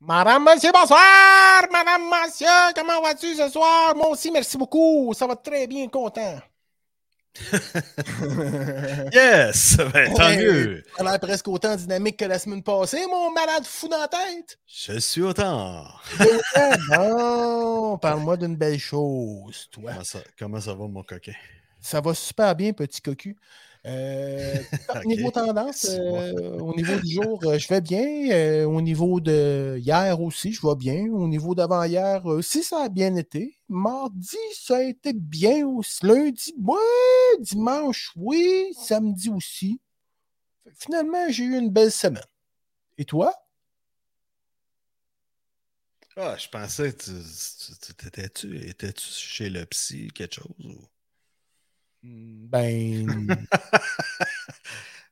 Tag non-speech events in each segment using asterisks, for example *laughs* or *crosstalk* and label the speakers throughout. Speaker 1: Madame, monsieur, bonsoir! Madame, monsieur, comment vas-tu ce soir? Moi aussi, merci beaucoup. Ça va très bien, content.
Speaker 2: Yes! *laughs* Ben, *laughs* tant
Speaker 1: Ouais,
Speaker 2: mieux!
Speaker 1: Ça a l'air presque autant dynamique que la semaine passée, mon malade fou dans la tête. *laughs*
Speaker 2: Je suis autant.
Speaker 1: Ah non, parle-moi d'une belle chose, toi.
Speaker 2: Comment ça, comment ça va, mon coquin?
Speaker 1: Ça va super bien, petit cocu.
Speaker 2: *laughs*
Speaker 1: Euh,
Speaker 2: Ok.
Speaker 1: Niveau tendance, euh, au niveau du jour, euh, je vais bien. Euh, au niveau de hier aussi, je vais bien. Au niveau d'avant-hier euh, aussi, ça a bien été. Mardi, ça a été bien aussi. Lundi, ouais. Dimanche, oui. Samedi aussi. Fait que Finalement, j'ai eu une belle semaine. Et toi?
Speaker 2: Ah, je pensais que tu, tu- tu- t'étais-tu, étais-tu chez le psy, quelque chose? ou- Hmm. *laughs*
Speaker 1: Ben,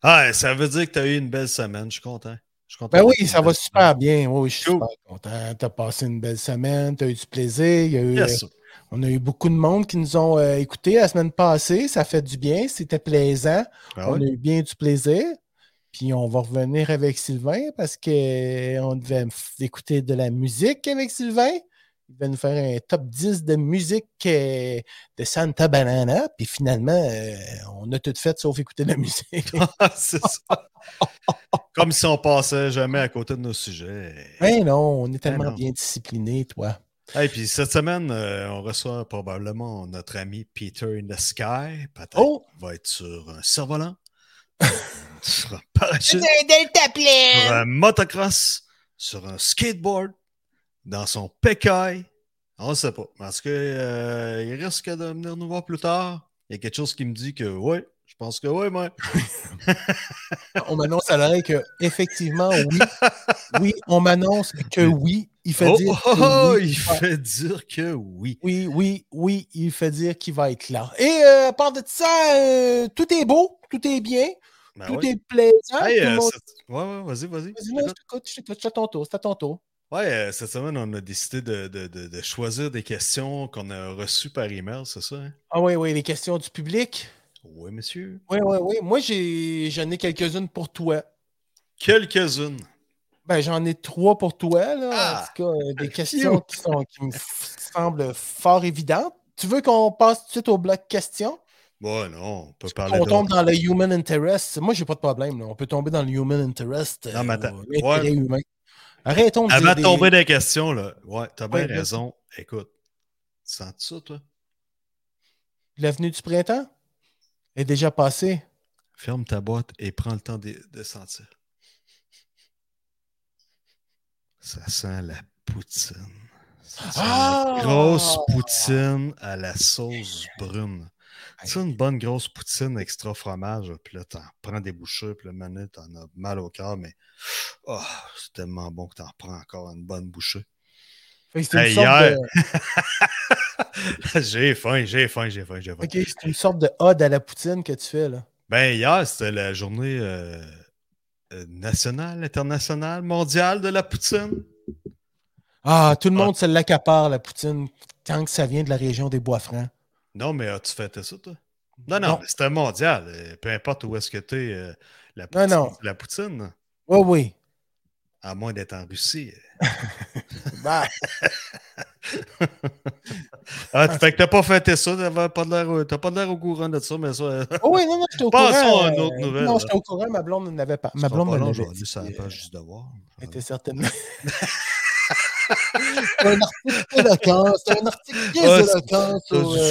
Speaker 2: Ah, ça veut dire que tu as eu une belle semaine. Je suis content. Je suis content
Speaker 1: ben
Speaker 2: de
Speaker 1: oui,
Speaker 2: ton
Speaker 1: ça va
Speaker 2: belle
Speaker 1: super bien. Oui, je suis
Speaker 2: Cool.
Speaker 1: super content. Tu as passé une belle semaine, tu as eu du plaisir. Il y a eu, euh,
Speaker 2: semaine. Yes.
Speaker 1: On a eu beaucoup de monde qui nous ont euh, écoutés la semaine passée. Ça fait du bien. C'était plaisant.
Speaker 2: Ah
Speaker 1: On
Speaker 2: ouais?
Speaker 1: a eu bien du plaisir. Puis on va revenir avec Sylvain parce qu'on devait f- écouter de la musique avec Sylvain. Il devait nous faire un top 10 de musique euh, de Santa Banana. Puis finalement, euh, on a tout fait sauf écouter de la
Speaker 2: *laughs*
Speaker 1: musique.
Speaker 2: Ah, c'est ça. Comme si on passait jamais à côté de nos sujets.
Speaker 1: Mais Ben non, on est tellement
Speaker 2: Ben non.
Speaker 1: bien disciplinés, toi.
Speaker 2: Hey, puis cette semaine, euh, on reçoit probablement notre ami Peter in the Sky. Peut-être
Speaker 1: Oh!
Speaker 2: qu'il va être sur un survolant, sur un
Speaker 1: *laughs*
Speaker 2: parachute, sur un motocross, sur un skateboard, dans son pécaille. On ne sait pas. Parce que euh, il risque de venir nous voir plus tard. Il y a quelque chose qui me dit que oui, je pense que oui, mais
Speaker 1: On m'annonce à l'oreille que effectivement, oui. Oui, on m'annonce que oui. Il fait
Speaker 2: Oh,
Speaker 1: dire.
Speaker 2: oh,
Speaker 1: que
Speaker 2: oh,
Speaker 1: oui.
Speaker 2: il fait dire que oui.
Speaker 1: Oui, oui, oui, il fait dire qu'il va être là. Et euh, à part de ça, euh, tout est beau, tout est bien,
Speaker 2: Ben
Speaker 1: tout
Speaker 2: ouais.
Speaker 1: est plaisant.
Speaker 2: Hey,
Speaker 1: tout le
Speaker 2: euh,
Speaker 1: monde-
Speaker 2: c'est- ouais, ouais, vas-y, vas-y.
Speaker 1: Vas-y, non, je t'écoute, je t'écoute, c'est à ton tour, c'est à ton tour.
Speaker 2: Ouais, euh, cette semaine, on a décidé de, de- de- de choisir des questions qu'on a reçues par email, c'est ça? hein?
Speaker 1: Ah oui, oui, les questions du public.
Speaker 2: Oui, monsieur.
Speaker 1: Oui, oui, oui. Moi, j'ai, j'en ai quelques-unes pour toi.
Speaker 2: Quelques-unes.
Speaker 1: Ben, j'en ai trois pour toi, là.
Speaker 2: Ah,
Speaker 1: en tout cas,
Speaker 2: *laughs*
Speaker 1: euh, des questions qui, sont, qui me f- semblent fort évidentes. Tu veux qu'on passe tout de suite au bloc questions?
Speaker 2: Bon, non, on peut parler
Speaker 1: On
Speaker 2: d'autres.
Speaker 1: tombe dans le human interest. Moi, j'ai pas de problème. là. On peut tomber dans le human interest. euh,
Speaker 2: Non, mais attends.
Speaker 1: ou l'intérêt
Speaker 2: Ouais.
Speaker 1: humain. Arrêtons de
Speaker 2: Avant
Speaker 1: dire
Speaker 2: de
Speaker 1: des-
Speaker 2: tomber dans les questions, là, ouais, t'as bien
Speaker 1: Ouais, vas-y.
Speaker 2: raison. Écoute, sens ça, toi?
Speaker 1: l'avenue du printemps. Est déjà passée.
Speaker 2: Ferme ta boîte et prends le temps de, de sentir. Ça sent la poutine. Ça sent
Speaker 1: Ah!
Speaker 2: la grosse poutine à la sauce brune. C'est une bonne grosse poutine extra fromage. Puis là, t'en prends des bouchées, puis le minute, t'en as mal au cœur, mais oh, c'est tellement bon que t'en prends encore une bonne bouchée. *laughs*
Speaker 1: Fait que C'est une,
Speaker 2: Hey,
Speaker 1: sorte
Speaker 2: hier.
Speaker 1: de-
Speaker 2: j'ai faim, j'ai faim, j'ai faim, j'ai faim.
Speaker 1: ok, c'est une sorte de ode à la poutine que tu fais. Là.
Speaker 2: Ben, hier, c'était la journée euh, euh, nationale, internationale, mondiale de la poutine.
Speaker 1: Ah, tout le monde se l'accapare, la poutine, tant que ça vient de la région des Bois-Francs.
Speaker 2: Non, mais as-tu fêté ça, toi? Non, non,
Speaker 1: Non.
Speaker 2: mais c'était mondial. euh, Peu importe où est-ce que t'es, euh, la
Speaker 1: Non,
Speaker 2: poutine,
Speaker 1: non.
Speaker 2: c'est la poutine,
Speaker 1: Oui, oui.
Speaker 2: à moins d'être en Russie.
Speaker 1: Ben,
Speaker 2: Bah. Ah, fait que t'as pas fêté ça, t'avais pas de l'air au- t'as pas de l'air au courant de ça, mais ça... euh,
Speaker 1: oh oui, non, non, j'étais au courant.
Speaker 2: Passons à
Speaker 1: euh,
Speaker 2: une autre nouvelle,
Speaker 1: Non,
Speaker 2: là.
Speaker 1: j'étais au courant, ma blonde n'avait pas.
Speaker 2: c'est
Speaker 1: Ma
Speaker 2: pas
Speaker 1: blonde
Speaker 2: pas
Speaker 1: me
Speaker 2: long,
Speaker 1: l'avait
Speaker 2: aujourd'hui,
Speaker 1: dit,
Speaker 2: ça
Speaker 1: euh,
Speaker 2: la page du devoir.
Speaker 1: Elle était certainement. c'est un article éloquent, c'est un article très
Speaker 2: Ouais,
Speaker 1: éloquent
Speaker 2: Ça,
Speaker 1: sur euh,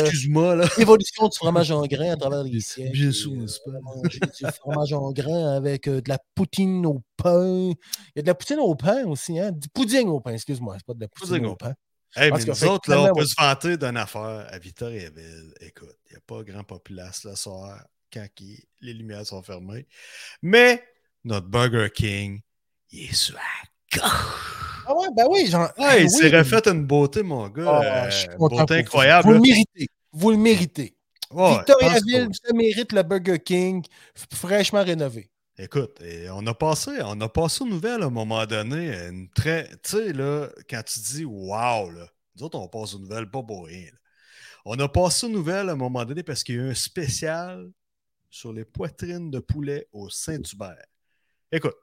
Speaker 1: *laughs*
Speaker 2: Excuse-moi, là.
Speaker 1: l'évolution du fromage en grain à travers les siècles.
Speaker 2: Bien sûr,
Speaker 1: Et, euh,
Speaker 2: n'est-ce pas?
Speaker 1: manger du fromage en grain avec euh, de la poutine au pain. Il y a de la poutine au pain aussi, hein? Du pudding au pain, excuse-moi, c'est pas de la poutine
Speaker 2: Pudding
Speaker 1: au
Speaker 2: au
Speaker 1: pain.
Speaker 2: Hey,
Speaker 1: Parce
Speaker 2: mais
Speaker 1: que
Speaker 2: nous
Speaker 1: fait que
Speaker 2: autres, là, on
Speaker 1: finalement,
Speaker 2: peut
Speaker 1: ouais.
Speaker 2: se vanter d'une affaire à Victoriaville. Écoute, il n'y a pas grand populace le soir quand qui- les lumières sont fermées. Mais notre Burger King, il est sur la gauche.
Speaker 1: Ah ouais, ben oui, j'en.
Speaker 2: Ouais,
Speaker 1: ah
Speaker 2: il
Speaker 1: oui.
Speaker 2: s'est refait une beauté, mon gars.
Speaker 1: Ah,
Speaker 2: euh,
Speaker 1: je suis content
Speaker 2: beauté
Speaker 1: pour
Speaker 2: incroyable.
Speaker 1: Vous.
Speaker 2: là.
Speaker 1: vous le méritez. Vous le méritez.
Speaker 2: Ouais, je pense
Speaker 1: Victoriaville,
Speaker 2: que oui.
Speaker 1: ça mérite le Burger King f- fraîchement rénové.
Speaker 2: Écoute, et on a passé, on a passé aux nouvelles à un moment donné. Une très, tu sais, là, quand tu dis Wow, là, nous autres, on passe aux nouvelles pas pour rien. là. On a passé aux nouvelles à un moment donné parce qu'il y a eu un spécial sur les poitrines de poulet au Saint-Hubert. Écoute,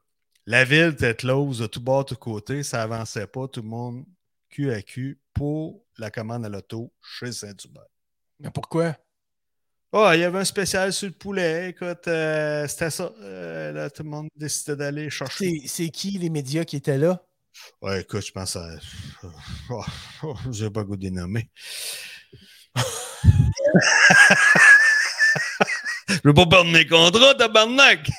Speaker 2: La ville était close de tout bord, de tout côté. Ça avançait pas. Tout le monde cul à cul pour la commande à l'auto chez Saint-Hubert.
Speaker 1: Mais pourquoi?
Speaker 2: Ah, il y avait un spécial sur le poulet. Écoute, euh, c'était ça. Euh, là, tout le monde décidait d'aller chercher.
Speaker 1: C'est qui les médias qui étaient là?
Speaker 2: Ouais, écoute, je pense à. *laughs* Oh, oh, J'ai pas goût de les nommer. je veux pas perdre mes
Speaker 1: *laughs*
Speaker 2: contrats, tabarnak!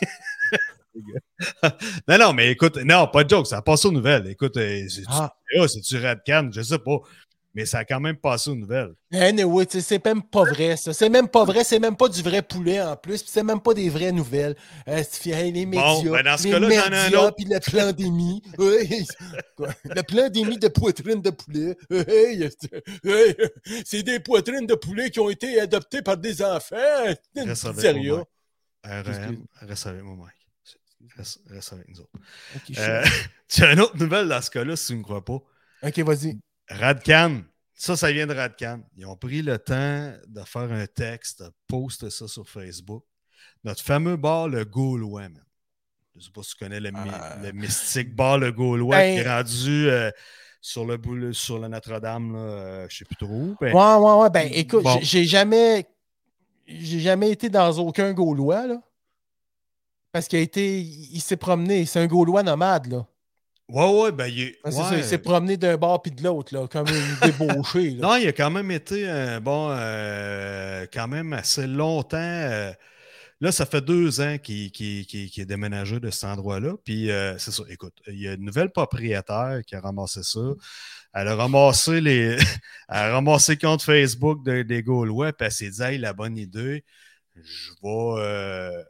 Speaker 2: non, non, mais écoute, non, pas de joke, ça a passé aux nouvelles. Écoute, c'est-tu
Speaker 1: Ah.
Speaker 2: oh, c'est-tu Radcan? Je sais pas. Mais ça a quand même passé aux nouvelles.
Speaker 1: Anyway, tu sais, c'est même pas vrai, ça. C'est même pas vrai, c'est même pas du vrai poulet en plus, puis c'est même pas des vraies nouvelles. Euh, c'est- puis, hey, les médias,
Speaker 2: Bon, ben, dans ce
Speaker 1: les
Speaker 2: cas-là, j'en ai un
Speaker 1: médias,
Speaker 2: autre.
Speaker 1: puis la
Speaker 2: *laughs*
Speaker 1: pandémie. Hey, quoi? la pandémie de poitrines de poulet. Hey, hey, c'est des poitrines de poulet qui ont été adoptées par des enfants.
Speaker 2: Reste avec
Speaker 1: Sérieux?
Speaker 2: moi, Mike. RM,
Speaker 1: Excuse.
Speaker 2: reste avec moi, Mike. Reste, reste avec nous autres.
Speaker 1: Ok, je suis-
Speaker 2: Euh, *laughs* tu as une autre nouvelle dans ce cas-là, si tu ne me crois pas.
Speaker 1: Ok, vas-y.
Speaker 2: Radcan. Ça, ça vient de Radcan. Ils ont pris le temps de faire un texte, de poster ça sur Facebook. Notre fameux bar, le Gaulois, man. Je ne sais pas si tu connais le, mi-
Speaker 1: Ah.
Speaker 2: le mystique bar, le Gaulois,
Speaker 1: Ben-
Speaker 2: qui est rendu euh, sur le boule- sur la Notre-Dame, là, euh, je ne sais plus trop où. Ben,
Speaker 1: Ouais, ouais, ouais. Ben, écoute,
Speaker 2: Bon.
Speaker 1: j'ai- j'ai jamais. J'ai jamais été dans aucun Gaulois, là. Parce qu'il a été. Il il s'est promené. C'est un Gaulois nomade, là.
Speaker 2: ouais, ouais, ben, il est-
Speaker 1: Ah, c'est
Speaker 2: ouais.
Speaker 1: ça, il s'est promené d'un bord puis de l'autre, là, comme
Speaker 2: *laughs*
Speaker 1: un débauché. Là.
Speaker 2: Non, il a quand même été un bon, euh, quand même assez longtemps. euh, là, ça fait deux ans qu'il qu'il- qu'il- qu'il est déménagé de cet endroit-là. Puis euh, c'est ça, écoute, il y a une nouvelle propriétaire qui a ramassé ça. Elle a ramassé les. *laughs* elle a ramassé le compte Facebook de- des Gaulois, puis elle s'est dit Hey, la bonne idée, je vais. euh,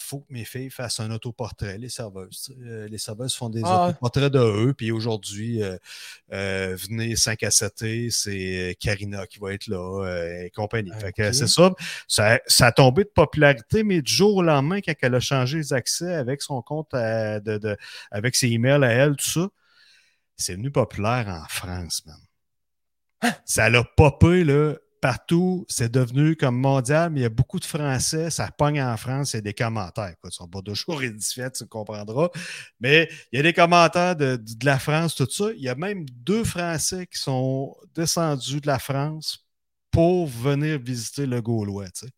Speaker 2: il faut que mes filles fassent un autoportrait, les serveuses. Euh, les serveuses font des
Speaker 1: Ah.
Speaker 2: autoportraits de eux. Puis aujourd'hui, euh, euh, venez 5 à 7 c'est euh, Karina qui va être là euh, et compagnie. Fait que
Speaker 1: Ok.
Speaker 2: c'est ça. ça. Ça a tombé de popularité, mais du jour au lendemain, quand elle a changé les accès avec son compte, à- de, de- avec ses emails à elle, tout ça, c'est devenu populaire en France, man. Ça l'a popé, là. Partout, c'est devenu comme mondial, mais il y a beaucoup de Français, ça pogne en France, il y a des commentaires. Écoute, Ils sont pas toujours *laughs* édifiés, tu comprendras. Mais il y a des commentaires de, de- de la France, tout ça. Il y a même deux Français qui sont descendus de la France pour venir visiter le Gaulois. tu sais.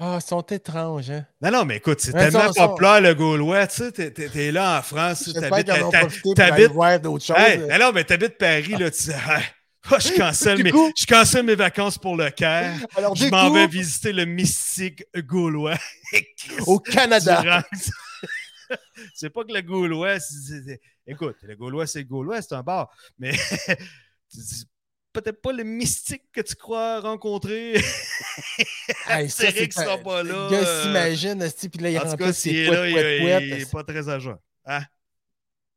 Speaker 1: Ah, ils sont étranges, hein.
Speaker 2: Non, non, mais écoute, c'est
Speaker 1: Ouais,
Speaker 2: tellement
Speaker 1: ça, ça-
Speaker 2: populaire le Gaulois. Tu sais, t'es- t'es t'es là en France, tu
Speaker 1: J'espère
Speaker 2: t'habites.
Speaker 1: qu'ils en ont
Speaker 2: t'as-
Speaker 1: profité pour
Speaker 2: t'habites-
Speaker 1: aller voir d'autres choses.
Speaker 2: Hey, non, non, mais t'habites Paris, là, tu dis, Hey, oh, je, cancelle
Speaker 1: Du
Speaker 2: mes,
Speaker 1: coup-
Speaker 2: je cancelle mes vacances pour le Caire.
Speaker 1: Alors,
Speaker 2: Je
Speaker 1: du
Speaker 2: m'en
Speaker 1: coup,
Speaker 2: vais visiter le mystique Gaulois. Christ,
Speaker 1: au Canada.
Speaker 2: tu rentres. *laughs* c'est pas que le Gaulois. c'est- c'est- c'est- Écoute, le Gaulois, c'est le Gaulois, c'est un bar. Mais *laughs* tu dis, peut-être pas le mystique que tu crois rencontrer.
Speaker 1: Hey, ça, c'est
Speaker 2: Astérix sera pas là.
Speaker 1: Le gars
Speaker 2: euh,
Speaker 1: s'imagine, esti, puis là, il
Speaker 2: en tout
Speaker 1: rentre
Speaker 2: cas,
Speaker 1: ses
Speaker 2: s'il est
Speaker 1: couettes,
Speaker 2: là, il-
Speaker 1: couettes, couettes,
Speaker 2: il n'est
Speaker 1: esti.
Speaker 2: pas très agent.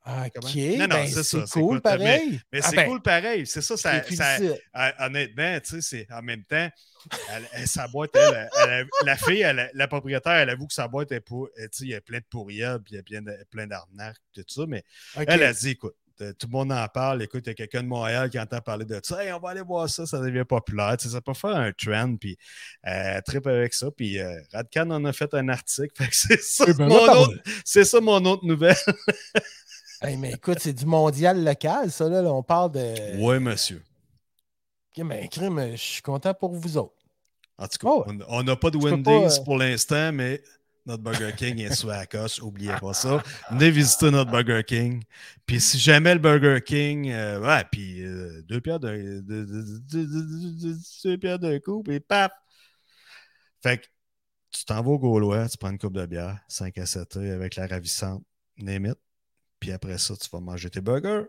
Speaker 2: comment?
Speaker 1: Ok,
Speaker 2: Non, non,
Speaker 1: ben,
Speaker 2: c'est ça,
Speaker 1: c'est
Speaker 2: c'est
Speaker 1: cool,
Speaker 2: cool, mais-
Speaker 1: pareil.
Speaker 2: Mais
Speaker 1: Ah
Speaker 2: c'est
Speaker 1: ben,
Speaker 2: cool pareil. C'est ça, ça,
Speaker 1: je les
Speaker 2: ça-
Speaker 1: félicite.
Speaker 2: Ah, honnêtement, tu sais, c'est en même temps, elle- elle- sa boîte, elle, elle- elle- la fille, elle- la propriétaire, elle avoue que sa boîte est pour, tu sais, il y a plein de pourriels, puis il y a plein, de- plein d'arnaques, tout ça, mais
Speaker 1: Ok.
Speaker 2: elle a dit, écoute, euh, tout le monde en parle, écoute, il y a quelqu'un de Montréal qui entend parler de ça, Hey, on va aller voir ça, ça devient populaire, tu sais, ça peut faire un trend, puis euh, elle trip avec ça, puis euh, Radcan en a fait un article, *laughs* fait que c'est ça,
Speaker 1: Eh ben,
Speaker 2: mon
Speaker 1: là, t'as-
Speaker 2: autre- c'est ça mon autre nouvelle.
Speaker 1: Hey, mais écoute, c'est du mondial local, ça, là. là, on parle de.
Speaker 2: Oui, monsieur.
Speaker 1: Ok, mais crime, je suis content pour vous autres.
Speaker 2: En tout cas,
Speaker 1: Oh,
Speaker 2: on- on n'a pas de
Speaker 1: peux
Speaker 2: Wendy's
Speaker 1: pas, euh,
Speaker 2: pour l'instant, mais notre Burger King est sous la coche. Oubliez pas ça. Venez visiter notre Burger King. Puis si jamais le Burger King, euh, ouais, puis euh, deux pierres d'un de, coup, puis paf! Fait que tu t'en vas au Gaulois, tu prends une coupe de bière, 5 à 7 avec la ravissante Némite. Puis après ça, tu vas manger tes burgers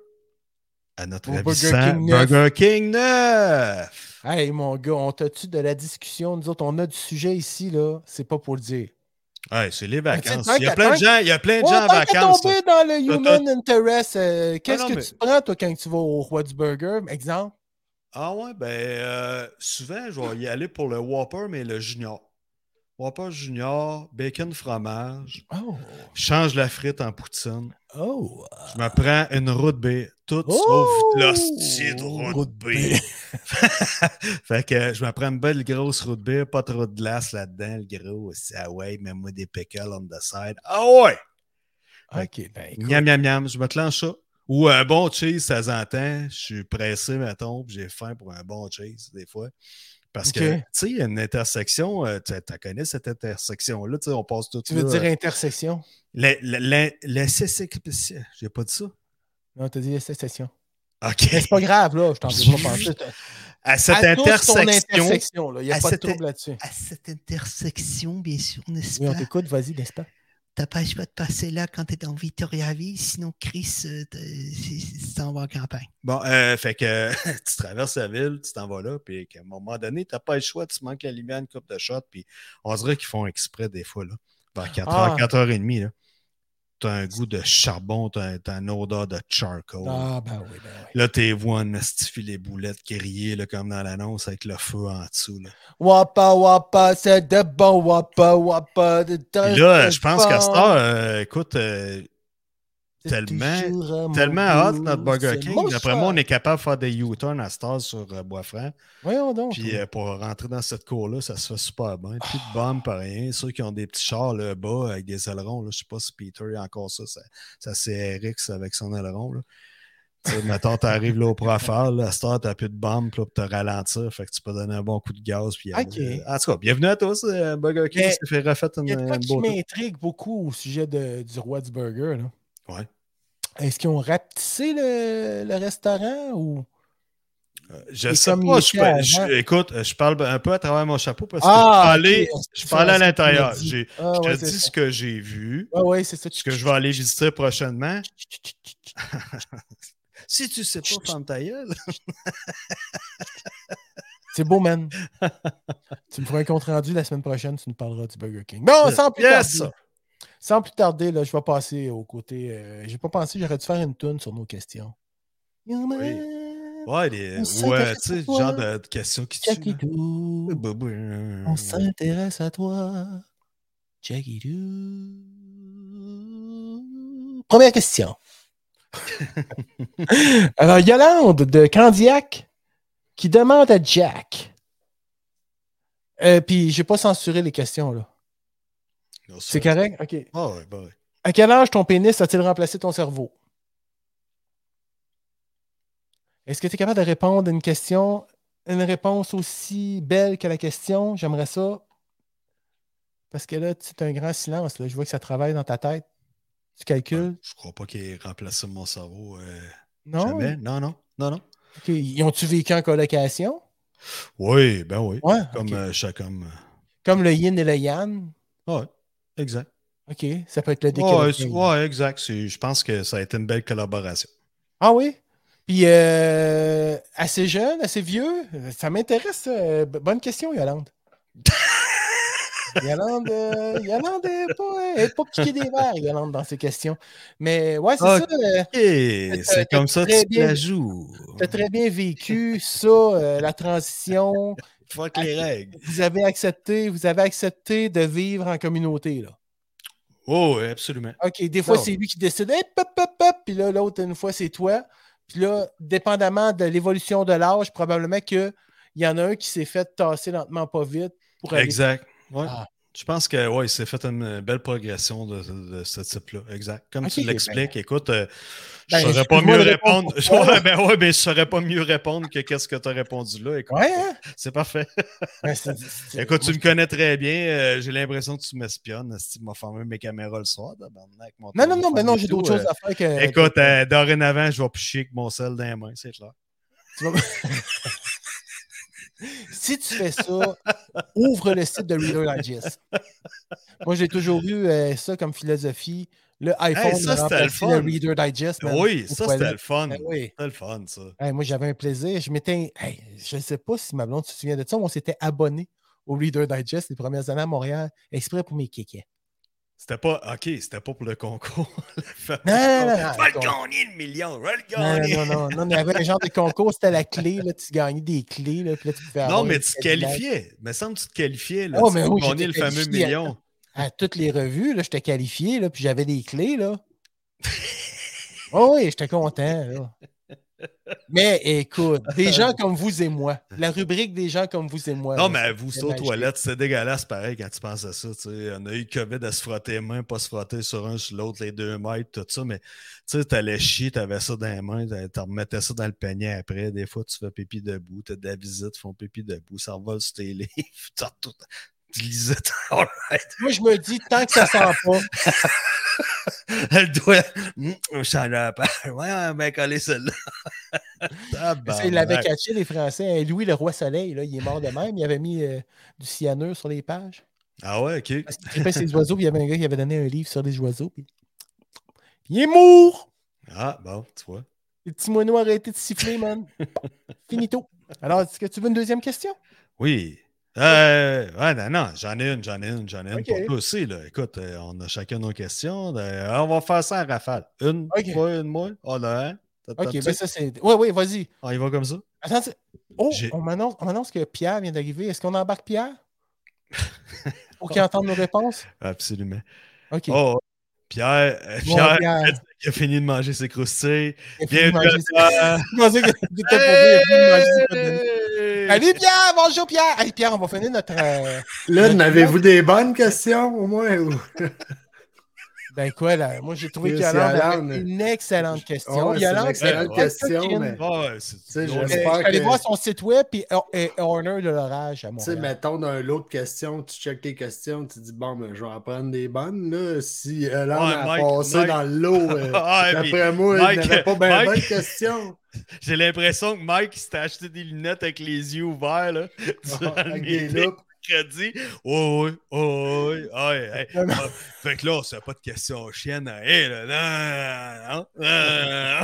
Speaker 2: à notre
Speaker 1: Au Burger
Speaker 2: ravissant
Speaker 1: King neuf.
Speaker 2: Burger King 9.
Speaker 1: Hey, mon gars, on t'a-tu de la discussion? Nous autres, on a du sujet ici, là. C'est pas pour le dire.
Speaker 2: Ouais, c'est les
Speaker 1: Mais tu
Speaker 2: vacances.
Speaker 1: sais,
Speaker 2: Il y a
Speaker 1: tant
Speaker 2: plein de
Speaker 1: qu'à-
Speaker 2: gens, il y a plein de
Speaker 1: Ouais,
Speaker 2: gens en
Speaker 1: tant qu'à
Speaker 2: vacances.
Speaker 1: tomber dans le
Speaker 2: T'as-
Speaker 1: human interest, euh, qu'est-ce
Speaker 2: non,
Speaker 1: que
Speaker 2: mais-
Speaker 1: tu prends, toi, quand tu vas au Roi du Burger, exemple?
Speaker 2: Ah ouais, ben euh, souvent, je vais y aller pour le Whopper, mais le Junior. Whopper Junior, bacon fromage,
Speaker 1: Oh,
Speaker 2: change la frite en poutine.
Speaker 1: oh.
Speaker 2: Je me prends une route B, tout
Speaker 1: Oh!
Speaker 2: sauf l'hostie de route B. *laughs* fait que euh, je me prends une belle grosse route B, pas trop de glace là-dedans, le gros. Ah ouais, mets-moi des pickles on the side. Ah ouais!
Speaker 1: OK, ben écoute.
Speaker 2: Miam, miam, miam, je me clenche ça. Ou un bon cheese, ça s'entend. Je suis pressé, mettons, puis j'ai faim pour un bon cheese, des fois. Parce que,
Speaker 1: Ok.
Speaker 2: tu sais, une intersection, euh, tu connais cette intersection-là, tu sais, on passe tout de
Speaker 1: Tu veux
Speaker 2: suite.
Speaker 1: dire intersection?
Speaker 2: La- la- la- la CCC, j'ai pas dit ça.
Speaker 1: Non, t'as dit intersection.
Speaker 2: OK.
Speaker 1: C'est pas grave, là, je t'en veux
Speaker 2: *laughs*
Speaker 1: pas penser.
Speaker 2: À cette
Speaker 1: À tous ton
Speaker 2: intersection. ah,
Speaker 1: intersection, là. Il n'y a
Speaker 2: à
Speaker 1: pas de
Speaker 2: cette-
Speaker 1: trouble là-dessus.
Speaker 2: À cette intersection, bien sûr, n'est-ce
Speaker 1: Oui, on t'écoute, vas-y, n'est-ce pas?
Speaker 2: T'as pas le choix de passer là quand t'es dans Victoriaville, sinon Chris, euh, t'en vas en campagne. Bon, euh, fait que *laughs* tu traverses la ville, tu t'en vas là, puis à un moment donné, t'as pas le choix, tu manques la lumière, une coupe de shot, puis on dirait qu'ils font exprès des fois, là. Vers 4h,
Speaker 1: Ah.
Speaker 2: 4h30, là. T'as un goût de charbon, t'as t'as une odeur de charcoal.
Speaker 1: Ah, ben oui, ben oui.
Speaker 2: Là, t'es vois en estifi les boulettes grillées, là, comme dans l'annonce, avec le feu en dessous, là.
Speaker 1: Wapa, wapa, c'est de bon wapa, wapa. de-
Speaker 2: Puis là, je pense
Speaker 1: bon.
Speaker 2: qu'à ce temps, euh, écoute, euh,
Speaker 1: C'est
Speaker 2: tellement-
Speaker 1: toujours à mon
Speaker 2: tellement hot
Speaker 1: goût,
Speaker 2: notre Burger
Speaker 1: c'est
Speaker 2: King.
Speaker 1: mon
Speaker 2: D'après
Speaker 1: choix.
Speaker 2: moi, on est capable de faire des U-turns à Star sur euh, Boisfranc.
Speaker 1: Voyons donc.
Speaker 2: Puis euh, pour rentrer dans cette cour-là, ça se fait super bien. Plus de bombes, pas rien. Ceux qui ont des petits chars là bas avec des ailerons, là, je sais pas si Peter a encore ça, ça, ça CRX avec son aileron. Là. Tu sais, mettons, t'arrives là au profil, là, à cette heure, t'as plus de bombes là, pour te ralentir. Fait que tu peux donner un bon coup de gaz. Puis, aller.
Speaker 1: Ok.
Speaker 2: en tout cas, bienvenue à tous. euh, Burger King
Speaker 1: Mais
Speaker 2: s'est fait refaire une,
Speaker 1: Il y a de quoi
Speaker 2: une
Speaker 1: qui
Speaker 2: beauté.
Speaker 1: m'intrigue beaucoup au sujet de- du roi du burger. Là.
Speaker 2: Ouais.
Speaker 1: Est-ce qu'ils ont rapetissé le, le restaurant ou.
Speaker 2: Euh, Je
Speaker 1: Et
Speaker 2: sais
Speaker 1: comme
Speaker 2: pas,
Speaker 1: il
Speaker 2: je
Speaker 1: était
Speaker 2: peux-
Speaker 1: avant.
Speaker 2: je- écoute, euh, je parle un peu à travers mon chapeau parce que
Speaker 1: Ah,
Speaker 2: je parlais,
Speaker 1: ok,
Speaker 2: je
Speaker 1: c'est
Speaker 2: parlais
Speaker 1: ça,
Speaker 2: à
Speaker 1: c'est ce que tu
Speaker 2: l'intérieur.
Speaker 1: m'as dit.
Speaker 2: J'ai-
Speaker 1: Ah,
Speaker 2: Je
Speaker 1: ouais,
Speaker 2: te
Speaker 1: c'est
Speaker 2: dis
Speaker 1: ça.
Speaker 2: ce que j'ai vu,
Speaker 1: Ah, ouais, c'est ça.
Speaker 2: ce que je vais aller visiter prochainement.
Speaker 1: Je
Speaker 2: Si tu sais pas, ferme ta gueule.
Speaker 1: C'est beau,
Speaker 2: *laughs*
Speaker 1: man. tu me feras un compte-rendu la semaine prochaine, tu nous parleras du Burger King. Non, sans plus
Speaker 2: Yes!
Speaker 1: tarder. Sans plus tarder, là, je vais passer au côté. euh, J'ai pas pensé, j'aurais dû faire une toune sur nos questions.
Speaker 2: *laughs* Ouais, les-
Speaker 1: On sait
Speaker 2: ouais,
Speaker 1: que
Speaker 2: tu sais,
Speaker 1: c'est toi.
Speaker 2: genre de, de questions qui tuent. là. bah,
Speaker 1: Jackidou, on s'intéresse à toi. Jackidou. Première question. *laughs* Alors, Yolande de Candiac qui demande à Jack. Euh, Puis, j'ai pas censuré les questions, là.
Speaker 2: Non,
Speaker 1: C'est
Speaker 2: ça-
Speaker 1: correct? OK.
Speaker 2: Ah ouais, bah ouais.
Speaker 1: À quel âge ton pénis a-t-il remplacé ton cerveau? Est-ce que tu es capable de répondre à une question, une réponse aussi belle que la question? J'aimerais ça. Parce que là, c'est un grand silence. là. Je vois que ça travaille dans ta tête. Tu calcules?
Speaker 2: Je crois pas qu'il ait remplacé mon cerveau. euh,
Speaker 1: Non?
Speaker 2: Jamais. Non, non, non, non.
Speaker 1: OK. Ils ont-tu vécu en colocation?
Speaker 2: Oui, ben oui.
Speaker 1: Ouais.
Speaker 2: Comme
Speaker 1: ok.
Speaker 2: euh, chaque homme.
Speaker 1: Comme le yin et le yang.
Speaker 2: Ouais, exact.
Speaker 1: OK. Ça peut être le
Speaker 2: Ouais,
Speaker 1: décalage.
Speaker 2: c'est- ouais, exact. C'est- Je pense que ça a été une belle collaboration.
Speaker 1: Ah oui? Puis, euh, assez jeune, assez vieux? Ça m'intéresse. ça. Euh, b- bonne question, Yolande. Yolande, euh, Yolande est pas, elle est pas piquée des verres, Yolande, dans ces questions. Mais ouais, c'est
Speaker 2: Ah,
Speaker 1: ça. euh, *laughs*
Speaker 2: Et
Speaker 1: t'as-
Speaker 2: c'est comme ça que
Speaker 1: très
Speaker 2: tu te la
Speaker 1: bien-
Speaker 2: joues.
Speaker 1: T'as très bien vécu ça, euh, la transition.
Speaker 2: Fuck les règles.
Speaker 1: Vous avez accepté, vous avez accepté de vivre en communauté, là.
Speaker 2: Oh, oui, absolument.
Speaker 1: OK, des fois,
Speaker 2: Non.
Speaker 1: c'est lui qui décide, Hey, pop, pop, pop. puis là, l'autre, une fois, c'est toi. Puis là, dépendamment de l'évolution de l'âge, probablement qu'il y en a un qui s'est fait tasser lentement pas vite pour aller.
Speaker 2: Exact. Ouais.
Speaker 1: Ah.
Speaker 2: Je pense que ouais, il s'est fait une belle progression de, de ce type-là. Exact. Comme tu
Speaker 1: Ok,
Speaker 2: l'expliques, écoute, euh,
Speaker 1: ben,
Speaker 2: je saurais pas
Speaker 1: excuse-moi
Speaker 2: mieux
Speaker 1: de répondre
Speaker 2: répondre. *laughs*
Speaker 1: pour toi.
Speaker 2: Ouais, ben ouais, mais je saurais pas mieux répondre que qu'est-ce que tu as répondu là. Écoute,
Speaker 1: Ouais, hein?
Speaker 2: c'est parfait.
Speaker 1: Ben, c'est- c'est-
Speaker 2: Écoute, tu
Speaker 1: moi,
Speaker 2: me connais très bien. euh, j'ai l'impression que tu m'espionnes. Si tu m'as fermé mes caméras le soir, tabarnak, mon
Speaker 1: Non, non, non,
Speaker 2: téléphone
Speaker 1: mais non,
Speaker 2: et
Speaker 1: j'ai
Speaker 2: tout,
Speaker 1: d'autres
Speaker 2: euh,
Speaker 1: choses à faire que.
Speaker 2: Écoute, euh, dorénavant, je vais picher avec mon sel dans les mains, c'est clair.
Speaker 1: Tu vas- si tu fais ça, ouvre le site de Reader Digest. Moi, j'ai toujours eu euh, ça comme philosophie. Le iPhone,
Speaker 2: ça,
Speaker 1: a
Speaker 2: c'était
Speaker 1: remplacé
Speaker 2: le fun.
Speaker 1: Reader Digest. man.
Speaker 2: Oui, ça,
Speaker 1: Pourquoi
Speaker 2: c'était
Speaker 1: là?
Speaker 2: le fun.
Speaker 1: Ben oui.
Speaker 2: C'était le fun, ça.
Speaker 1: Hey, moi, j'avais un plaisir. Je m'étais. hey, je ne sais pas si ma blonde se souvient de ça, mais on s'était abonné au Reader Digest les premières années à Montréal, exprès pour mes kékés.
Speaker 2: C'était pas, OK, c'était pas pour le concours. *laughs* Le fameux
Speaker 1: Non, non, non, non,
Speaker 2: concours. Va
Speaker 1: le
Speaker 2: le gagner, le million, va le
Speaker 1: Non,
Speaker 2: gagner.
Speaker 1: non, non, non, non, il y avait un genre de concours, c'était la clé, là, tu gagnais des clés, là, puis là, tu pouvais
Speaker 2: Non,
Speaker 1: avoir
Speaker 2: mais
Speaker 1: une
Speaker 2: tu te
Speaker 1: Cadillac.
Speaker 2: qualifiais. Il me semble que tu te qualifiais. Là,
Speaker 1: Oh,
Speaker 2: tu
Speaker 1: mais oui,
Speaker 2: gagnais le
Speaker 1: j'étais
Speaker 2: fameux
Speaker 1: qualifié.
Speaker 2: million.
Speaker 1: à toutes les revues, là, j'étais *laughs* qualifié, là, puis j'avais des clés, là. Oh oui, j'étais content, là. Mais écoute, des gens comme vous et moi, la rubrique des gens comme vous et moi.
Speaker 2: Non, mais vous, c'est aux toilettes, c'est dégueulasse pareil quand tu penses à ça. Tu sais. On a eu COVID à se frotter les mains, pas se frotter sur un, sur l'autre, les deux mètres, tout ça. Mais tu sais, t'allais chier, t'avais ça dans les mains, t'en remettais ça dans le panier après. Des fois, tu fais pipi debout, t'as de la visite, font pipi debout, ça revole sur tes *laughs* livres, tout.
Speaker 1: All right. Moi, je me dis, tant que ça sent pas.
Speaker 2: *laughs* Elle doit. Mmh, ça l'a pas. *laughs* Ouais, on va coller celle-là. *laughs* Ben,
Speaker 1: il avait catché les Français. Louis le Roi Soleil, là, il est mort de même. Il avait mis euh, du cyanure sur les pages.
Speaker 2: Ah ouais, ok.
Speaker 1: Parce qu'il trippait ses oiseaux. Puis il y avait un gars qui avait donné un livre sur les oiseaux. Puis... Il est mort!
Speaker 2: Ah, bon, tu vois.
Speaker 1: Le petit moineau a arrêté de siffler,
Speaker 2: *laughs*
Speaker 1: man. Finito. Alors, est-ce que tu veux une deuxième question?
Speaker 2: Oui. Euh, ouais, non, non, j'en ai une, j'en ai une, j'en ai une okay. pour toi aussi. Là. Écoute, euh, on a chacun nos questions. Euh, on va faire ça en rafale. Une, okay. moi, une, Oh moi. On a un.
Speaker 1: Ok, ben ça c'est. Oui, oui, vas-y.
Speaker 2: On y va comme ça.
Speaker 1: Attends, oh, on m'annonce que Pierre vient d'arriver. Est-ce qu'on embarque
Speaker 2: *laughs*
Speaker 1: Pierre pour qu'il entende nos réponses?
Speaker 2: Absolument.
Speaker 1: Ok.
Speaker 2: Oh, Pierre, euh, Pierre, Pierre. Il a fini de manger ses croustilles. Bienvenue
Speaker 1: *laughs*
Speaker 2: à
Speaker 1: toi. Allez, Pierre, bonjour Pierre. Allez, Pierre, on va finir notre. Euh,
Speaker 3: là, n'avez-vous des bonnes questions au moins? Ou...
Speaker 1: ben quoi, là? Moi, j'ai trouvé Yolande avait une excellente question.
Speaker 3: Oh, Yolande, c'est une excellente question. Mais...
Speaker 2: Oh, ouais,
Speaker 1: euh, je suis allé que... voir son site web et, et Horner de l'orage à moi.
Speaker 3: Tu sais, mettons dans l'autre question, tu checkes tes questions, tu dis bon, ben, je vais en prendre des bonnes. Là. Si Yolande ouais, a Mike, passé Mike... dans *laughs* l'eau, euh, ah, d'après moi, Mike, il n'avait pas bien bonne *laughs* question.
Speaker 2: J'ai l'impression que Mike s'était acheté des lunettes avec les yeux ouverts. Là,
Speaker 3: durant ah, le
Speaker 2: mercredi. Oh oui, oh oui, oh oui. Hey. Ah, fait que là, on se fait pas de questions chiennes. hein. Hey, là, hein. Ah, non, non,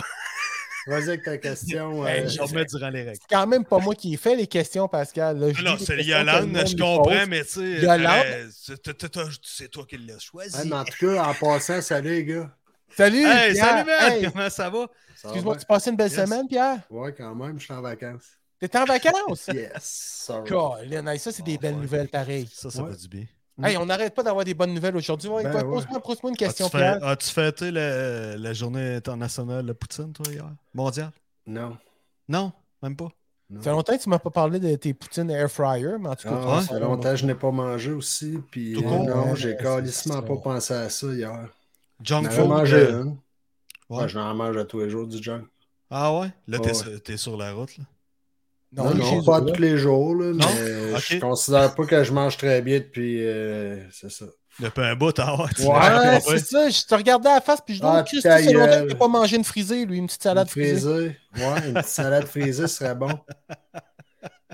Speaker 2: non,
Speaker 3: Vas-y avec ta *laughs* question.
Speaker 2: Hey, euh, je remets durant les règles.
Speaker 1: C'est quand même pas moi qui ai fait les questions, Pascal. Là,
Speaker 2: Ah non, c'est Yolande, je comprends, mais tu sais, euh, c'est toi qui l'as choisi.
Speaker 3: Ouais, mais en tout cas, en passant, salut les gars.
Speaker 1: Salut! Hey, Pierre.
Speaker 2: Salut, man! Comment ça va?
Speaker 3: Ah
Speaker 1: Excuse-moi, tu passais une belle
Speaker 3: yes.
Speaker 1: semaine, Pierre?
Speaker 3: Ouais, quand même, je suis en vacances.
Speaker 1: T'es en
Speaker 3: *laughs*
Speaker 1: vacances?
Speaker 3: yes, sorry.
Speaker 1: Cool. Ça,
Speaker 3: Ah,
Speaker 1: c'est des oh, belles ouais. nouvelles, pareil.
Speaker 2: Ça, ça ouais. va du bien.
Speaker 3: Mm.
Speaker 1: Hey, on n'arrête pas d'avoir des bonnes nouvelles aujourd'hui. Ouais, ben pose-moi, pose
Speaker 2: Ah,
Speaker 1: une question,
Speaker 2: as-tu Pierre. As-tu fêté la, la, journée internationale de Poutine, toi, hier? Mondiale?
Speaker 3: Non.
Speaker 2: Non? Même pas?
Speaker 1: Non. Ça fait longtemps que tu m'as pas parlé de tes poutines air fryer, mais en tout cas...
Speaker 3: Ah, ça fait longtemps que je n'ai pas mangé aussi, puis euh, non, j'ai calissement pas pensé à ça hier.
Speaker 2: Junk euh,
Speaker 3: food? mangé
Speaker 1: euh,
Speaker 3: une. Ouais. J'en mange à tous les jours du junk.
Speaker 2: Ah ouais? Là, t'es sur la route, là?
Speaker 3: Non, non, non pas là. tous les jours. Là, non? Mais okay. Je considère pas que je mange très bien depuis. Euh, c'est ça.
Speaker 2: Depuis un bout, ah
Speaker 1: ouais. Ouais, c'est ça. Je te regardais à la face, puis je dis, ah, Christ, c'est longtemps que tu pas mangé une frisée, lui, une petite salade
Speaker 3: euh, une frisée. frisée. Ouais, une petite salade frisée serait bon.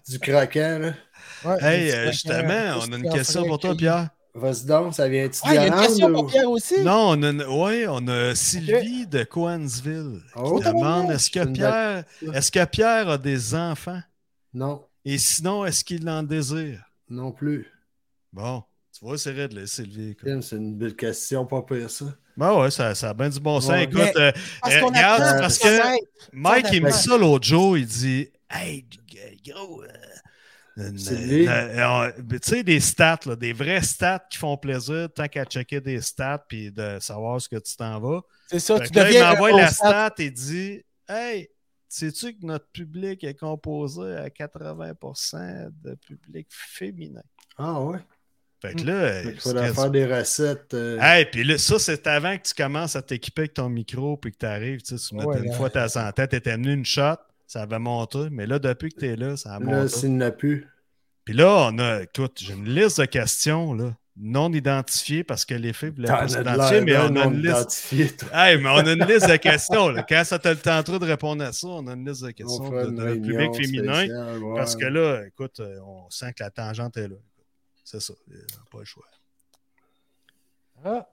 Speaker 3: Du croquant, là.
Speaker 2: Ouais, hey, croquant, justement, on a une question pour toi, Pierre.
Speaker 3: Vas-y donc, ça vient-tu
Speaker 1: ah, Il y a une question ou... pour Pierre aussi.
Speaker 2: Non, on a, une... ouais, on a Sylvie okay. de Coansville oh, qui demande est-ce que, Pierre... est que Pierre a des enfants
Speaker 3: Non.
Speaker 2: Et sinon, est-ce qu'il en désire
Speaker 3: Non plus.
Speaker 2: Bon, tu vois, c'est raide, là, Sylvie.
Speaker 3: C'est une belle question, pas pire ça.
Speaker 2: Ben ouais, ça, ça a bien du bon sens. Ouais. Écoute, euh, parce, euh, qu regarde, a parce que Mike, il me dit ça l'autre jour, il dit Hey, gros. Euh... Tu sais, des stats, là, des vrais stats qui font plaisir tant qu'à checker des stats puis de savoir ce que tu t'en vas.
Speaker 1: C'est ça, fait tu
Speaker 2: que là,
Speaker 1: il
Speaker 2: m'envoie la stat et dit Hey, sais-tu que notre public est composé à 80% de public féminin?
Speaker 3: Ah ouais.
Speaker 2: Fait que
Speaker 1: Eh,
Speaker 2: là,
Speaker 3: il faut faire des recettes. Euh...
Speaker 2: Hey, puis là, ça, c'est avant que tu commences à t'équiper avec ton micro puis que tu arrives. Tu mettais ouais, une là... fois ta santé, tu étais venu une shot ça avait monté. Mais là, depuis que tu es là, ça a monté. Là,
Speaker 3: s'il n'a plus.
Speaker 2: Puis là, on a, écoute, j'ai une liste de questions là, non identifiées parce que les filles voulaient pas s'identifier, mais on a une liste. Hey, mais on a une *laughs* liste de questions. Là. Quand ça t'a le temps trop de répondre à ça, on a une liste de questions de, notre public féminin. Spécial, ouais. Parce que là, écoute, euh, on sent que la tangente est là. C'est ça. Pas le choix.
Speaker 1: Ah.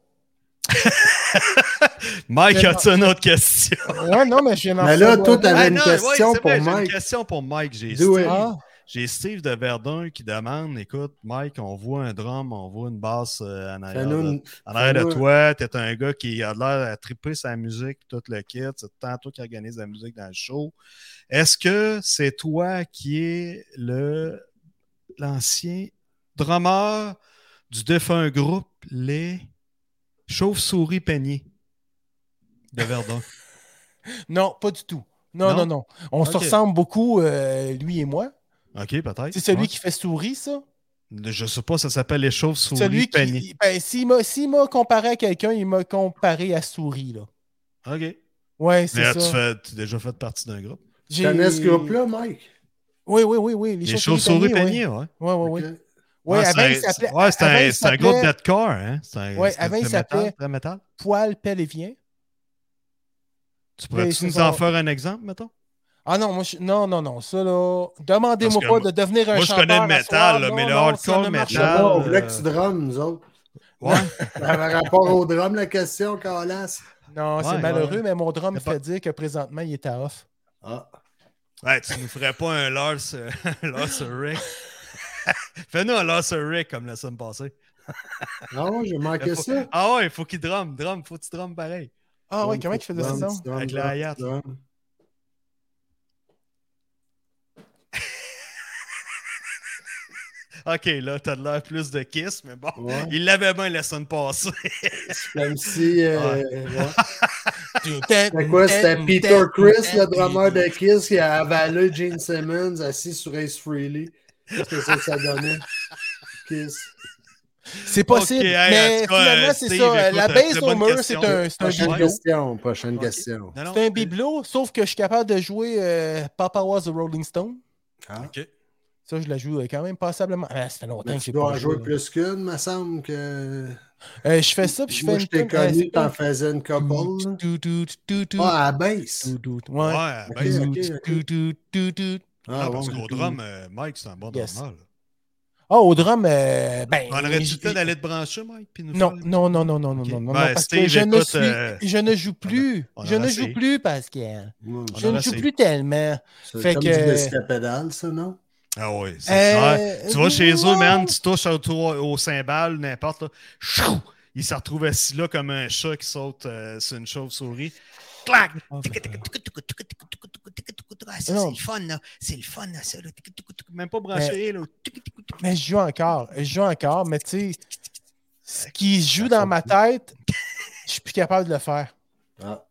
Speaker 2: Mike, as-tu une autre question?
Speaker 1: ouais, non, mais j'ai
Speaker 3: Mais là, toi, t'avais ah, une, ouais, une question pour Mike.
Speaker 2: une question pour Mike. J'ai Steve, ah. Steve de Verdun qui demande Écoute, Mike, on voit un drum, on voit une basse euh, en arrière, de, une... en arrière de toi. T'es un gars qui a l'air à triper sa musique, tout le kit. C'est tant toi qui organise la musique dans le show. Est-ce que c'est toi qui es le l'ancien drummer du défunt groupe Les. Chauve-souris peigné de Verdun. *laughs*
Speaker 1: non, pas du tout. Non, non, non. On se
Speaker 2: Ok.
Speaker 1: ressemble beaucoup, euh, lui et moi.
Speaker 2: OK, peut-être.
Speaker 1: C'est celui
Speaker 2: Ouais.
Speaker 1: qui fait souris, ça.
Speaker 2: Je sais pas, ça s'appelle les chauves-souris
Speaker 1: celui
Speaker 2: panier.
Speaker 1: qui. Ben, s'il m'a, s'il m'a comparé à quelqu'un, il m'a comparé à souris, là.
Speaker 2: OK.
Speaker 1: Ouais,
Speaker 2: Mais
Speaker 1: c'est
Speaker 2: là,
Speaker 1: ça.
Speaker 2: tu fais- tu as déjà fait partie d'un groupe.
Speaker 1: J'ai-
Speaker 3: Tu connais ce groupe-là, Mike?
Speaker 1: Oui, oui, oui, oui.
Speaker 2: Les chauves-souris Ah, panier, ouais.
Speaker 1: Oui, Oh, oui, oui.
Speaker 3: Ok.
Speaker 1: Ouais,
Speaker 2: c'est
Speaker 1: avant,
Speaker 2: un-
Speaker 1: il s'appelait
Speaker 2: ouais, c'est
Speaker 1: avant,
Speaker 2: un,
Speaker 1: il
Speaker 2: c'est un groupe
Speaker 1: s'appelait-
Speaker 2: deathcore, hein. C'est un-
Speaker 1: Ouais,
Speaker 2: c'est-
Speaker 1: avant, il
Speaker 2: c'est métal,
Speaker 1: s'appelait-
Speaker 2: Très métal.
Speaker 1: Poil Pellévien.
Speaker 2: Tu pourrais-tu
Speaker 1: c'est
Speaker 2: nous
Speaker 1: son-
Speaker 2: en faire un exemple, mettons?
Speaker 1: Ah non, moi, je... non, non, non, ça, là, demandez-moi
Speaker 2: Parce que
Speaker 1: pas
Speaker 2: moi-
Speaker 1: de devenir un
Speaker 2: moi, je
Speaker 1: chanteur.
Speaker 2: connais le
Speaker 1: à
Speaker 2: métal,
Speaker 1: soir.
Speaker 2: là,
Speaker 1: Non,
Speaker 2: mais le
Speaker 1: non, ça
Speaker 2: hardcore
Speaker 1: ne marche
Speaker 3: Je sais
Speaker 2: métal,
Speaker 1: pas.
Speaker 3: pas, on
Speaker 2: euh,
Speaker 3: voulait que tu drums, nous
Speaker 1: *laughs*
Speaker 3: autres.
Speaker 2: Ouais.
Speaker 3: Ça avait rapport au drum, la question, Calas.
Speaker 1: Non,
Speaker 2: Ouais,
Speaker 1: c'est
Speaker 2: ouais,
Speaker 1: malheureux,
Speaker 2: ouais.
Speaker 1: mais mon drum me
Speaker 2: Mais pas-
Speaker 1: fait dire que présentement, il est à off.
Speaker 3: Ah.
Speaker 2: Ouais, tu nous ferais pas un Lars, euh, *laughs* Lars Rick. *laughs* Fais-nous un Lars Rick comme la semaine passée.
Speaker 3: Non, Ah j'ai manqué
Speaker 2: Faut-
Speaker 3: ça.
Speaker 2: Ah ouais, il faut qu'il drumme, drumme, faut que tu drummes pareil.
Speaker 1: Ah ouais, comment il faisait ça?
Speaker 3: Drum, drum,
Speaker 2: Avec
Speaker 3: drum,
Speaker 2: la hayate.
Speaker 3: drum.
Speaker 2: Ok, là, t'as de l'air plus de kiss, mais bon. *laughs*
Speaker 3: Ouais.
Speaker 2: Il l'avait bien la semaine passée. *laughs*
Speaker 3: Comme si. euh, ouais.
Speaker 1: C'était
Speaker 3: C'était quoi? C'était Peter Chris, le drummer de Kiss, qui a avalé Gene Simmons assis sur Ace Freely. Qu'est-ce que ça, ça donnait? Kiss.
Speaker 1: C'est possible,
Speaker 2: Ok, hey, en
Speaker 1: mais
Speaker 2: tout cas,
Speaker 1: finalement,
Speaker 2: euh,
Speaker 1: c'est
Speaker 2: Steve,
Speaker 1: ça.
Speaker 2: écoute,
Speaker 1: La
Speaker 2: euh,
Speaker 1: base
Speaker 2: très
Speaker 1: au
Speaker 2: bonne
Speaker 1: mur,
Speaker 2: question.
Speaker 1: c'est un c'est un
Speaker 3: Prochaine
Speaker 1: bibelot.
Speaker 3: question. Prochaine
Speaker 2: Ok.
Speaker 3: question.
Speaker 2: Non, non.
Speaker 1: C'est un bibelot, sauf que je suis capable de jouer euh, Papa Was the Rolling Stone.
Speaker 3: Ah.
Speaker 2: Ok.
Speaker 1: Ça, je la joue euh, quand même passablement. Ah, ça fait longtemps
Speaker 3: Mais
Speaker 1: que j'ai
Speaker 3: tu
Speaker 1: pas
Speaker 3: dois en
Speaker 1: joué.
Speaker 3: jouer plus qu'une, me semble que.
Speaker 1: Euh, je fais ça, puis je fais
Speaker 3: Moi,
Speaker 1: une
Speaker 3: je t'ai
Speaker 1: tune, euh,
Speaker 3: connu,
Speaker 1: c'est
Speaker 3: t'en
Speaker 1: comme-
Speaker 3: faisais une couple. là.
Speaker 1: Tout, tout, tout, tout,
Speaker 3: Ah, à la baisse.
Speaker 1: tout, tout, tout.
Speaker 2: Ouais,
Speaker 1: Ouais.
Speaker 2: ben,
Speaker 3: Ok,
Speaker 2: c'est-
Speaker 3: ok,
Speaker 1: Tout, tout, tout, tout.
Speaker 3: Ah,
Speaker 2: non, parce
Speaker 3: bon.
Speaker 2: qu'au drum, euh, Mike, c'est un bon
Speaker 1: Yes.
Speaker 2: drummer. là.
Speaker 1: Ah, au drum, euh, ben.
Speaker 2: On aurait-tu
Speaker 1: je-
Speaker 2: le temps d'aller te brancher, Mike? puis nous
Speaker 1: Non,
Speaker 2: faire-
Speaker 1: non, non, non, non, non,
Speaker 2: Ok.
Speaker 1: non, non,
Speaker 2: Ben,
Speaker 1: parce que
Speaker 2: Steve,
Speaker 1: je, ne
Speaker 2: écoute,
Speaker 1: suis,
Speaker 2: euh,
Speaker 1: je ne joue plus.
Speaker 2: on a- on
Speaker 1: je
Speaker 2: a
Speaker 1: ne
Speaker 2: essayé.
Speaker 1: joue plus, Pascal.
Speaker 3: Mm.
Speaker 2: On
Speaker 1: Je
Speaker 2: a
Speaker 1: ne joue
Speaker 2: essayé.
Speaker 1: plus tellement.
Speaker 3: C'est
Speaker 1: Fait
Speaker 3: comme
Speaker 1: que-
Speaker 3: du disque à pédale, ça, non?
Speaker 2: Ah oui, c'est
Speaker 1: Euh,
Speaker 2: clair. Tu vas chez eux,
Speaker 1: non.
Speaker 2: man, tu touches au, toit- au cymbale, n'importe. là. Chou! Il se retrouve assis là comme un chat qui saute euh, sur une chauve-souris. Clac! Ah, ça,
Speaker 1: ben, Non.
Speaker 2: C'est le fun, là. C'est le fun, là, ça. là. Même pas branché,
Speaker 1: Ben,
Speaker 2: là.
Speaker 1: Mais je joue encore. Je joue encore, mais tu sais, ce qui se joue
Speaker 3: Ça
Speaker 1: dans ma tête, je suis plus capable de le faire.
Speaker 3: Ah.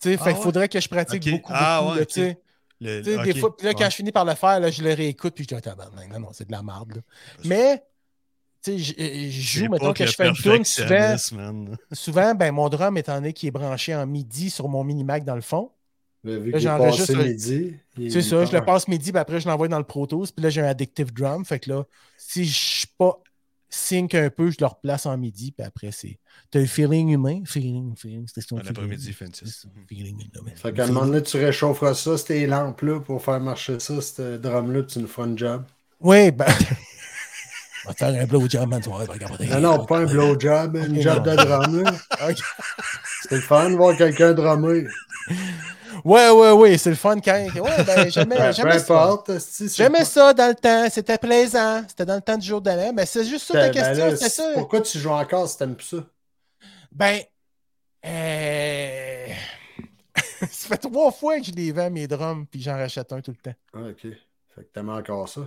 Speaker 1: Tu sais,
Speaker 2: Ah
Speaker 1: fait qu'il
Speaker 2: ouais?
Speaker 1: faudrait que je pratique
Speaker 2: Ok.
Speaker 1: beaucoup,
Speaker 2: Ah
Speaker 1: beaucoup,
Speaker 2: ouais,
Speaker 1: là,
Speaker 2: ok.
Speaker 1: tu sais.
Speaker 2: Le-
Speaker 1: Tu sais,
Speaker 2: ok,
Speaker 1: Des fois, puis là, quand
Speaker 2: ouais.
Speaker 1: je finis par le faire, là, je le réécoute, puis je dis, attends, ben, non, non, c'est de la merde. là. Mais, tu sais, euh, je- je je joue,
Speaker 2: C'est
Speaker 1: mettons
Speaker 2: pas
Speaker 1: que
Speaker 2: le
Speaker 1: je fais une tourne, souvent,
Speaker 2: perfectionniste, man.
Speaker 1: souvent, ben, mon drum, étant donné qu'il est branché en midi sur mon mini-mac dans le fond,
Speaker 3: Là, vu
Speaker 1: Là,
Speaker 3: qu'il est
Speaker 1: j'enregistre
Speaker 3: passé
Speaker 1: le-
Speaker 3: midi. il est
Speaker 1: c'est ça, je le
Speaker 3: tard.
Speaker 1: passe midi, puis après, je l'envoie dans le Pro Tools, puis là, j'ai un addictive drum, fait que là, si je suis pas sync un peu, je le replace en midi, puis après, c'est. T'as le feeling humain, feeling, feeling, c'est son
Speaker 2: En
Speaker 1: feeling.
Speaker 2: après-midi, fin de
Speaker 1: C'est
Speaker 2: six.
Speaker 1: son feeling humain.
Speaker 3: Fait qu'à un moment donné, tu réchaufferas ça, ces lampes-là, pour faire marcher ça, ce drum-là, tu nous feras une job.
Speaker 1: Oui, *laughs* ben. On va te faire un blowjob, man, tu vas regarder.
Speaker 3: Non, non, pas un
Speaker 1: euh,
Speaker 3: blowjob, une
Speaker 1: Ok,
Speaker 3: job
Speaker 1: non.
Speaker 3: de drum. là.
Speaker 1: *laughs* Ok.
Speaker 3: C'est le fun de voir quelqu'un drummer.
Speaker 1: Ouais, ouais, ouais, c'est le fun quand. Ouais, ben,
Speaker 3: Ben,
Speaker 1: j'aimais,
Speaker 3: peu
Speaker 1: j'aimais ça.
Speaker 3: importe, si c'est
Speaker 1: J'aimais
Speaker 3: pas-
Speaker 1: ça dans le temps, c'était plaisant, c'était dans le temps du jour de l'an, mais c'est juste ça ta
Speaker 3: Ben, ben
Speaker 1: question,
Speaker 3: là,
Speaker 1: c'est ça.
Speaker 3: Pourquoi tu joues encore si t'aimes plus ça?
Speaker 1: Ben, euh... *laughs* ça fait trois fois que je les vends, mes drums, puis j'en rachète un tout le temps.
Speaker 3: Ah, ok. Fait que t'aimes encore ça.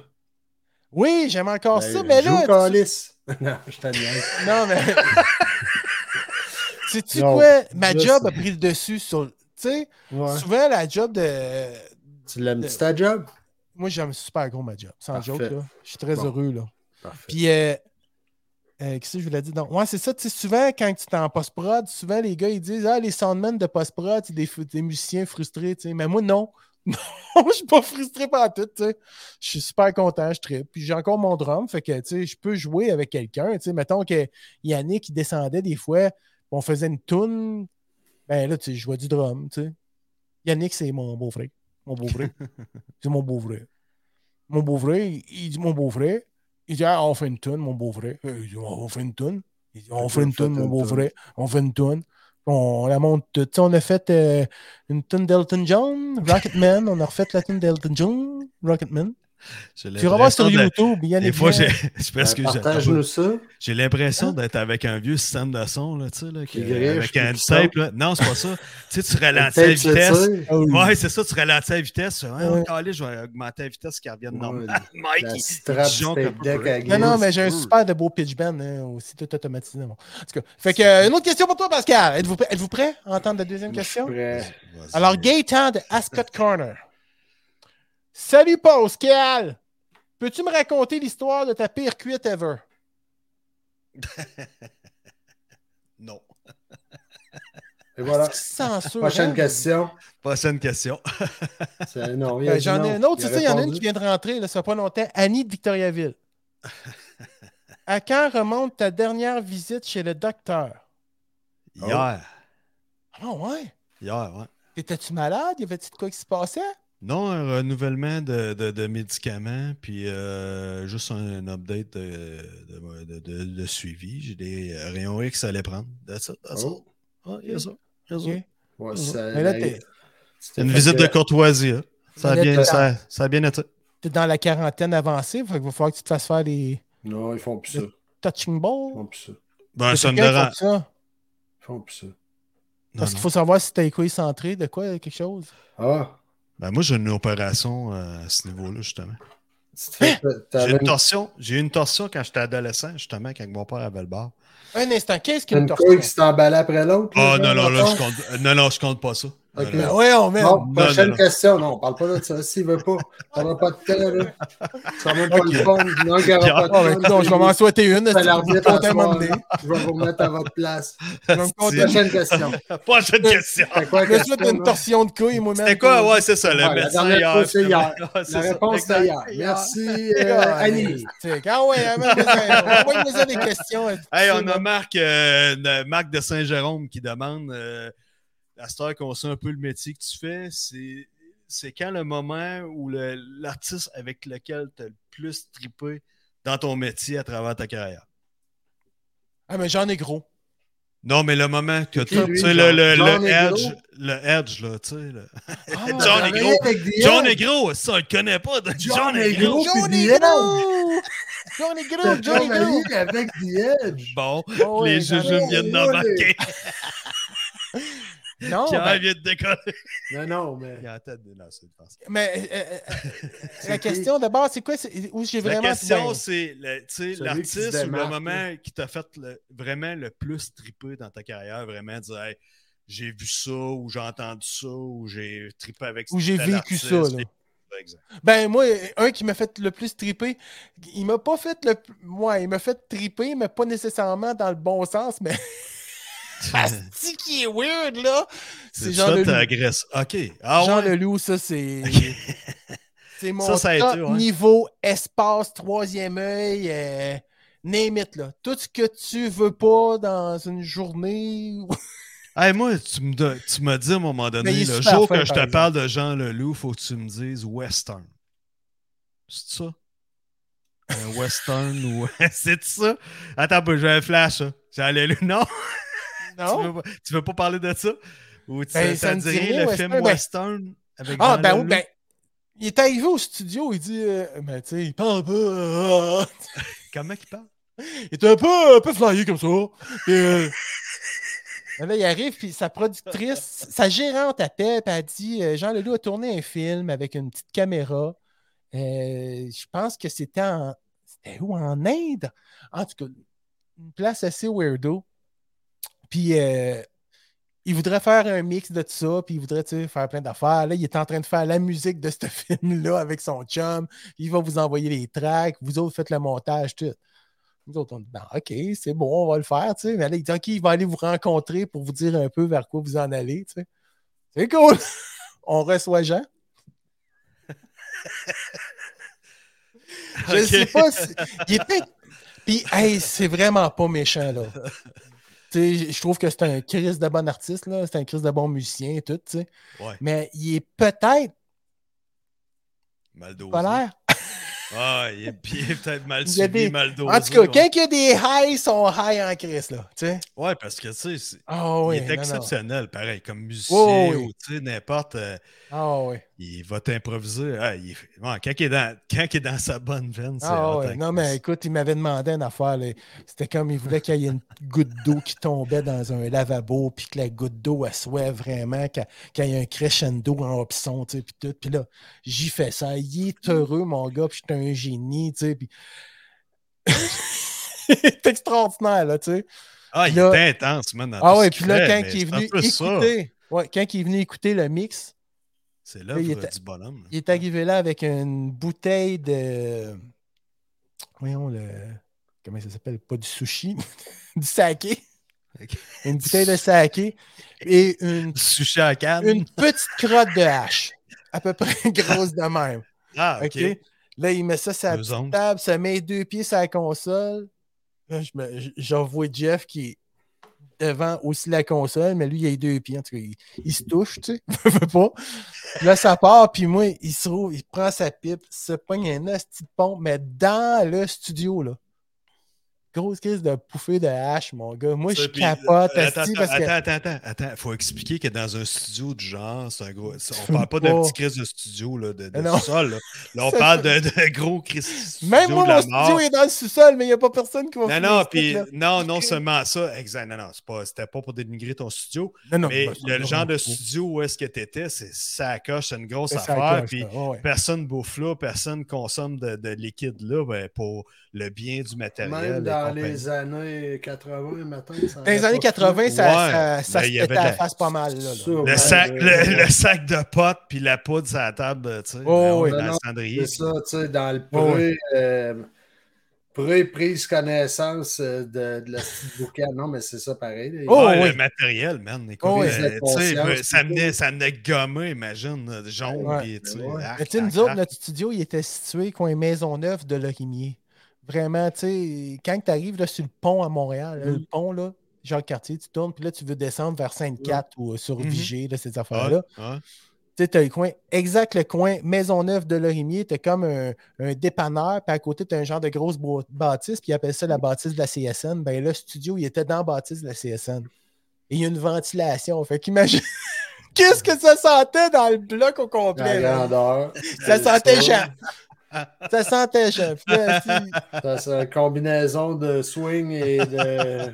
Speaker 1: Oui, j'aime encore
Speaker 3: Ben,
Speaker 1: ça, mais
Speaker 3: joue
Speaker 1: là. tu-
Speaker 3: calice. *laughs* non, je t'en niaise.
Speaker 1: Non, mais. *laughs* Sais-tu
Speaker 3: Non,
Speaker 1: quoi? Ma
Speaker 3: là,
Speaker 1: job
Speaker 3: c'est-
Speaker 1: a pris le dessus sur. Tu sais,
Speaker 3: Ouais.
Speaker 1: souvent, la job de.
Speaker 3: Tu l'aimes-tu ta job?
Speaker 1: Moi, j'aime super gros ma job, sans
Speaker 3: Parfait.
Speaker 1: joke, là. Je suis très
Speaker 3: Bon.
Speaker 1: heureux, là.
Speaker 3: Parfait.
Speaker 1: Puis, euh, euh, qu'est-ce que je voulais dire? Donc, ouais, c'est ça, tu sais, souvent, quand tu es en post-prod, souvent, les gars, ils disent, ah, les soundmen de post-prod, c'est des, fou- des musiciens frustrés, tu sais. Mais moi, non. *laughs* Non, je suis pas frustré par tout, tu sais. Je suis super content, je tripe. Puis, j'ai encore mon drum, fait que, tu sais, je peux jouer avec quelqu'un, tu sais. Mettons que Yannick, il descendait des fois, on faisait une tune, ben là, tu sais, je jouais du drum, tu sais. Yannick, c'est mon beau-frère. Mon
Speaker 2: *laughs*
Speaker 1: beau-frère. c'est mon beau-frère. Mon beau-frère, il- il dit, mon beau-frère, il dit, ah, on fait une toune, mon beau-frère. Euh, Il dit, on fait une toune. Il dit, on
Speaker 3: Ok,
Speaker 1: fait une
Speaker 3: vous faites
Speaker 1: toune, mon
Speaker 3: une
Speaker 1: beau-frère. On fait une toune. On la monte toute. Tu sais, on a fait euh, une toune d'Elton John, Rocketman. on a refait la toune d'Elton John, Rocketman. Tu revois sur YouTube, il y a
Speaker 2: Des fois, j'ai- *laughs* c'est parce que
Speaker 3: Ben,
Speaker 2: j'ai-
Speaker 3: Partage-nous ça.
Speaker 2: j'ai
Speaker 1: Hein?
Speaker 2: l'impression d'être avec un vieux système de son, là, tu sais, là,
Speaker 3: Qui
Speaker 2: que-
Speaker 3: griche,
Speaker 2: avec
Speaker 3: puis
Speaker 2: un
Speaker 3: qui
Speaker 2: tape, là. Non, c'est pas
Speaker 3: *laughs*
Speaker 2: ça. tu sais, tu ralentis la
Speaker 3: Peut-être, je
Speaker 2: vitesse.
Speaker 3: sais.
Speaker 1: Ah
Speaker 2: Ouais, c'est ça, tu ralentis la vitesse. Hein,
Speaker 1: Ouais.
Speaker 2: calé, je vais augmenter la vitesse qui revienne
Speaker 3: Ouais,
Speaker 2: normale. Mike,
Speaker 3: La
Speaker 2: il-
Speaker 3: strap
Speaker 2: il jonque
Speaker 3: du
Speaker 2: un
Speaker 3: tape
Speaker 2: peu.
Speaker 3: deck à
Speaker 1: Non,
Speaker 3: glisse.
Speaker 1: non, mais j'ai un super de beau pitch band hein, aussi, tout automatisé. bon. En tout cas, fait que, euh, une autre question pour toi, Pascal. Êtes-vous prêt, êtes-vous prêt à entendre la deuxième
Speaker 3: Je suis
Speaker 1: question?
Speaker 3: prêt.
Speaker 2: Vas-y.
Speaker 1: Alors, Gaëtan de Ascot Corner. Salut, Pascal! Peux-tu me raconter l'histoire de ta pire cuite ever?
Speaker 2: Non.
Speaker 3: Et voilà.
Speaker 1: Censure.
Speaker 3: Prochaine
Speaker 1: hein?
Speaker 3: question.
Speaker 2: Prochaine question.
Speaker 3: C'est- non, il a
Speaker 1: Euh,
Speaker 3: dit
Speaker 1: J'en ai
Speaker 3: non.
Speaker 1: une autre, tu
Speaker 3: a
Speaker 1: sais, il y en a une
Speaker 3: répondu.
Speaker 1: qui vient de rentrer, là, ça fait pas longtemps. Annie de Victoriaville. À quand remonte ta dernière visite chez le docteur?
Speaker 3: Oh.
Speaker 2: Hier.
Speaker 1: Ah ouais?
Speaker 2: Hier, ouais.
Speaker 1: Étais-tu malade? Y avait-tu de quoi qui se passait?
Speaker 2: Non, un renouvellement de, de- de médicaments, puis euh, juste un, un update de, de- de- de- de suivi. J'ai des euh, rayons X à aller prendre. That's it, that's
Speaker 3: Oh.
Speaker 2: all. Ouais, yes, sir. Yes, sir.
Speaker 1: Ok.
Speaker 3: Ouais, ça-
Speaker 1: Mhm. Mais là, t'es-
Speaker 3: tu t'es
Speaker 2: Une
Speaker 3: fait
Speaker 2: visite
Speaker 3: que-
Speaker 2: de courtoisie. hein. Ça, a
Speaker 1: Une
Speaker 2: bien,
Speaker 1: lettre-
Speaker 2: ça, ça a bien été.
Speaker 1: T'es dans la quarantaine avancée, fait qu'il va falloir que tu te fasses faire des
Speaker 3: Non, ils font plus ça. Ils
Speaker 1: touching balls.
Speaker 3: font plus ça.
Speaker 2: Ben, ça me dérange.
Speaker 1: Parce
Speaker 3: Ils font plus ça.
Speaker 2: Non,
Speaker 1: qu'il
Speaker 2: non.
Speaker 1: faut savoir si t'as les couilles centrées, de quoi, quelque chose.
Speaker 3: Ah,
Speaker 2: Ben, moi, j'ai une opération euh, à ce niveau-là, justement.
Speaker 3: tu te
Speaker 1: Hein?
Speaker 3: fais.
Speaker 2: J'ai
Speaker 3: T'avais
Speaker 2: une
Speaker 3: une,
Speaker 2: torsion. J'ai eu une torsion quand j'étais adolescent, justement, quand mon père avait le bar.
Speaker 1: Un instant, qu'est-ce qu'une
Speaker 3: une
Speaker 1: torsion?
Speaker 3: couille qui s'est emballée après l'autre.
Speaker 2: Ah, non, non, là,
Speaker 3: mettons.
Speaker 2: je compte, non, non, je compte pas ça. Non,
Speaker 3: Ok.
Speaker 2: non.
Speaker 1: Ben ouais, on met.
Speaker 3: Non,
Speaker 2: Non,
Speaker 3: prochaine
Speaker 2: non, non.
Speaker 3: question. Non, on parle pas de ça. S'il veut pas, ça va pas de temps. Là. Ça va pas
Speaker 2: Ok.
Speaker 3: le fun. Non, il y aura
Speaker 1: Ah, ben,
Speaker 3: pas de
Speaker 1: écoute, je vais m'en souhaiter une.
Speaker 3: Ça a l'air
Speaker 1: Je
Speaker 3: bien
Speaker 1: vais me
Speaker 3: par
Speaker 1: compter à
Speaker 3: soir,
Speaker 1: m'emmener.
Speaker 3: là. Je vais vous remettre à votre place.
Speaker 1: Je vais me compter.
Speaker 3: Prochaine question.
Speaker 2: Prochaine question.
Speaker 3: Fait
Speaker 1: *laughs*
Speaker 3: quoi,
Speaker 1: Je me
Speaker 3: question,
Speaker 1: souhaite une
Speaker 3: là?
Speaker 1: torsion de couilles, moi-même.
Speaker 2: C'était quoi? Ouais, c'est ça, le
Speaker 3: Ouais, la
Speaker 2: médecin
Speaker 3: dernière
Speaker 2: hier,
Speaker 3: fois, c'est
Speaker 2: finalement.
Speaker 3: hier.
Speaker 2: *laughs* Ouais, c'est
Speaker 3: La
Speaker 2: ça.
Speaker 3: réponse
Speaker 2: Exact.
Speaker 3: est hier. Merci, euh, Annie.
Speaker 1: C'est- Ah ouais, elle m'a posé des questions. hein. elle-
Speaker 2: Hey, on
Speaker 1: c'est
Speaker 2: a
Speaker 1: bon.
Speaker 2: Marc, euh, de, Marc de Saint-Jérôme qui demande, euh, à cette heure qu'on sait un peu le métier que tu fais, c'est, c'est quand le moment où le- l'artiste avec lequel tu as le plus trippé dans ton métier à travers ta carrière?
Speaker 1: Ah, mais j'en ai
Speaker 2: *laughs*
Speaker 1: gros.
Speaker 2: Non, mais le moment que
Speaker 3: qui,
Speaker 2: tu tu
Speaker 3: lui,
Speaker 2: sais, le,
Speaker 3: Jean-
Speaker 2: le,
Speaker 3: John
Speaker 2: le
Speaker 3: Negro?
Speaker 2: edge, le edge, là, tu sais. là.
Speaker 1: Ah,
Speaker 2: John est gros.
Speaker 3: Avec des
Speaker 2: John est gros, ça, on le connaît pas. John est gros.
Speaker 3: Gros
Speaker 1: John
Speaker 3: puis
Speaker 1: est
Speaker 3: The
Speaker 1: gros! John est gros!
Speaker 3: Edge.
Speaker 1: John est
Speaker 3: *laughs*
Speaker 1: gros!
Speaker 3: Travailler avec The Edge.
Speaker 2: Bon,
Speaker 1: Ah
Speaker 3: Oh,
Speaker 1: ouais,
Speaker 2: les
Speaker 1: j'en ai-
Speaker 2: juges viennent
Speaker 3: John est-
Speaker 2: d'embarquer. *laughs*
Speaker 3: Oh,
Speaker 1: Non,
Speaker 2: Pierre
Speaker 1: ben,
Speaker 2: vient de décoller.
Speaker 3: Non, Ben non, mais.
Speaker 2: Il a la tête délancée, je pense.
Speaker 1: mais euh,
Speaker 2: *laughs*
Speaker 1: euh, la
Speaker 3: C'est qui?
Speaker 1: question d'abord, c'est quoi? c'est- Où j'ai
Speaker 2: La
Speaker 1: vraiment.
Speaker 2: question,
Speaker 1: ben,
Speaker 2: c'est le- tu sais,
Speaker 3: Celui qui se
Speaker 2: l'artiste ou le
Speaker 3: démarque,
Speaker 2: moment qui t'a fait le- vraiment le plus triper dans ta carrière, vraiment dire Hey, j'ai vu ça ou j'ai entendu ça ou j'ai tripé avec
Speaker 1: Ou j'ai
Speaker 2: tel
Speaker 1: vécu ça,
Speaker 2: artiste.
Speaker 1: là. *laughs*
Speaker 2: Par exemple.
Speaker 1: Ben, moi, un qui m'a fait le plus triper, il m'a pas fait le. p- Ouais, il m'a fait triper, mais pas nécessairement dans le bon sens, mais. *laughs* Ah, Asti qui est weird, là! C'est
Speaker 2: *laughs* C'est
Speaker 1: Jean
Speaker 2: ça,
Speaker 1: Leloup.
Speaker 2: t'agresses. OK. Ah
Speaker 1: Jean
Speaker 2: ouais.
Speaker 1: Leloup, ça,
Speaker 2: *laughs*
Speaker 1: c'est. c'est mon
Speaker 2: Ça, ça a été,
Speaker 1: top
Speaker 2: ouais.
Speaker 1: niveau espace, troisième œil, euh, name it, là. Tout ce que tu veux pas dans une journée. ou-
Speaker 2: Hey, moi, tu me, don- tu m'as dit à un moment donné,
Speaker 1: Mais il est
Speaker 2: le
Speaker 1: super
Speaker 2: jour
Speaker 1: fin,
Speaker 2: que je
Speaker 1: par
Speaker 2: te
Speaker 1: exemple.
Speaker 2: parle de Jean Leloup, faut que tu me dises western. C'est ça? Un western ou. *laughs* C'est ça? Attends, un peu, j'ai un flash. là. Jean Leloup, non? Tu
Speaker 1: non?
Speaker 2: veux, pas- tu veux pas parler de ça? Ou tu
Speaker 1: Ah oh? Ben,
Speaker 2: ça
Speaker 1: ça
Speaker 2: te
Speaker 1: me
Speaker 2: dirait
Speaker 1: dirait
Speaker 2: le
Speaker 1: western,
Speaker 2: film
Speaker 1: ben-
Speaker 2: western avec
Speaker 1: Ah,
Speaker 2: Jean
Speaker 1: ben oui,
Speaker 2: Leloup?
Speaker 1: ben. Il est arrivé au studio, il dit. euh, ben, tu sais, il parle un peu. euh,
Speaker 2: Comment il parle?
Speaker 1: Il était un peu, un peu flyé comme ça. Puis, euh, *laughs* mais Ben Là, il arrive, puis sa productrice, sa gérante appelle, puis elle dit euh, Jean Leloup a tourné un film avec une petite caméra. Euh, je pense que c'était en. C'était où En Inde En tout cas, une place assez weirdo. Puis euh, il voudrait faire un mix de tout ça, puis il voudrait tu sais, faire plein d'affaires. Là, il est en train de faire la musique de ce *laughs* film-là avec son chum. Il va vous envoyer les tracks, vous autres faites le montage, tout. Nous autres, on dit, Ben, OK, c'est bon, on va le faire, tu sais. Mais là, il dit, OK, il va aller vous rencontrer pour vous dire un peu vers quoi vous en allez, tu sais. C'est cool! *laughs* on reçoit Jean. Je
Speaker 2: Ok.
Speaker 1: sais pas si... Il était... Puis, hey, c'est vraiment pas méchant, là. Tu sais, je trouve que c'est un Chris de bon artiste, là. C'est un Chris de bon musicien et tout, tu sais.
Speaker 2: Ouais,
Speaker 1: Mais il est peut-être
Speaker 2: mal dosé.
Speaker 1: polaire.
Speaker 2: Ah, il est, puis il est peut-être mal
Speaker 1: *laughs* Il y a
Speaker 2: suivi,
Speaker 1: des-
Speaker 2: mal dosé.
Speaker 1: En tout cas,
Speaker 2: ouais.
Speaker 1: quand il y a des highs, ils sont high en Chris, là, tu sais.
Speaker 2: Ouais, parce que, tu sais, c'est-
Speaker 1: Ah
Speaker 2: il
Speaker 1: oui,
Speaker 2: est
Speaker 1: non, non.
Speaker 2: exceptionnel, pareil, comme musicien
Speaker 1: Ouais, ouais.
Speaker 2: ou, tu sais, n'importe. euh,
Speaker 1: Ah oui.
Speaker 2: il va t'improviser. Ah, il... bon, quand, il est dans... quand il est dans sa bonne veine, c'est
Speaker 1: ah, ouais. Non, mais écoute, il m'avait demandé une affaire. Là. C'était comme il voulait qu'il y ait une goutte d'eau qui tombait dans un lavabo, puis que la goutte d'eau, elle soit vraiment, qu'il y ait un crescendo en option, puis tout. Puis là, j'y fais ça. Il est heureux, mon gars, puis je suis un génie, tu sais. Puis... *laughs* c'est extraordinaire, là, tu sais.
Speaker 2: Ah, il là... était intense, man.
Speaker 1: Ah ouais, puis là, quand il est venu écouter... Ouais, quand il est venu écouter le mix,
Speaker 2: c'est l'œuvre du était, bonhomme.
Speaker 1: Il est arrivé là avec une bouteille de. Voyons le. Comment ça s'appelle Pas du sushi, *laughs* du saké. Okay. Une bouteille de saké et une.
Speaker 2: Sushi à canne.
Speaker 1: Une petite crotte de hache, à peu près *laughs* grosse de même.
Speaker 2: Ah, OK. okay?
Speaker 1: Là, il met ça sur la table, ça met deux pieds sur la console. Là, je me... j'en vois Jeff qui est devant aussi la console, mais lui, il a les deux pieds. En tout cas, il, il se touche, tu sais. *laughs* veut pas. Là, ça part, puis moi, il se roule, il prend sa pipe, se pogne un petite pompe, mais dans le studio, là. Grosse crise de pouffée de hache, mon gars. Moi, ça, je puis, capote.
Speaker 2: euh, Attends,
Speaker 1: asti,
Speaker 2: attends,
Speaker 1: parce que...
Speaker 2: attends, attends, attends. Faut expliquer que dans un studio de genre, c'est un gros. On parle pas d'un petit crise de studio là, de, de
Speaker 1: *laughs*
Speaker 2: sous-sol. Là. là on parle de, de gros crise.
Speaker 1: Même moi,
Speaker 2: de la
Speaker 1: mon studio est dans le sous-sol, mais il n'y a pas personne qui va
Speaker 2: Non, non, puis non, non seulement ça, exact. Non, non, c'est pas, c'était pas pour dénigrer ton studio. Non, non,
Speaker 1: ben,
Speaker 2: mais le, le genre de studio où est-ce que tu étais, c'est ça coche, c'est une grosse ça affaire. Coche, puis ouais. personne bouffe là, personne consomme de, de liquide là ben, pour le bien du matériel
Speaker 3: dans les années 80, maintenant.
Speaker 1: Dans les années 80, ça, ouais, ça, ça, ça se pétait à la face pas mal. Là, là.
Speaker 2: Sûr, le, sac, le, le, sac de potes puis la poudre sur la table, tu sais, Ben
Speaker 1: oh,
Speaker 2: oui, dans non, le cendrier.
Speaker 3: C'est ça, tu sais, dans le pré, oh, euh, pré-prise connaissance euh, de, de la bouquin. Non, mais c'est ça pareil. Là.
Speaker 2: Oh, ouais, oui. le matériel, man. Écoute, oh, euh, oui. ça menait, ça menait gommé, imagine, jaune. Ouais, puis, tu
Speaker 1: sais, nous autres, notre studio, il était situé coin Maisonneuve de Lorimier vraiment, tu sais, quand tu arrives là, sur le pont à Montréal, là, mm. le pont, là, genre quartier, tu tournes, puis là, tu veux descendre vers Sainte-Cat mm. ou sur Vigée, mm. là, ces affaires-là. Ah, ah. Tu sais, as le coin, exact le coin Maisonneuve de Lorimier, tu comme un, un, dépanneur, puis à côté, tu as un genre de grosse bo- bâtisse, puis ils appellent ça la bâtisse de la CSN. Ben là, le studio, il était dans la bâtisse de la CSN. Et il y a une ventilation, fait qu'imagine. *laughs* Qu'est-ce que ça sentait dans le bloc au complet?
Speaker 3: La Euh,
Speaker 1: là? Ça sentait jamais. Ça sentait chef.
Speaker 3: C'est une combinaison de swing et de.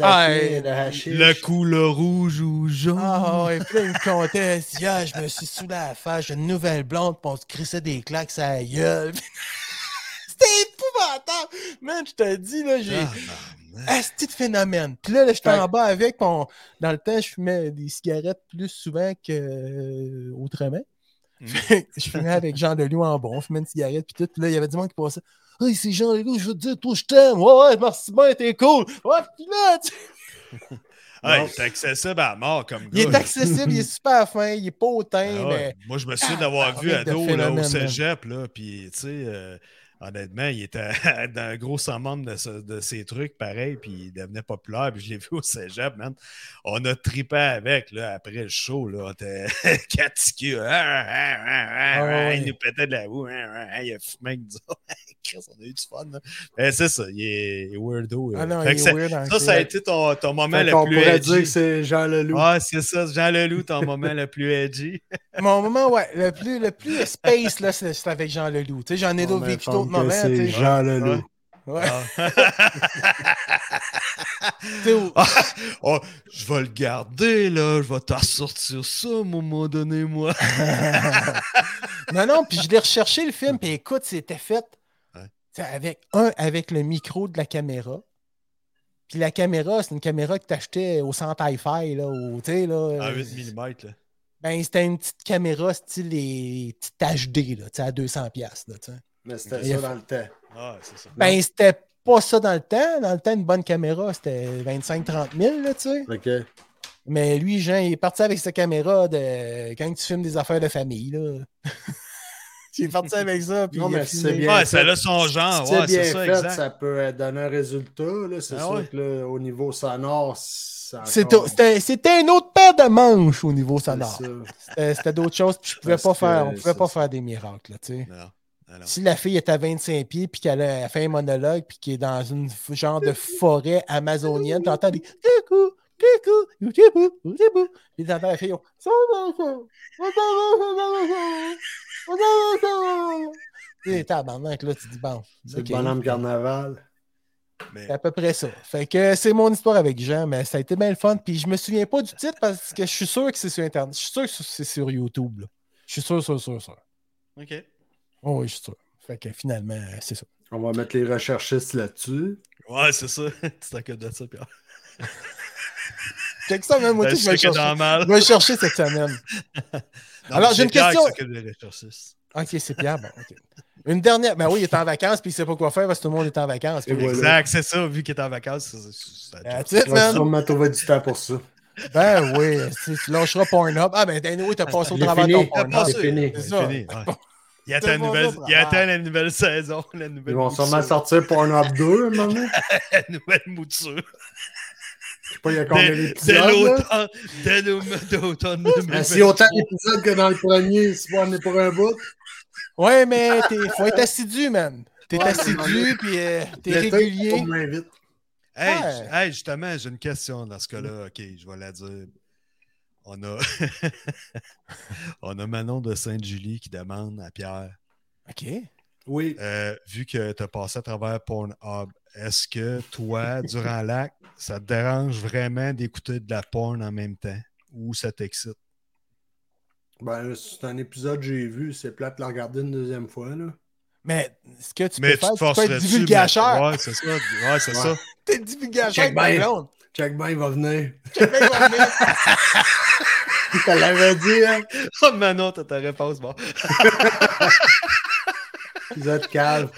Speaker 3: Ah, et de hashish.
Speaker 2: La couleur rouge ou jaune.
Speaker 1: Ah, oh, et puis là, il me contait, yeah, Ah, je me suis saoulé à la face, j'ai une nouvelle blonde, puis on se crissait des claques à la gueule. *laughs* C'était épouvantable. Man, je te dis, là, j'ai. Ah, de phénomène. Puis là, là j'étais en bas avec, on... dans le temps, je fumais des cigarettes plus souvent euh, qu'autrement.
Speaker 2: Hmm.
Speaker 1: je fumais avec Jean Leloup en bon, on fumait une cigarette, puis tout. Puis là, il y avait du monde qui passait. Hey, c'est Jean Leloup, je veux te dire, toi, je t'aime. Ouais, ouais, merci bien, t'es cool. Ouais, puis là, tu.
Speaker 2: Hey, il est accessible à mort comme gars.
Speaker 1: Il est accessible, il est super fin, il est pas hautain. Ah, mais...
Speaker 2: Moi, je me souviens d'avoir ah, vu ado là, au cégep, là, puis tu sais. Euh, honnêtement, il était *laughs* dans un gros ensemble de, ce, de ces trucs, pareil, puis il devenait populaire, puis je l'ai *laughs* vu au cégep, man. On a tripé avec, là, après le show, là, on était *laughs* caticule, Ah,
Speaker 1: Ah
Speaker 2: ouais. ah, il nous pétait de la boue, ah, il a fumé avec nous *laughs* Chris, on a eu du fun, là. Mais c'est ça, il est weirdo. euh.
Speaker 1: Ah non, il est
Speaker 2: ça,
Speaker 1: weird, hein,
Speaker 2: ça, ça, a été ton, ton moment fait le
Speaker 3: on
Speaker 2: plus edgy.
Speaker 3: dire que c'est Jean Leloup.
Speaker 2: Ah, c'est ça, Jean Leloup, ton moment le plus
Speaker 1: *laughs*
Speaker 2: edgy.
Speaker 1: Mon moment, ouais, le plus, le plus space, là, c'est, c'est avec Jean Leloup. Tu sais, j'en ai d'autres vécu d'autres que moment,
Speaker 3: C'est Jean Leloup.
Speaker 1: Ouais.
Speaker 2: Ah. oh, je vais le garder, là. Je vais t'en sortir ça, à un moment donné, moi.
Speaker 1: non, non, puis je l'ai recherché, le film, puis écoute, c'était fait ouais. avec un, avec le micro de la caméra. Puis la caméra, c'est une caméra que t'achetais au centre hi-fi, là, au, là...
Speaker 2: À 8 mm, là.
Speaker 1: Ben, c'était une petite caméra style les petites HD, là, à 200$, là, t'sais.
Speaker 3: Mais c'était okay. ça dans le temps.
Speaker 2: Ah, c'est ça.
Speaker 1: Ben, c'était pas ça dans le temps. Dans le temps, une bonne caméra, c'était 25-30 000, là, tu sais.
Speaker 3: OK.
Speaker 1: Mais lui, Jean, il est parti avec sa caméra de quand tu filmes des affaires de famille, là. *laughs* il est parti avec ça. Puis
Speaker 2: non,
Speaker 1: mais
Speaker 2: c'est bien. Ouais, ça a son genre.
Speaker 3: C'est
Speaker 2: Ah, ouais,
Speaker 3: bien
Speaker 2: c'est ça,
Speaker 3: fait,
Speaker 2: exact.
Speaker 3: ça peut euh, donner un résultat. Là. C'est ah, sûr ouais. que là, au niveau sonore,
Speaker 1: c'était, c'était, c'était une autre paire de manches au niveau sonore.
Speaker 3: euh,
Speaker 1: C'était, c'était d'autres choses. Puis je pouvais Parce pas faire, on pouvait pas ça. faire des miracles. Là, tu sais. Non. Alors. Si la fille est à 25 pieds puis qu'elle a fait un monologue puis qu'elle est dans une genre de forêt amazonienne, t'entends des coucou, Puis t'entends la fille, on- T'es tabarnak, là, tu dis bon.
Speaker 3: C'est
Speaker 1: ok.
Speaker 3: le bonhomme carnaval.
Speaker 2: Mais
Speaker 1: C'est à peu près ça. Fait que euh, c'est mon histoire avec Jean, mais ça a été bien le fun. Puis je me souviens pas du titre parce que je suis sûr que c'est sur Internet. Je suis sûr que c'est sur YouTube. là. Je suis sûr, sûr, sûr, sûr.
Speaker 2: OK.
Speaker 1: Oh, oui, je suis sûr. Fait que finalement, c'est ça.
Speaker 3: On va mettre les recherchistes là-dessus.
Speaker 2: Ouais, c'est ça. tu t'inquiètes de ça, Pierre.
Speaker 1: Fait que ça, même moi,
Speaker 2: Ben,
Speaker 1: tu
Speaker 2: je
Speaker 1: sais, je vais
Speaker 2: sais
Speaker 1: le
Speaker 2: que
Speaker 1: chercher.
Speaker 2: dans mal.
Speaker 1: Je vais le chercher cette semaine.
Speaker 2: Non,
Speaker 1: Alors,
Speaker 2: mais
Speaker 1: j'ai une
Speaker 2: c'est Pierre
Speaker 1: question.
Speaker 2: qui s'occupe des récherchistes.
Speaker 1: Ok, c'est Pierre. Bon, ok. Une dernière. Ben oui, il est en vacances, puis il sait pas quoi faire parce que tout le monde est en vacances.
Speaker 3: Et
Speaker 1: Puis-
Speaker 3: voilà.
Speaker 2: Exact, c'est ça. Vu qu'il est en vacances, c'est- c'est- c'est-
Speaker 1: That's it,
Speaker 3: On va
Speaker 1: man.
Speaker 3: sûrement trouver du temps pour ça.
Speaker 1: Ben oui, tu, tu lâcheras Pornhub. Ah, ben Dano, t'as passé au
Speaker 3: Il est
Speaker 1: travers de ton
Speaker 3: fini.
Speaker 2: T'as
Speaker 1: Pornhub.
Speaker 2: passé.
Speaker 3: C'est fini.
Speaker 1: C'est
Speaker 2: Ah, c'est
Speaker 1: ça.
Speaker 2: fini. ouais. Il attend,
Speaker 1: Tout le
Speaker 2: une
Speaker 1: monde
Speaker 2: nouvelle,
Speaker 1: va
Speaker 2: il
Speaker 1: travailler.
Speaker 2: attend la nouvelle saison, la nouvelle,
Speaker 3: Ils vont
Speaker 2: mouture,
Speaker 3: sûrement sortir pour un up 2, maman.
Speaker 2: la nouvelle mouture.
Speaker 3: Je sais pas, il y a combien
Speaker 2: Dès dès
Speaker 3: d'épisodes. là?
Speaker 2: l'automne dès l'automne- dès l'automne *laughs*
Speaker 1: Ah,
Speaker 3: Ben, S'il y a autant
Speaker 2: 2023.
Speaker 3: d'épisodes que dans le premier, c'est pas on est pour un bout.
Speaker 1: Ouais, mais t'es- faut être assidu, man. T'es
Speaker 3: Ouais,
Speaker 1: assidu, puis euh, t'es
Speaker 3: L'été, c'est
Speaker 1: régulier.
Speaker 3: pas moins vite.
Speaker 2: Hey,
Speaker 1: Ouais. Mm.
Speaker 2: j- hey, justement, j'ai une question dans ce cas-là. OK, je vais la dire. On a, *laughs* On a Manon de Sainte-Julie qui demande à Pierre
Speaker 1: Ok.
Speaker 3: Oui.
Speaker 2: euh, vu que tu as passé à travers Pornhub, est-ce que
Speaker 1: *laughs*
Speaker 2: toi, durant l'acte, ça te dérange vraiment d'écouter de la porn en même temps ou ça t'excite?
Speaker 3: Ben, c'est un épisode que j'ai vu. C'est plate de la regarder une deuxième fois. Là.
Speaker 1: Mais ce que tu
Speaker 2: Mais
Speaker 1: peux faire,
Speaker 2: te
Speaker 1: tu peux être
Speaker 2: forcerais-tu,
Speaker 1: divulgacheur.
Speaker 2: mais- Ouais, c'est ça. Ouais, c'est
Speaker 3: Ouais.
Speaker 2: ça. *laughs*
Speaker 1: T'es divulgacheur avec
Speaker 3: Check
Speaker 1: ta
Speaker 3: bien.
Speaker 1: blonde.
Speaker 3: Check ben, il va venir. *laughs*
Speaker 1: Check bien,
Speaker 2: *laughs*
Speaker 1: on va venir.
Speaker 3: Elle l'avait dit, hein.
Speaker 2: Oh, Manon, t'as ta réponse. Bon.
Speaker 3: Vous êtes calme.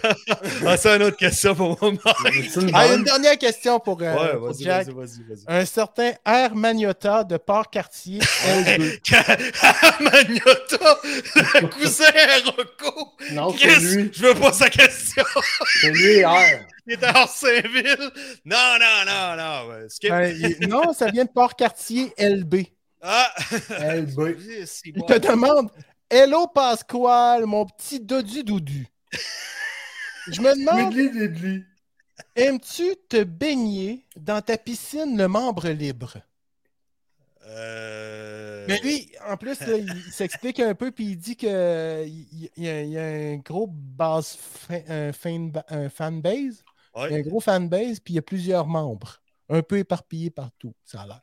Speaker 2: Ah, c'est une autre question pour moi.
Speaker 3: C'est une
Speaker 1: Ah,
Speaker 3: bonne.
Speaker 1: une dernière question pour, euh,
Speaker 2: Ouais,
Speaker 1: pour
Speaker 2: vas-y,
Speaker 1: Jack.
Speaker 2: vas-y, vas-y, *laughs* vas-y.
Speaker 1: Un certain R. Magnota de
Speaker 2: *laughs*
Speaker 1: Port-Cartier L2.
Speaker 2: Magnota, le cousin à Rocco.
Speaker 3: Non, c'est
Speaker 2: Chris,
Speaker 3: lui.
Speaker 2: je veux pas sa question.
Speaker 3: C'est lui hier.
Speaker 2: Il est à Orsainville. Non, non, non, non. ouais, Skip.
Speaker 1: Ben, il- non, ça vient de Port-Cartier LB.
Speaker 2: Ah!
Speaker 3: LB.
Speaker 2: *laughs* C'est
Speaker 1: Il
Speaker 2: bon.
Speaker 1: te demande Hello Pasquale, mon petit dodu doudu. Je
Speaker 2: *laughs*
Speaker 1: me
Speaker 2: Ah.
Speaker 1: demande,
Speaker 3: Diddly, diddly.
Speaker 1: aimes-tu te baigner dans ta piscine le membre libre?
Speaker 2: Euh,
Speaker 1: Mais lui, en plus, là, il, il s'explique un peu, puis il dit que euh, il, il y a, il y a un gros base fa- un fan, un fanbase,
Speaker 2: ouais.
Speaker 1: il y a un gros fanbase, puis il y a plusieurs membres, un peu éparpillés partout, ça a l'air.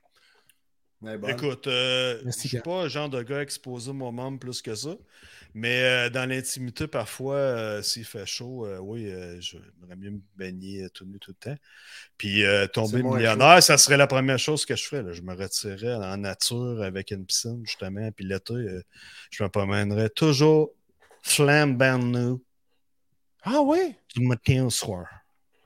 Speaker 3: Mais bon.
Speaker 2: Écoute, euh, je ne
Speaker 1: Merci,
Speaker 2: suis
Speaker 1: Pierre.
Speaker 2: pas le genre de gars exposé moi-même plus que ça, mais euh, dans l'intimité, parfois, euh, s'il fait chaud, euh, oui, euh, j'aimerais mieux me baigner euh, tout nu tout le temps. Puis euh, tomber
Speaker 3: C'est moins
Speaker 2: millionnaire, ça serait la première chose que je ferais. là. Je me retirerais en nature avec une piscine, justement, puis l'été, euh, je me promènerais toujours flambant nu
Speaker 1: Ah oui,
Speaker 2: du matin au soir.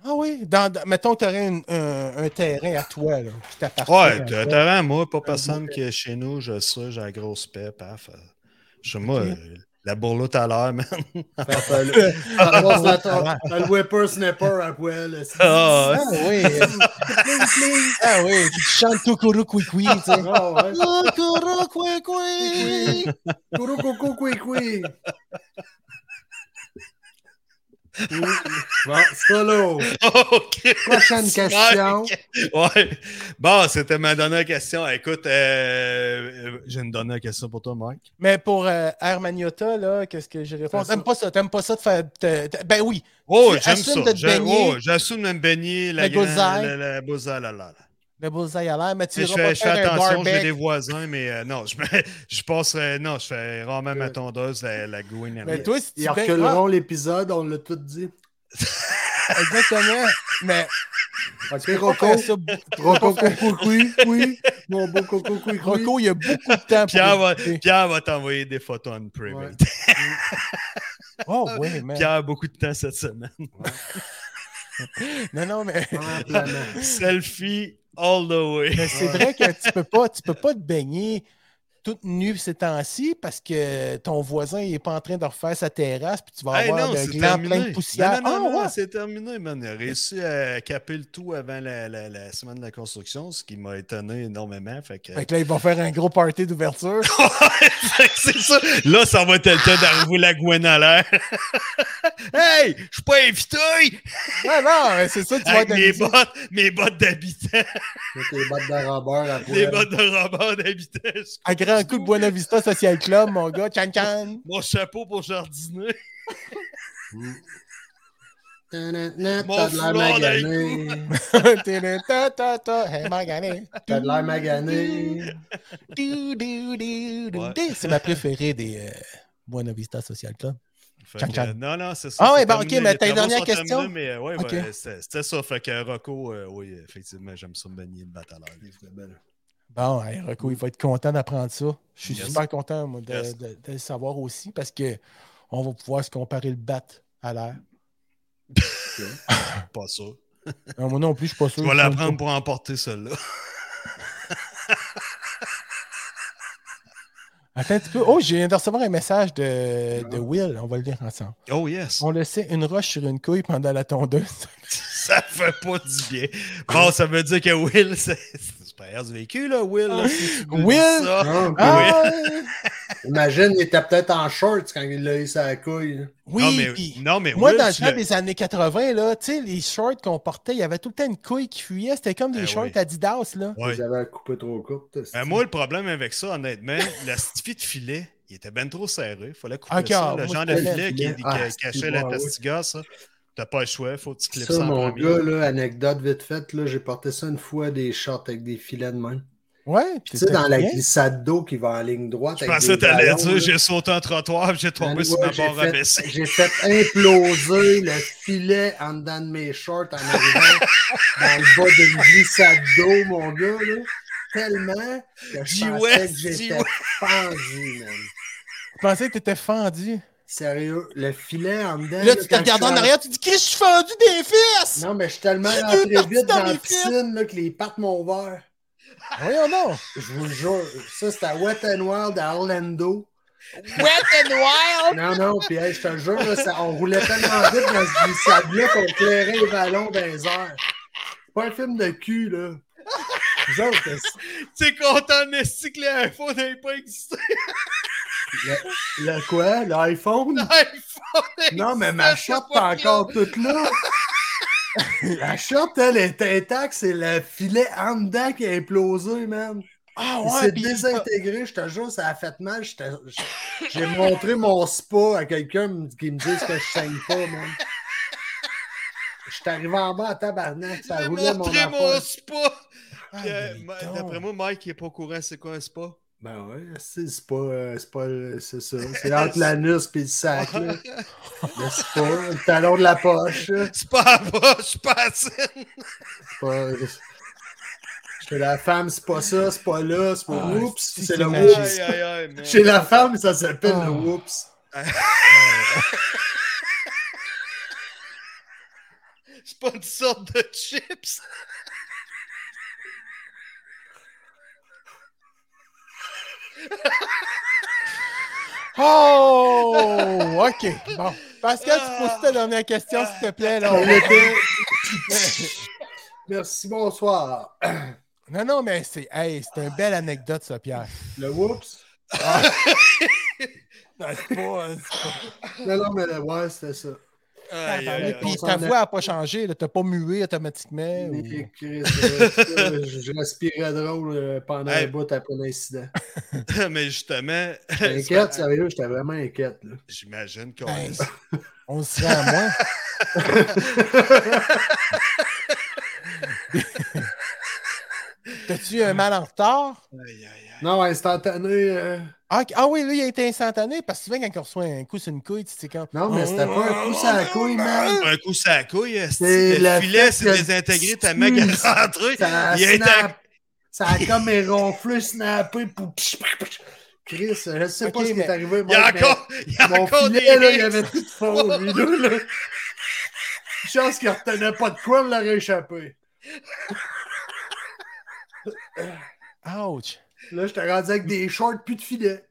Speaker 1: ah oui. Dans, dans- mettons que tu aurais un, un terrain à toi, là, qui t'appartient.
Speaker 2: Ouais,
Speaker 1: à
Speaker 2: t'as
Speaker 1: toi.
Speaker 2: t'as rien, moi, pas personne qui est chez nous, je sais, j'ai la grosse paix, paf. euh, Chez moi,
Speaker 1: Ok.
Speaker 2: euh, la bourloute à l'air, man.
Speaker 3: Fait que le- Ah, ça passe la tente. T'as le whipper-snapper à poil. c'est-
Speaker 2: Ah,
Speaker 1: Ah oui! *laughs* Pling, pling. ah oui! Tu chantes Kokoro Kwikwi, tu sais.
Speaker 3: Ah ouais.
Speaker 1: Kokoro *laughs* Kwikwi!
Speaker 3: Kourou, coucou, coui, coui. Bon, ça là.
Speaker 2: *laughs* Ok.
Speaker 3: Prochaine
Speaker 2: Smart.
Speaker 3: question.
Speaker 2: Ouais. Bon, c'était ma dernière question. Écoute, euh, euh, j'ai une dernière question pour toi, Mike.
Speaker 1: Mais pour euh, Air Magnota, là, qu'est-ce que j'ai répondu?
Speaker 3: C'est ça.
Speaker 1: T'aimes pas ça? T'aimes pas ça de faire. te- te- Ben oui!
Speaker 2: Oh,
Speaker 1: Tu
Speaker 2: j'aime
Speaker 1: assumes
Speaker 2: ça.
Speaker 1: de te
Speaker 2: J'ai-
Speaker 1: baigner.
Speaker 2: oh, J'assume de me baigner la
Speaker 1: Le gousaille.
Speaker 2: la- la gousaille, là, là, là.
Speaker 1: Le bullseye à l'air, mais tu
Speaker 2: Je
Speaker 1: iras pas
Speaker 2: fais,
Speaker 1: te
Speaker 2: je fais
Speaker 1: faire un
Speaker 2: attention, j'ai
Speaker 1: barbec.
Speaker 2: des voisins, mais euh, non, je, me- *laughs* je passerai. Non, je fais rarement ma tondeuse, la, la gouine.
Speaker 1: Mais toi, si tu
Speaker 3: Ils
Speaker 1: baignes- ouais,
Speaker 3: reculeront l'épisode, on l'a tout dit.
Speaker 1: Ah, Exactement! Mais
Speaker 3: Ok,
Speaker 1: tu peux pas
Speaker 3: Rocco.
Speaker 1: faire ça beaucoup.
Speaker 3: Rocco, coucou, coui,
Speaker 1: *laughs*
Speaker 3: coui. Mon beau coucou, coui, coui.
Speaker 1: Rocco, il y a beaucoup de temps pour.
Speaker 2: Pierre va,
Speaker 1: écouter.
Speaker 2: Pierre va t'envoyer des photos en private.
Speaker 1: Oh, oui, man.
Speaker 2: Pierre a beaucoup de temps
Speaker 1: *laughs*
Speaker 2: cette semaine.
Speaker 1: Non, non, mais.
Speaker 3: Ah, pleinement.
Speaker 2: Selfie all the way.
Speaker 1: Mais c'est vrai que tu peux pas, tu peux pas te baigner toute nue ces temps-ci parce que ton voisin n'est pas en train de refaire sa terrasse puis
Speaker 2: Ah
Speaker 1: tu vas hey, avoir non, de glands plein de poussière.
Speaker 2: Non, non, non, ah, non ouais. c'est terminé, man. Il a réussi à caper le tout avant la, la, la semaine de la construction, ce qui m'a étonné énormément. Fait que...
Speaker 1: fait que... là, ils vont faire un gros party d'ouverture.
Speaker 2: *laughs* c'est ça. Là, ça va être le temps d'arriver la gouine à l'air. *laughs* hey, je suis pas invité!
Speaker 1: non, non, c'est ça, tu
Speaker 2: Avec vas mes bottes, mes bottes d'habitant.
Speaker 3: Tes bottes de Robert à
Speaker 2: Les bottes de Robert d'habitant.
Speaker 1: Un grand coup de Buena Vista Social Club, mon gars. Can can.
Speaker 2: Mon chapeau pour jardiner.
Speaker 3: Mon de
Speaker 1: Hey,
Speaker 3: l'air magané.
Speaker 1: magané.
Speaker 3: T'as de l'air magané.
Speaker 1: Ouais. C'est ma préférée des euh, Buena Vista Social Club.
Speaker 2: Chan -chan. Euh, non, non, c'est ça.
Speaker 1: Ah oui, ben, terminé. ok, mais ta dernière question.
Speaker 2: Terminé, mais, ouais, okay. ben, c'était ça. Fait que Rocco, euh, oui, effectivement, j'aime ça me baigner le bataleur.
Speaker 1: Bon, hey, Rocco, il va être content d'apprendre ça. Je suis yes. super content moi, de, yes. de, de, de, le savoir aussi parce qu'on va pouvoir se comparer le bat à l'air.
Speaker 2: Okay. pas sûr.
Speaker 1: Non, moi non plus, je suis pas sûr.
Speaker 2: Tu vas l'apprendre pour emporter celle-là.
Speaker 1: Attends un petit peu. Oh, j'ai viens de recevoir un message de, de, Will. On va le lire ensemble.
Speaker 2: Oh, yes.
Speaker 1: On laissait une roche sur une couille pendant la tondeuse.
Speaker 2: ça fait pas du bien. Bon, ça veut dire que Will, *laughs* c'est super du vécu, là, Will. Là, si
Speaker 1: Will!
Speaker 3: Ah, ah, Will. Imagine, il était peut-être en shorts quand il l'a eu sa couille. Là.
Speaker 1: Oui, non, mais, pis, non, mais moi, Will, dans le temps des années 80, là, les shorts qu'on portait, il y avait tout le temps une couille qui fuyait. C'était comme des eh shorts oui. Adidas. Là.
Speaker 3: Oui. Ils avaient coupé trop court.
Speaker 2: Ben, Euh, moi, le problème avec ça, honnêtement, la stifie de filet, il était ben trop serré. Il fallait couper okay, ça. Ah, le genre de filet, qui, ah, qui cachait la testiga, ouais. ça. T'as pas le choix, faut que tu clips ça.
Speaker 3: ça mon premier. gars, là, anecdote vite faite, j'ai porté ça une fois des shorts avec des filets de main.
Speaker 1: Ouais,
Speaker 3: tu sais, dans la glissade d'eau qui va en ligne droite.
Speaker 2: Je pensais que t'allais dire j'ai sauté un trottoir j'ai tombé sur ma barre à *laughs* baisser.
Speaker 3: Ben, J'ai fait imploser le filet en dedans de mes shorts
Speaker 2: *laughs*
Speaker 3: en arrivant dans le bas d'une glissade d'eau, mon gars, là. Tellement que je pensais que j'étais fendu, man.
Speaker 1: Je pensais que t'étais fendu.
Speaker 3: Sérieux, le filet en dedans.
Speaker 1: Là, tu te regardes en arrière, tu dis que je suis fendu des fesses!
Speaker 3: Non, mais je
Speaker 1: *laughs*
Speaker 3: suis tellement rentré vite dans la piscine que les pattes m'ont ouvert.
Speaker 1: Oui ou non?
Speaker 3: Je vous le jure, ça c'était à Wet and Wild à Orlando.
Speaker 1: Wet and Wild?
Speaker 3: Non, non, puis hey, je te jure, là, ça, on roulait tellement vite dans ce glissade-là qu'on clairait les ballons dans les airs. C'est pas un film de cul, là.
Speaker 2: T'es content, mais si que l'info n'avait pas existé.
Speaker 3: le, le, quoi? L'iPhone?
Speaker 2: L'iPhone!
Speaker 3: Non, mais ma chatte est encore toute là. la shot, elle est intacte, c'est le filet en dedans qui a implosé, man.
Speaker 1: Ah
Speaker 3: ouais, c'est désintégré, je te jure, ça a fait mal. J'ai montré mon spa à quelqu'un qui me dit que je saigne pas, man. Je suis arrivé en bas à tabarnak, ça roulait mon
Speaker 2: J'ai montré mon spa! Ah, euh, D'après moi, Mike, il n'est pas au courant, c'est quoi un spa?
Speaker 3: Ben ouais, c'est pas. Euh, c'est pas. C'est ça. C'est entre l'anus et le sac. Là. le spa, le talon de la poche.
Speaker 2: C'est pas la poche, pas la scène.
Speaker 3: pas. Chez la femme, c'est pas ça, c'est pas là, c'est pas ah, oups, c'est le oups. Aïe, aïe, aïe, Chez la femme, ça s'appelle ah. le oups.
Speaker 2: c'est pas une sorte de chips.
Speaker 1: Oh! OK. Bon. Pascal, tu poses ta dernière question, s'il te plaît.
Speaker 3: Ah,
Speaker 1: Là,
Speaker 3: *laughs* Merci, bonsoir.
Speaker 1: Non, non, mais c'est hey, une belle anecdote, ça, Pierre.
Speaker 3: Le whoops.
Speaker 1: Ah.
Speaker 3: *laughs*
Speaker 1: non, c'est pas,
Speaker 3: hein.
Speaker 1: pas,
Speaker 3: Non, non, mais ouais, c'était ça.
Speaker 1: Ah, yeah,
Speaker 2: Euh,
Speaker 1: yeah,
Speaker 3: ben,
Speaker 1: puis ta voix n'a pas changé, t'as pas mué
Speaker 3: Eh
Speaker 1: automatiquement. Ou...
Speaker 3: *laughs* je respirais drôle euh, pendant hey. un bout après *laughs* l'incident.
Speaker 2: mais justement.
Speaker 3: Inquiète, sérieux, j'étais vraiment inquiète.
Speaker 2: J'imagine qu'on.
Speaker 3: Ben,
Speaker 1: Hey, on se sent à moins. T'as-tu
Speaker 3: Mm.
Speaker 1: un mal en retard?
Speaker 3: Aïe, aïe, aïe. Non, instantané. Euh...
Speaker 1: Ah, ah, oui, lui, il a été instantané parce que souvent, quand on reçoit un coup sur une couille, tu sais Oh. quand.
Speaker 3: Non, mais c'était pas un coup sur la couille, man.
Speaker 2: Un coup sur la couille, c'est le filet s'est désintégré, ta mec est rentrée.
Speaker 3: Ça, il snap... a... ça a comme un ronflé, snappé, pour. Chris, je sais okay, pas mais... ce qui est arrivé.
Speaker 2: Il y a encore,
Speaker 3: il y a mon encore filet, des là, il y avait tout de fond, lui, là. là. Chance qu'il retenait pas de quoi, il l'aurait échappé.
Speaker 1: Ouch!
Speaker 3: Là, je t'ai rendu avec des shorts plus de filet.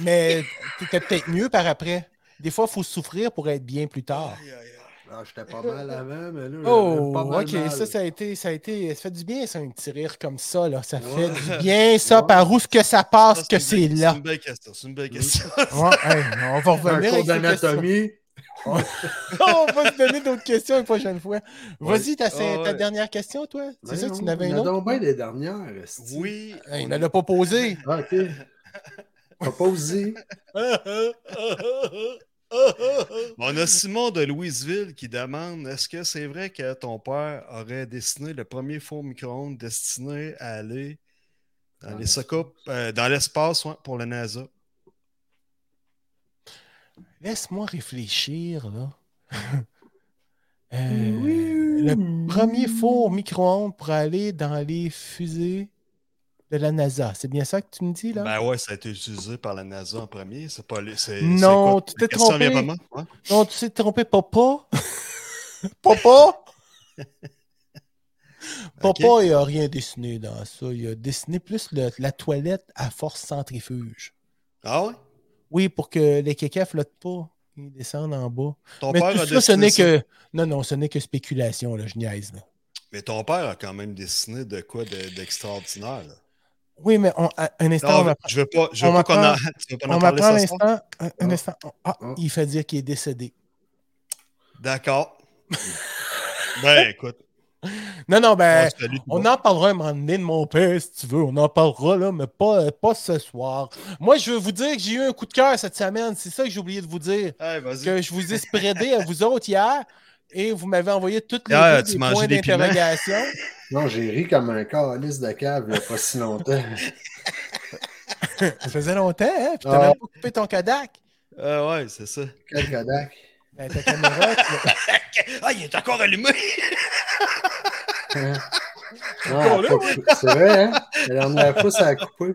Speaker 1: Mais t'étais peut-être mieux par après. Des fois, il faut souffrir pour être bien plus tard.
Speaker 3: Ah, J'étais pas mal avant, mais là.
Speaker 1: Oh,
Speaker 3: j'avais Euh, pas mal
Speaker 1: ok,
Speaker 3: mal.
Speaker 1: ça, ça a été, ça a été, ça fait du bien, ça, un petit rire comme ça, là. Ça fait du bien, ça, par où ce que ça passe,
Speaker 2: Ça,
Speaker 1: que
Speaker 2: une
Speaker 1: c'est
Speaker 2: belle-
Speaker 1: là.
Speaker 2: C'est une belle question. C'est une belle question.
Speaker 1: Ouais, hey, on va
Speaker 3: Un
Speaker 1: revenir.
Speaker 3: cours
Speaker 1: avec ces
Speaker 3: d'anatomie.
Speaker 1: questions. on va se donner d'autres questions une prochaine fois. Vas-y, ta,
Speaker 2: Ouais, Ah ouais.
Speaker 1: ta dernière question, toi. C'est ça, tu en avais
Speaker 3: Il y
Speaker 1: une
Speaker 3: en a
Speaker 1: autre?
Speaker 3: donc bien des dernières. esti.
Speaker 2: oui.
Speaker 1: Hey, il
Speaker 2: on-
Speaker 1: ne l'a pas posé.
Speaker 3: Ah, *laughs* ok. T'as pas osé.
Speaker 2: On a Simon de Louisville qui demande Est-ce que c'est vrai que ton père aurait dessiné le premier four micro-ondes destiné à aller dans
Speaker 3: Dans
Speaker 2: les socoupes, euh, dans l'espace ouais, pour la NASA
Speaker 1: Laisse-moi réfléchir, là. Euh, le
Speaker 3: Le
Speaker 1: premier four micro-ondes pour aller dans les fusées de la NASA. C'est bien ça que tu me dis, là?
Speaker 2: Ben ouais, ça a été utilisé par la NASA en premier. C'est pas les- c'est- c'est
Speaker 1: Non,
Speaker 2: quoi?
Speaker 1: tu
Speaker 2: La
Speaker 1: t'es
Speaker 2: question vient
Speaker 1: trompé.
Speaker 2: pas de moi, ouais.
Speaker 1: Non, tu t'es trompé, papa. *laughs* papa?
Speaker 2: *laughs*
Speaker 1: Papa, il n'a rien dessiné dans ça. Il a dessiné plus le- la toilette à force centrifuge.
Speaker 2: Ah ouais
Speaker 1: Oui, pour que les kékés flottent pas. Ils descendent en bas.
Speaker 2: Ton
Speaker 1: Mais
Speaker 2: père a
Speaker 1: tout ça, ce
Speaker 2: dessiné
Speaker 1: n'est
Speaker 2: ça.
Speaker 1: que... Non, non, ce n'est que spéculation, là, je niaise. là.
Speaker 2: Mais ton père a quand même dessiné de quoi de- d'extraordinaire. là.
Speaker 1: Oui, mais on- à- un
Speaker 2: Non,
Speaker 1: instant, on,
Speaker 2: je veux pas, je veux
Speaker 1: on
Speaker 2: pas qu'on en,
Speaker 1: m'apprend-
Speaker 2: *laughs* tu veux pas en
Speaker 1: on
Speaker 2: parler
Speaker 1: m'apprend
Speaker 2: ce soir.
Speaker 1: l'instant. Un, un
Speaker 3: Ah.
Speaker 1: instant. Ah,
Speaker 3: Ah.
Speaker 1: il fait dire qu'il est décédé.
Speaker 2: D'accord. *laughs* ben écoute,
Speaker 1: Non, non, ben,
Speaker 2: on salue tout le
Speaker 1: on
Speaker 2: monde.
Speaker 1: en parlera un moment donné de mon père, si tu veux. On en parlera, là, mais pas, euh, pas ce soir. Moi, je veux vous dire que j'ai eu un coup de cœur cette semaine. C'est ça que j'ai oublié de vous dire.
Speaker 2: Hey, vas-y.
Speaker 1: Que je vous ai spreadé à vous autres hier et vous m'avez envoyé toutes les
Speaker 2: Ah,
Speaker 1: deux
Speaker 2: tu
Speaker 1: des
Speaker 2: mangeais
Speaker 1: points
Speaker 2: des piments.
Speaker 1: d'interrogation.
Speaker 3: Non, j'ai ri comme un calice de cave il y a pas si longtemps.
Speaker 1: *laughs* Ça faisait longtemps, hein? Puis t'as
Speaker 3: Ah.
Speaker 1: même pas coupé ton Kodak.
Speaker 2: Ah ouais, c'est ça.
Speaker 3: Quel Kodak.
Speaker 1: Ben, ta
Speaker 3: *laughs*
Speaker 1: caméra, tu-
Speaker 2: Ah, il est encore allumé!
Speaker 3: Hein? Ah, faut que je- C'est vrai, hein? La dernière fois, *laughs* ça a coupé.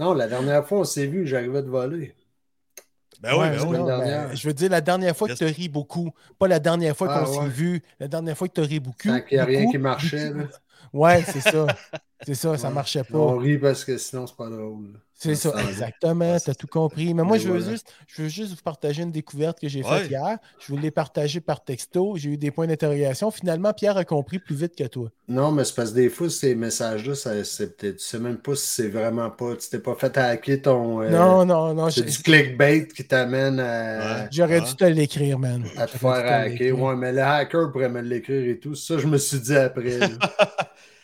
Speaker 3: Non, la dernière fois, on s'est vu, j'arrivais de voler.
Speaker 2: Ben oui,
Speaker 1: Ouais,
Speaker 2: ben
Speaker 1: non,
Speaker 2: oui.
Speaker 3: oui.
Speaker 1: ben,
Speaker 3: Dernière.
Speaker 1: je veux dire, la dernière fois que
Speaker 2: Yes.
Speaker 1: tu ris beaucoup, pas la dernière fois
Speaker 3: Ah,
Speaker 1: qu'on
Speaker 3: ouais.
Speaker 1: s'est vu, la dernière fois que tu ris beaucoup.
Speaker 3: Tant qu'il n'y a rien
Speaker 1: beaucoup,
Speaker 3: qui marchait, là.
Speaker 1: *laughs* Ouais, c'est ça. C'est ça, ça
Speaker 3: Ouais.
Speaker 1: marchait pas.
Speaker 3: on rit parce que sinon, c'est pas drôle. là.
Speaker 1: C'est ça,
Speaker 3: Ça, ça-
Speaker 1: exactement,
Speaker 2: ouais,
Speaker 1: tu
Speaker 2: c'est
Speaker 1: as tout compris. Mais moi,
Speaker 3: Mais
Speaker 1: je veux,
Speaker 3: voilà.
Speaker 1: juste, je veux juste vous partager une découverte que j'ai
Speaker 2: Ouais.
Speaker 1: faite hier. Je vous l'ai partagée par texto. J'ai eu des points d'interrogation. Finalement, Pierre a compris plus vite que toi.
Speaker 3: Non, mais c'est parce que des fois, ces messages-là, ça- c'est peut-être. Tu sais même pas si c'est vraiment pas. Tu t'es pas fait hacker ton. euh,
Speaker 1: non, non, non.
Speaker 3: C'est
Speaker 1: j'ai-
Speaker 3: du clickbait qui t'amène à,
Speaker 2: Ouais.
Speaker 1: J'aurais
Speaker 2: Ah.
Speaker 1: dû te l'écrire, man.
Speaker 3: à te
Speaker 1: J'aurais
Speaker 3: faire
Speaker 1: dû te
Speaker 3: hacker.
Speaker 1: l'écrire.
Speaker 3: Ouais, mais le hacker pourrait me l'écrire et tout. Ça, je me suis dit après. *laughs* là.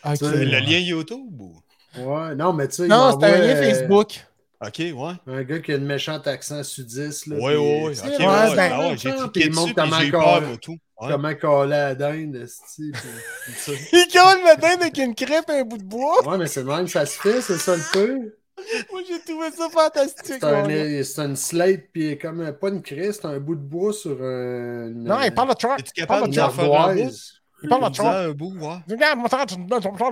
Speaker 1: Ok,
Speaker 3: Tu sais,
Speaker 2: Mais
Speaker 1: ouais.
Speaker 2: Le lien YouTube ou?
Speaker 3: ouais, non, mais tu sais. il
Speaker 1: Non, c'était
Speaker 3: m'envoie,
Speaker 1: un lien
Speaker 3: euh,
Speaker 1: Facebook.
Speaker 2: Ok, ouais. Ouais,
Speaker 3: Un gars qui a une méchante accent sudiste. Là,
Speaker 2: ouais,
Speaker 3: puis-
Speaker 2: ouais. Ok,
Speaker 1: c'est
Speaker 2: ouais,
Speaker 1: vrai, ben,
Speaker 2: ouais. ben ouais, J'ai
Speaker 3: puis
Speaker 2: cliqué
Speaker 3: il montre
Speaker 2: dessus puis
Speaker 3: comment
Speaker 2: j'ai eu
Speaker 3: encore-
Speaker 2: peur, moi, tout. Ouais,
Speaker 3: Comment coller à la dinde, esti, puis-
Speaker 2: *laughs* ça.
Speaker 1: *laughs* Il colle le matin avec une crêpe et un bout de bois. *laughs*
Speaker 3: Ouais, mais c'est le même, ça se fait, c'est ça le
Speaker 2: *laughs*
Speaker 3: peu.
Speaker 1: Moi, j'ai trouvé ça fantastique.
Speaker 3: C'est un- euh,
Speaker 1: mon gars.
Speaker 3: c'est une slate, puis comme euh, pas une craie, c'est un bout de bois sur un.
Speaker 1: Non, il parle de truck.
Speaker 2: Es-tu
Speaker 1: Il parle
Speaker 2: capable de
Speaker 1: de
Speaker 3: une
Speaker 2: t'en
Speaker 1: truck.
Speaker 2: faire un bout?
Speaker 3: ardoise.
Speaker 1: Il parle de
Speaker 2: Dis-en
Speaker 1: truck.
Speaker 2: un bout, ouais.
Speaker 1: Regarde, mon frère, tu me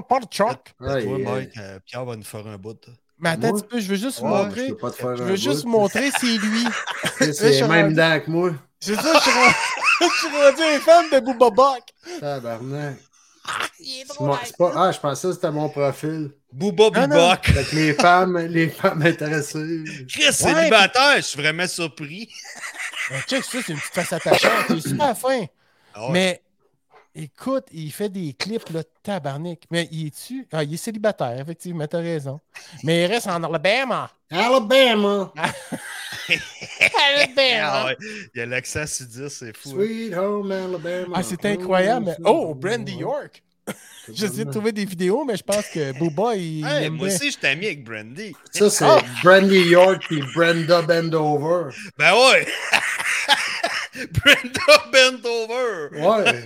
Speaker 1: parle de truck.
Speaker 2: Ben,
Speaker 3: Ouais,
Speaker 2: toi,
Speaker 3: il-
Speaker 2: Mike, euh, Pierre va nous faire un bout. toi.
Speaker 1: Mais attends un
Speaker 3: Moi?
Speaker 1: petit peu, je veux juste vous
Speaker 2: Ouais,
Speaker 3: Je
Speaker 1: montrer.
Speaker 3: peux pas te faire
Speaker 1: Je
Speaker 3: un
Speaker 1: veux juste
Speaker 3: bout.
Speaker 1: vous montrer, c'est lui.
Speaker 3: Chris,
Speaker 1: je suis
Speaker 3: il est même
Speaker 1: rendu-
Speaker 3: dent que moi.
Speaker 1: *laughs* C'est ça, je suis rendu- *laughs* je suis rendu un fan de Booba Buck.
Speaker 3: Tabarnak.
Speaker 1: Il est
Speaker 3: C'est moi- c'est pas... Ah, je pensais que c'était mon profil.
Speaker 2: Booba
Speaker 1: Non, non.
Speaker 2: Bebock.
Speaker 3: Fait que les femmes, *laughs* les femmes intéressées.
Speaker 2: Chris, célibataire, je suis vraiment surpris.
Speaker 1: euh, Check ça, c'est une petite face attachante. Il est super fin.
Speaker 2: Ah ouais.
Speaker 1: Mais écoute, il fait des clips, là, tabarnak. Mais il est-tu. Ah, il est célibataire, effectivement, t'as raison. Mais il reste en Alabama.
Speaker 3: Alabama!
Speaker 2: Ah
Speaker 1: Alabama.
Speaker 2: ouais, Il y a l'accent sudiste, c'est fou. hein.
Speaker 3: Sweet home Alabama.
Speaker 1: Ah, c'est incroyable. mais- Oh, Brandy York. J'essaie de trouver des vidéos, mais je pense que Booba, il.
Speaker 2: Hey,
Speaker 1: aime
Speaker 2: moi
Speaker 1: bien.
Speaker 2: aussi, je suis ami avec Brandy.
Speaker 3: Ça, c'est
Speaker 1: Ah.
Speaker 3: Brandy York puis Brenda Bendover.
Speaker 2: Ben ouais! *laughs* Brenda Bentover!
Speaker 1: *laughs*
Speaker 3: Ouais.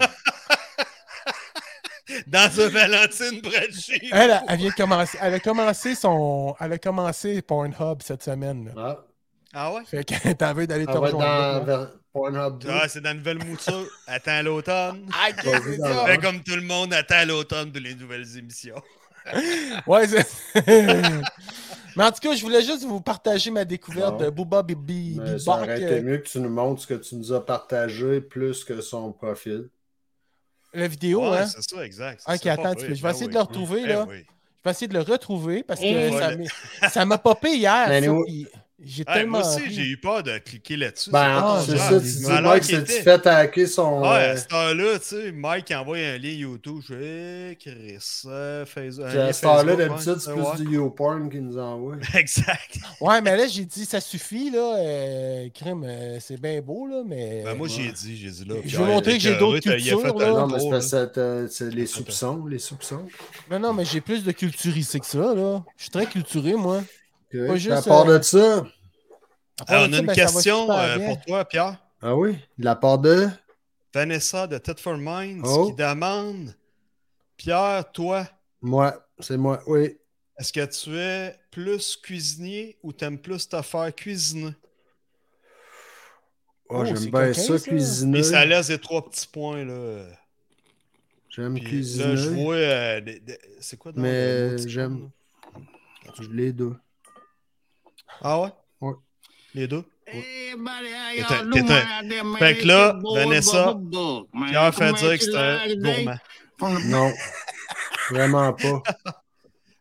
Speaker 2: Dans un Valentine Bradshaw!
Speaker 1: Elle, a- elle vient de commencer, elle a commencé son, elle a commencé Pornhub cette semaine. là.
Speaker 3: Ah,
Speaker 2: Ah ouais?
Speaker 1: Fait que *laughs* t'as envie d'aller te
Speaker 3: elle va être
Speaker 1: rejoindre.
Speaker 3: Ah dans Ver- Pornhub. deux.
Speaker 2: Ah, c'est dans la nouvelle mouture. Attends l'automne.
Speaker 1: Ah, ok, c'est ça.
Speaker 2: Fais comme tout le monde, attends l'automne de les nouvelles émissions.
Speaker 1: Ouais, c'est- *laughs* Mais en tout cas, je voulais juste vous partager ma découverte
Speaker 3: Bon.
Speaker 1: de Booba Bibi.
Speaker 3: Mais Ah. ça aurait
Speaker 1: euh,
Speaker 3: été mieux que tu nous montres ce que tu nous as partagé plus que son profil.
Speaker 1: la vidéo,
Speaker 2: ouais,
Speaker 1: hein.
Speaker 2: c'est ça, exact. Ben
Speaker 1: Ok, attends, un petit peu. je vais essayer de le retrouver, là.
Speaker 2: Oui.
Speaker 1: Je vais essayer de le retrouver parce que ça m'est- ça m'a popé hier.
Speaker 3: Mais
Speaker 1: ça,
Speaker 3: nous-
Speaker 1: puis J'ai
Speaker 2: Hey,
Speaker 1: tellement.
Speaker 2: moi aussi,
Speaker 1: ri.
Speaker 2: j'ai eu peur de cliquer là-dessus.
Speaker 3: Ben,
Speaker 1: Ah,
Speaker 3: c'est
Speaker 1: j'ai-
Speaker 3: ça, tu
Speaker 1: j'ai-
Speaker 3: dis,
Speaker 1: j'ai-
Speaker 3: Mike, c'est tu fais attaquer son.
Speaker 2: Ouais,
Speaker 3: euh,
Speaker 2: à cette heure-là, tu sais, Mike envoie un lien YouTube. Je fais eh, Chris, euh, Face- un
Speaker 3: puis
Speaker 2: lien
Speaker 3: à cette heure-là,
Speaker 2: Facebook, hein,
Speaker 3: d'habitude,
Speaker 2: ouais,
Speaker 3: c'est
Speaker 2: ouais,
Speaker 3: plus
Speaker 2: ouais.
Speaker 3: du YouPorn qui nous envoie.
Speaker 2: *laughs* Exact.
Speaker 1: Ouais, mais là, j'ai dit, ça suffit, là. euh, crime, euh, c'est bien beau, là, mais.
Speaker 2: Ben, moi, j'ai
Speaker 3: ouais.
Speaker 2: dit, j'ai dit là.
Speaker 1: Je
Speaker 2: puis,
Speaker 1: veux
Speaker 2: ah,
Speaker 1: montrer que j'ai d'autres
Speaker 2: il a fait
Speaker 1: cultures,
Speaker 2: un
Speaker 1: là.
Speaker 3: Ben Non, mais c'est
Speaker 2: tour,
Speaker 3: parce que ça te- c'est les
Speaker 2: hein. Attends.
Speaker 3: soupçons, les soupçons.
Speaker 1: Non, non, mais j'ai plus de culturisé que ça, là. Je suis très culturé, moi.
Speaker 3: Ok.
Speaker 1: Pas juste,
Speaker 3: À part
Speaker 1: euh,
Speaker 3: de ça,
Speaker 1: À part
Speaker 2: Ah, on
Speaker 1: de
Speaker 2: a
Speaker 1: ça,
Speaker 2: une
Speaker 1: ben, ça va
Speaker 2: question
Speaker 1: super
Speaker 2: euh,
Speaker 1: bien.
Speaker 2: pour toi, Pierre.
Speaker 3: ah oui, de la part de.
Speaker 2: Vanessa de Ted for Minds
Speaker 3: Oh.
Speaker 2: qui demande Pierre, toi,
Speaker 3: Moi, c'est moi, oui.
Speaker 2: est-ce que tu es plus cuisinier ou t'aimes plus te faire cuisiner
Speaker 3: Oh,
Speaker 1: Oh, c'est
Speaker 3: j'aime bien
Speaker 1: coquin,
Speaker 3: ça,
Speaker 1: ça.
Speaker 2: Mais
Speaker 3: cuisiner.
Speaker 2: ça laisse les trois petits points, là.
Speaker 3: J'aime
Speaker 2: Puis là, je
Speaker 3: cuisiner.
Speaker 2: vois. euh, des- des- C'est quoi dans le
Speaker 3: Mais
Speaker 2: mot petit
Speaker 3: j'aime.
Speaker 2: point,
Speaker 3: Je les deux.
Speaker 2: là? Ah ouais?
Speaker 3: Ouais.
Speaker 2: Les deux?
Speaker 4: Eh, T'es
Speaker 2: T'es un- t'es un- Fait que là, Vanessa, Pierre fait dire que c'est un gourmand.
Speaker 3: Non, vraiment pas.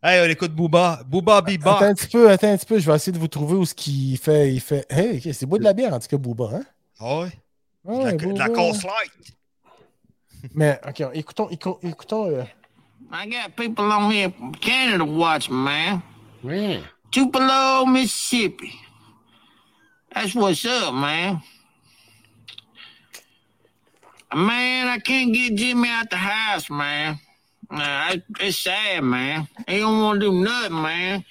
Speaker 2: Hey, on écoute Booba. Booba Biba.
Speaker 1: Attends un petit peu, attends un petit peu. Je vais essayer de vous trouver où ce qu'il fait. Il fait. Hey, ok, c'est bois de la bière, en tout cas, Booba, hein?
Speaker 2: Ah ouais?
Speaker 1: Ouais,
Speaker 2: de la, de
Speaker 1: Booba.
Speaker 2: la course light.
Speaker 1: Mais, ok, écoutons, éco- écoutons. euh,
Speaker 4: I got people on here from Canada watching, man.
Speaker 3: Ouais.
Speaker 4: Tupelo, Mississippi. That's what's up, man. Man, I can't get Jimmy out the house, man. Nah, I- it's sad, man. He don't want to do nothing, man.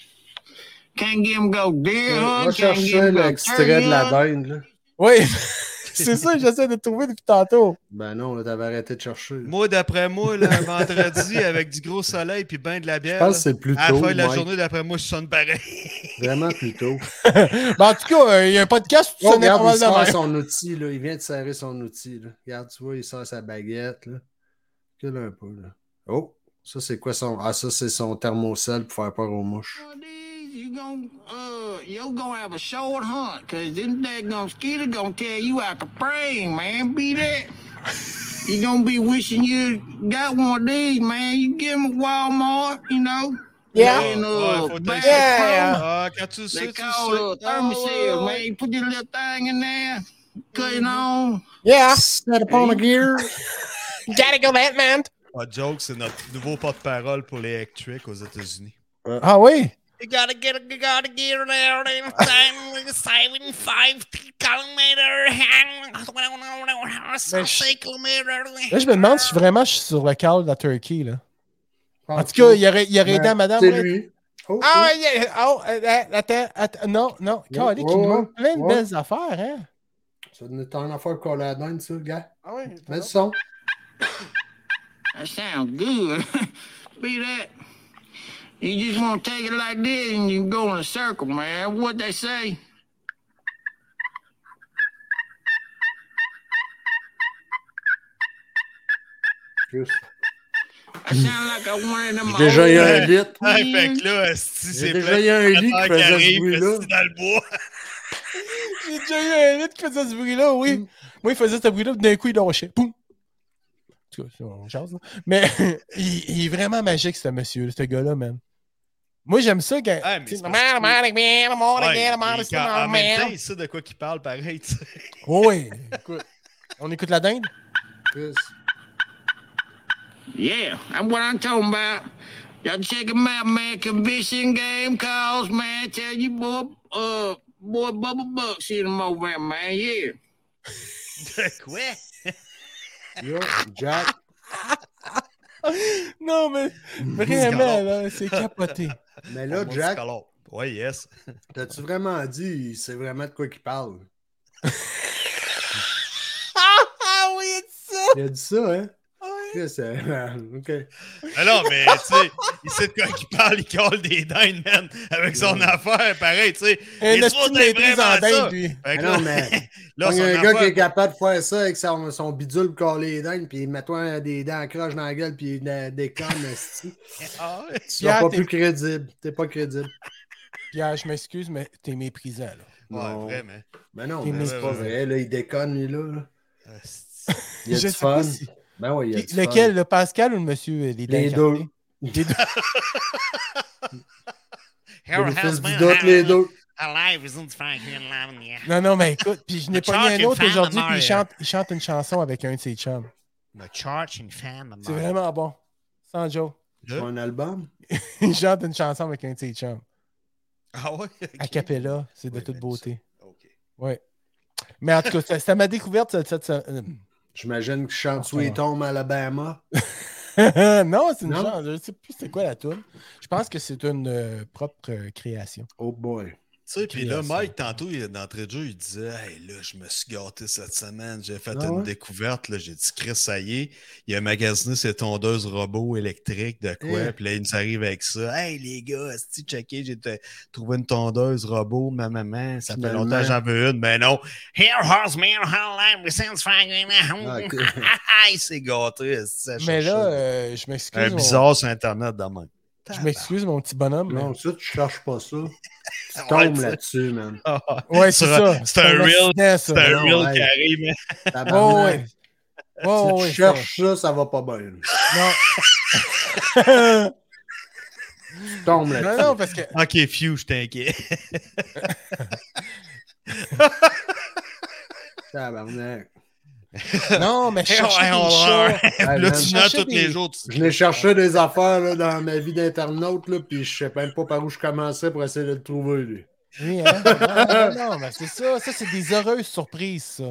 Speaker 4: Can't get him go deer
Speaker 3: Va
Speaker 4: hunt. Can't get
Speaker 3: chercher
Speaker 4: him go
Speaker 3: l'extrait
Speaker 4: turkey
Speaker 3: de la
Speaker 4: hunt.
Speaker 3: dinde, là.
Speaker 1: Oui, *laughs* c'est ça, j'essaie de trouver depuis tantôt.
Speaker 3: Ben non, là, t'avais arrêté de chercher. là.
Speaker 2: Moi, d'après moi, là, un vendredi avec du gros soleil puis ben de la
Speaker 3: Je
Speaker 2: bière.
Speaker 3: pense
Speaker 2: là,
Speaker 3: que c'est plus
Speaker 2: à la
Speaker 3: tôt,
Speaker 2: fin de la
Speaker 3: Mike.
Speaker 2: journée, d'après moi, je sonne pareil. *laughs*
Speaker 3: Vraiment
Speaker 1: *laughs*
Speaker 3: plus tôt.
Speaker 1: Ben, en tout cas, euh, il y a un podcast où
Speaker 3: Oh,
Speaker 1: ça n'est pas
Speaker 3: regarde, il
Speaker 1: mal de
Speaker 3: sort
Speaker 1: même.
Speaker 3: son outil, là. Il vient de serrer son outil, là. Regarde, tu vois, il sort sa baguette, là. Quel un peu, là. Oh, ça, c'est quoi son... Ah, ça, c'est son thermocell pour faire peur aux mouches.
Speaker 4: One of these, You gonna uh, you're gonna have a short hunt, cause this daggone skeeter gonna tear you out the frame, man. Be that. you gonna be wishing you got one of these, man. You get them at Walmart, you know.
Speaker 1: Yeah.
Speaker 4: They in, uh,
Speaker 2: Ouais, faut
Speaker 4: bag
Speaker 2: t'acheter.
Speaker 4: of clothes.
Speaker 2: Ah, ben, quand tu le sais,
Speaker 4: They
Speaker 2: tu le
Speaker 4: call it
Speaker 2: sais.
Speaker 4: a thermocell, man. You put your little thing in there, cut it on.
Speaker 1: Yeah,
Speaker 3: Set upon a gear.
Speaker 1: gotta go that man.
Speaker 2: Pas de Ah, joke, c'est notre nouveau porte-parole pour les Electric aux *laughs* États-Unis.
Speaker 1: Ah oui?
Speaker 5: You gotta get, you gotta get it out in time, *laughs* seven, five kilometer, hang, six kilometer.
Speaker 1: Là, je me demande si vraiment je suis sur le call de la Turkey, là. En tout cas, il y aurait, il y aurait aidé à madame.
Speaker 3: Ben, C'est
Speaker 1: là.
Speaker 3: lui. Oh,
Speaker 1: Ah, ouais, yeah, oh, euh, euh, attends, attends, non, non, Calique, il
Speaker 3: ouais,
Speaker 1: nous montre plein de
Speaker 3: ouais.
Speaker 1: belles affaires, hein?
Speaker 3: Ça donne une affaire qu'on la donne, ça, gars.
Speaker 1: Ah ouais,
Speaker 3: Mets le son.
Speaker 4: That sounds good. *laughs* Be that. You just want to take it like this and you go in a circle, man. What they say?
Speaker 3: Juste.
Speaker 4: I sound like I wanted them.
Speaker 3: J'ai déjà eu
Speaker 4: old-
Speaker 3: un litre.
Speaker 2: Hey, fait que là, si
Speaker 3: J'ai
Speaker 2: c'est
Speaker 3: déjà
Speaker 2: plein de
Speaker 3: eu un lit qui
Speaker 2: prédateurs
Speaker 3: faisait ce
Speaker 2: arrivent
Speaker 3: bruit-là.
Speaker 2: esti, dans le bois.
Speaker 1: J'ai déjà eu un lit qui faisait ce bruit-là, oui.
Speaker 3: Mm.
Speaker 1: Moi, il faisait ce bruit-là, puis d'un coup, il lâchait. Poum! En tout cas, c'est- on jase, là. Mais *laughs* il, il est vraiment magique, ce monsieur, ce gars-là, man. Moi, j'aime ça quand.
Speaker 2: Ah, mais
Speaker 1: tu sais,
Speaker 2: c'est parce que- Ouais,
Speaker 5: Ouais,
Speaker 2: mais quand- en même temps, il sait de quoi qu'il parle, pareil. tu sais. *laughs*
Speaker 1: Oui, écoute. On écoute la dinde?
Speaker 3: Chris.
Speaker 4: Yeah, that's what I'm talking about. Y'all check him out, man. Conviction game calls, man. Tell you boy, uh, boy Bubba Buck seen him over there, man. Yeah.
Speaker 2: De quoi?
Speaker 3: Yo, Jack.
Speaker 1: Non, mais vraiment, là, c'est capoté.
Speaker 3: Mais là,
Speaker 2: Ah, Mon
Speaker 3: Jack,
Speaker 2: scalop. Ouais, yes.
Speaker 3: t'as-tu vraiment dit, c'est vraiment de quoi qu'il parle?
Speaker 1: Ah, ah oui, c'est ça!
Speaker 3: Il a dit ça, hein?
Speaker 1: Ouais.
Speaker 3: Chris, euh, *laughs* OK.
Speaker 2: Mais non, mais tu sais, il sait de quoi qu'il parle, il colle des dindes, man, avec son affaire, pareil, tu sais.
Speaker 1: Un
Speaker 2: Et toi,
Speaker 1: esprit de
Speaker 2: t'es
Speaker 1: maîtrise
Speaker 2: vraiment
Speaker 1: en
Speaker 2: ça.
Speaker 1: dinde, lui.
Speaker 2: Fait que
Speaker 3: Ah non,
Speaker 2: là-
Speaker 5: *laughs*
Speaker 3: mais-
Speaker 2: là,
Speaker 3: Il y
Speaker 2: son
Speaker 3: a un gars qui
Speaker 2: affaire-
Speaker 3: est capable de faire ça avec son, son bidule pour coller les dindes, puis mets-toi des dents croches dans la gueule, puis des, des cannes, esti.
Speaker 5: Oh,
Speaker 2: Ah ouais.
Speaker 3: Tu seras
Speaker 1: Pierre,
Speaker 3: pas
Speaker 1: t'es-
Speaker 3: plus crédible. T'es pas crédible.
Speaker 1: Pierre, je m'excuse, mais t'es méprisant, là.
Speaker 2: Ouais,
Speaker 3: Non.
Speaker 2: vraiment.
Speaker 3: Ben non,
Speaker 1: T'es
Speaker 3: mais c'est
Speaker 2: mis-
Speaker 3: pas vrai, là. Il déconne, lui, là. là.
Speaker 2: Esti.
Speaker 3: Il y a
Speaker 1: Je
Speaker 3: du
Speaker 1: sais pas
Speaker 3: fun.
Speaker 1: si-
Speaker 3: Ben oui, il y a du fun.
Speaker 1: Lequel, le Pascal ou le monsieur euh, des
Speaker 3: Les
Speaker 1: dindes
Speaker 3: deux.
Speaker 1: cartées? Des deux-
Speaker 5: Harold
Speaker 3: Boniface
Speaker 5: Houseman,
Speaker 3: Dudot, les
Speaker 5: Harold-
Speaker 3: deux.
Speaker 5: Alive isn't fucking alive in the air.
Speaker 1: non, non, mais écoute, puis je n'ai
Speaker 5: The
Speaker 1: pas mis
Speaker 5: Charging
Speaker 1: un autre
Speaker 5: Fan de
Speaker 1: aujourd'hui, puis
Speaker 5: Mario.
Speaker 1: il chante, il chante une chanson avec un de ses chums.
Speaker 5: The church and family.
Speaker 1: C'est vraiment bon. Sans Joe.
Speaker 3: Pour un album.
Speaker 1: *laughs* Il chante une chanson avec un de ses chums.
Speaker 2: Ah
Speaker 5: Oh, *laughs*
Speaker 2: ouais? ok.
Speaker 1: A cappella, c'est de
Speaker 2: Ouais,
Speaker 1: toute
Speaker 2: mais
Speaker 1: beauté.
Speaker 2: Ok.
Speaker 1: Ouais. Mais en tout cas, ça- c'était ma découverte cette- cette semaine.
Speaker 3: J'imagine que
Speaker 1: Ah.
Speaker 3: chante Sweet Home Alabama.
Speaker 1: euh, *laughs* non, c'est une
Speaker 3: Non?
Speaker 1: chanson. Je ne sais plus c'est quoi la tune. Je pense que c'est une euh, propre euh, création.
Speaker 3: Oh boy.
Speaker 2: Tu sais, puis
Speaker 1: Ok,
Speaker 2: là,
Speaker 1: ça.
Speaker 2: Mike, tantôt, il- d'entrée de jeu, il disait Hey, là, je me suis gâté cette semaine, j'ai fait
Speaker 3: Ah
Speaker 2: une
Speaker 3: ouais?
Speaker 2: découverte, là, j'ai dit Chris, ça y est, il a magasiné ses tondeuses robots électriques de quoi,
Speaker 3: Eh.
Speaker 2: puis là, il nous arrive avec ça Hey, les gars, si checké, j'ai t- trouvé une tondeuse robot, ma maman, ça fait
Speaker 3: Finalement.
Speaker 2: longtemps que j'en veux une, mais non,
Speaker 5: Here, horseman, how live isn't fucking
Speaker 2: *laughs*
Speaker 3: Ah,
Speaker 5: alive.
Speaker 3: ok.
Speaker 2: il s'est gâté, esti, ça
Speaker 1: Mais
Speaker 2: cherche
Speaker 1: là,
Speaker 2: ça.
Speaker 1: euh, je m'excuse.
Speaker 2: un
Speaker 1: mon-
Speaker 2: bizarre sur Internet dans mon.
Speaker 1: Je m'excuse, mon petit bonhomme. mais-
Speaker 3: Non, ça, tu cherches pas ça. Tu
Speaker 2: Ouais,
Speaker 3: tombes
Speaker 2: ça-
Speaker 3: là-dessus,
Speaker 2: *laughs*
Speaker 3: man.
Speaker 1: Ouais, c'est
Speaker 2: Sur un-
Speaker 1: ça.
Speaker 2: C'est un real.
Speaker 1: accident, ça.
Speaker 2: C'est un
Speaker 3: Ah, Non,
Speaker 2: real
Speaker 3: hey.
Speaker 2: qui arrive, mais
Speaker 3: Ah,
Speaker 1: Oh,
Speaker 3: Tabarnak.
Speaker 1: ouais. Oh,
Speaker 3: si
Speaker 1: ouais,
Speaker 3: tu cherches ça, ça va pas bien.
Speaker 1: ça. Non.
Speaker 3: Tu tombes
Speaker 1: non,
Speaker 3: là-dessus.
Speaker 1: non, parce que.
Speaker 2: Ok, Few, je t'inquiète.
Speaker 3: Tabarnak.
Speaker 1: Non, mais je cherchais
Speaker 5: Ouais,
Speaker 1: des
Speaker 5: on
Speaker 1: chats.
Speaker 3: Hey,
Speaker 2: *laughs* Là,
Speaker 3: man,
Speaker 2: tu
Speaker 1: je
Speaker 2: l'as
Speaker 1: cherchais
Speaker 2: tous les
Speaker 1: des-
Speaker 2: jours. tu-
Speaker 3: Je l'ai cherché des affaires là, dans ma vie d'internaute, là, puis je sais même pas par où je commençais pour essayer de le trouver, lui.
Speaker 1: Oui, hein? non, non, non, mais c'est ça. Ça, c'est des heureuses surprises, ça.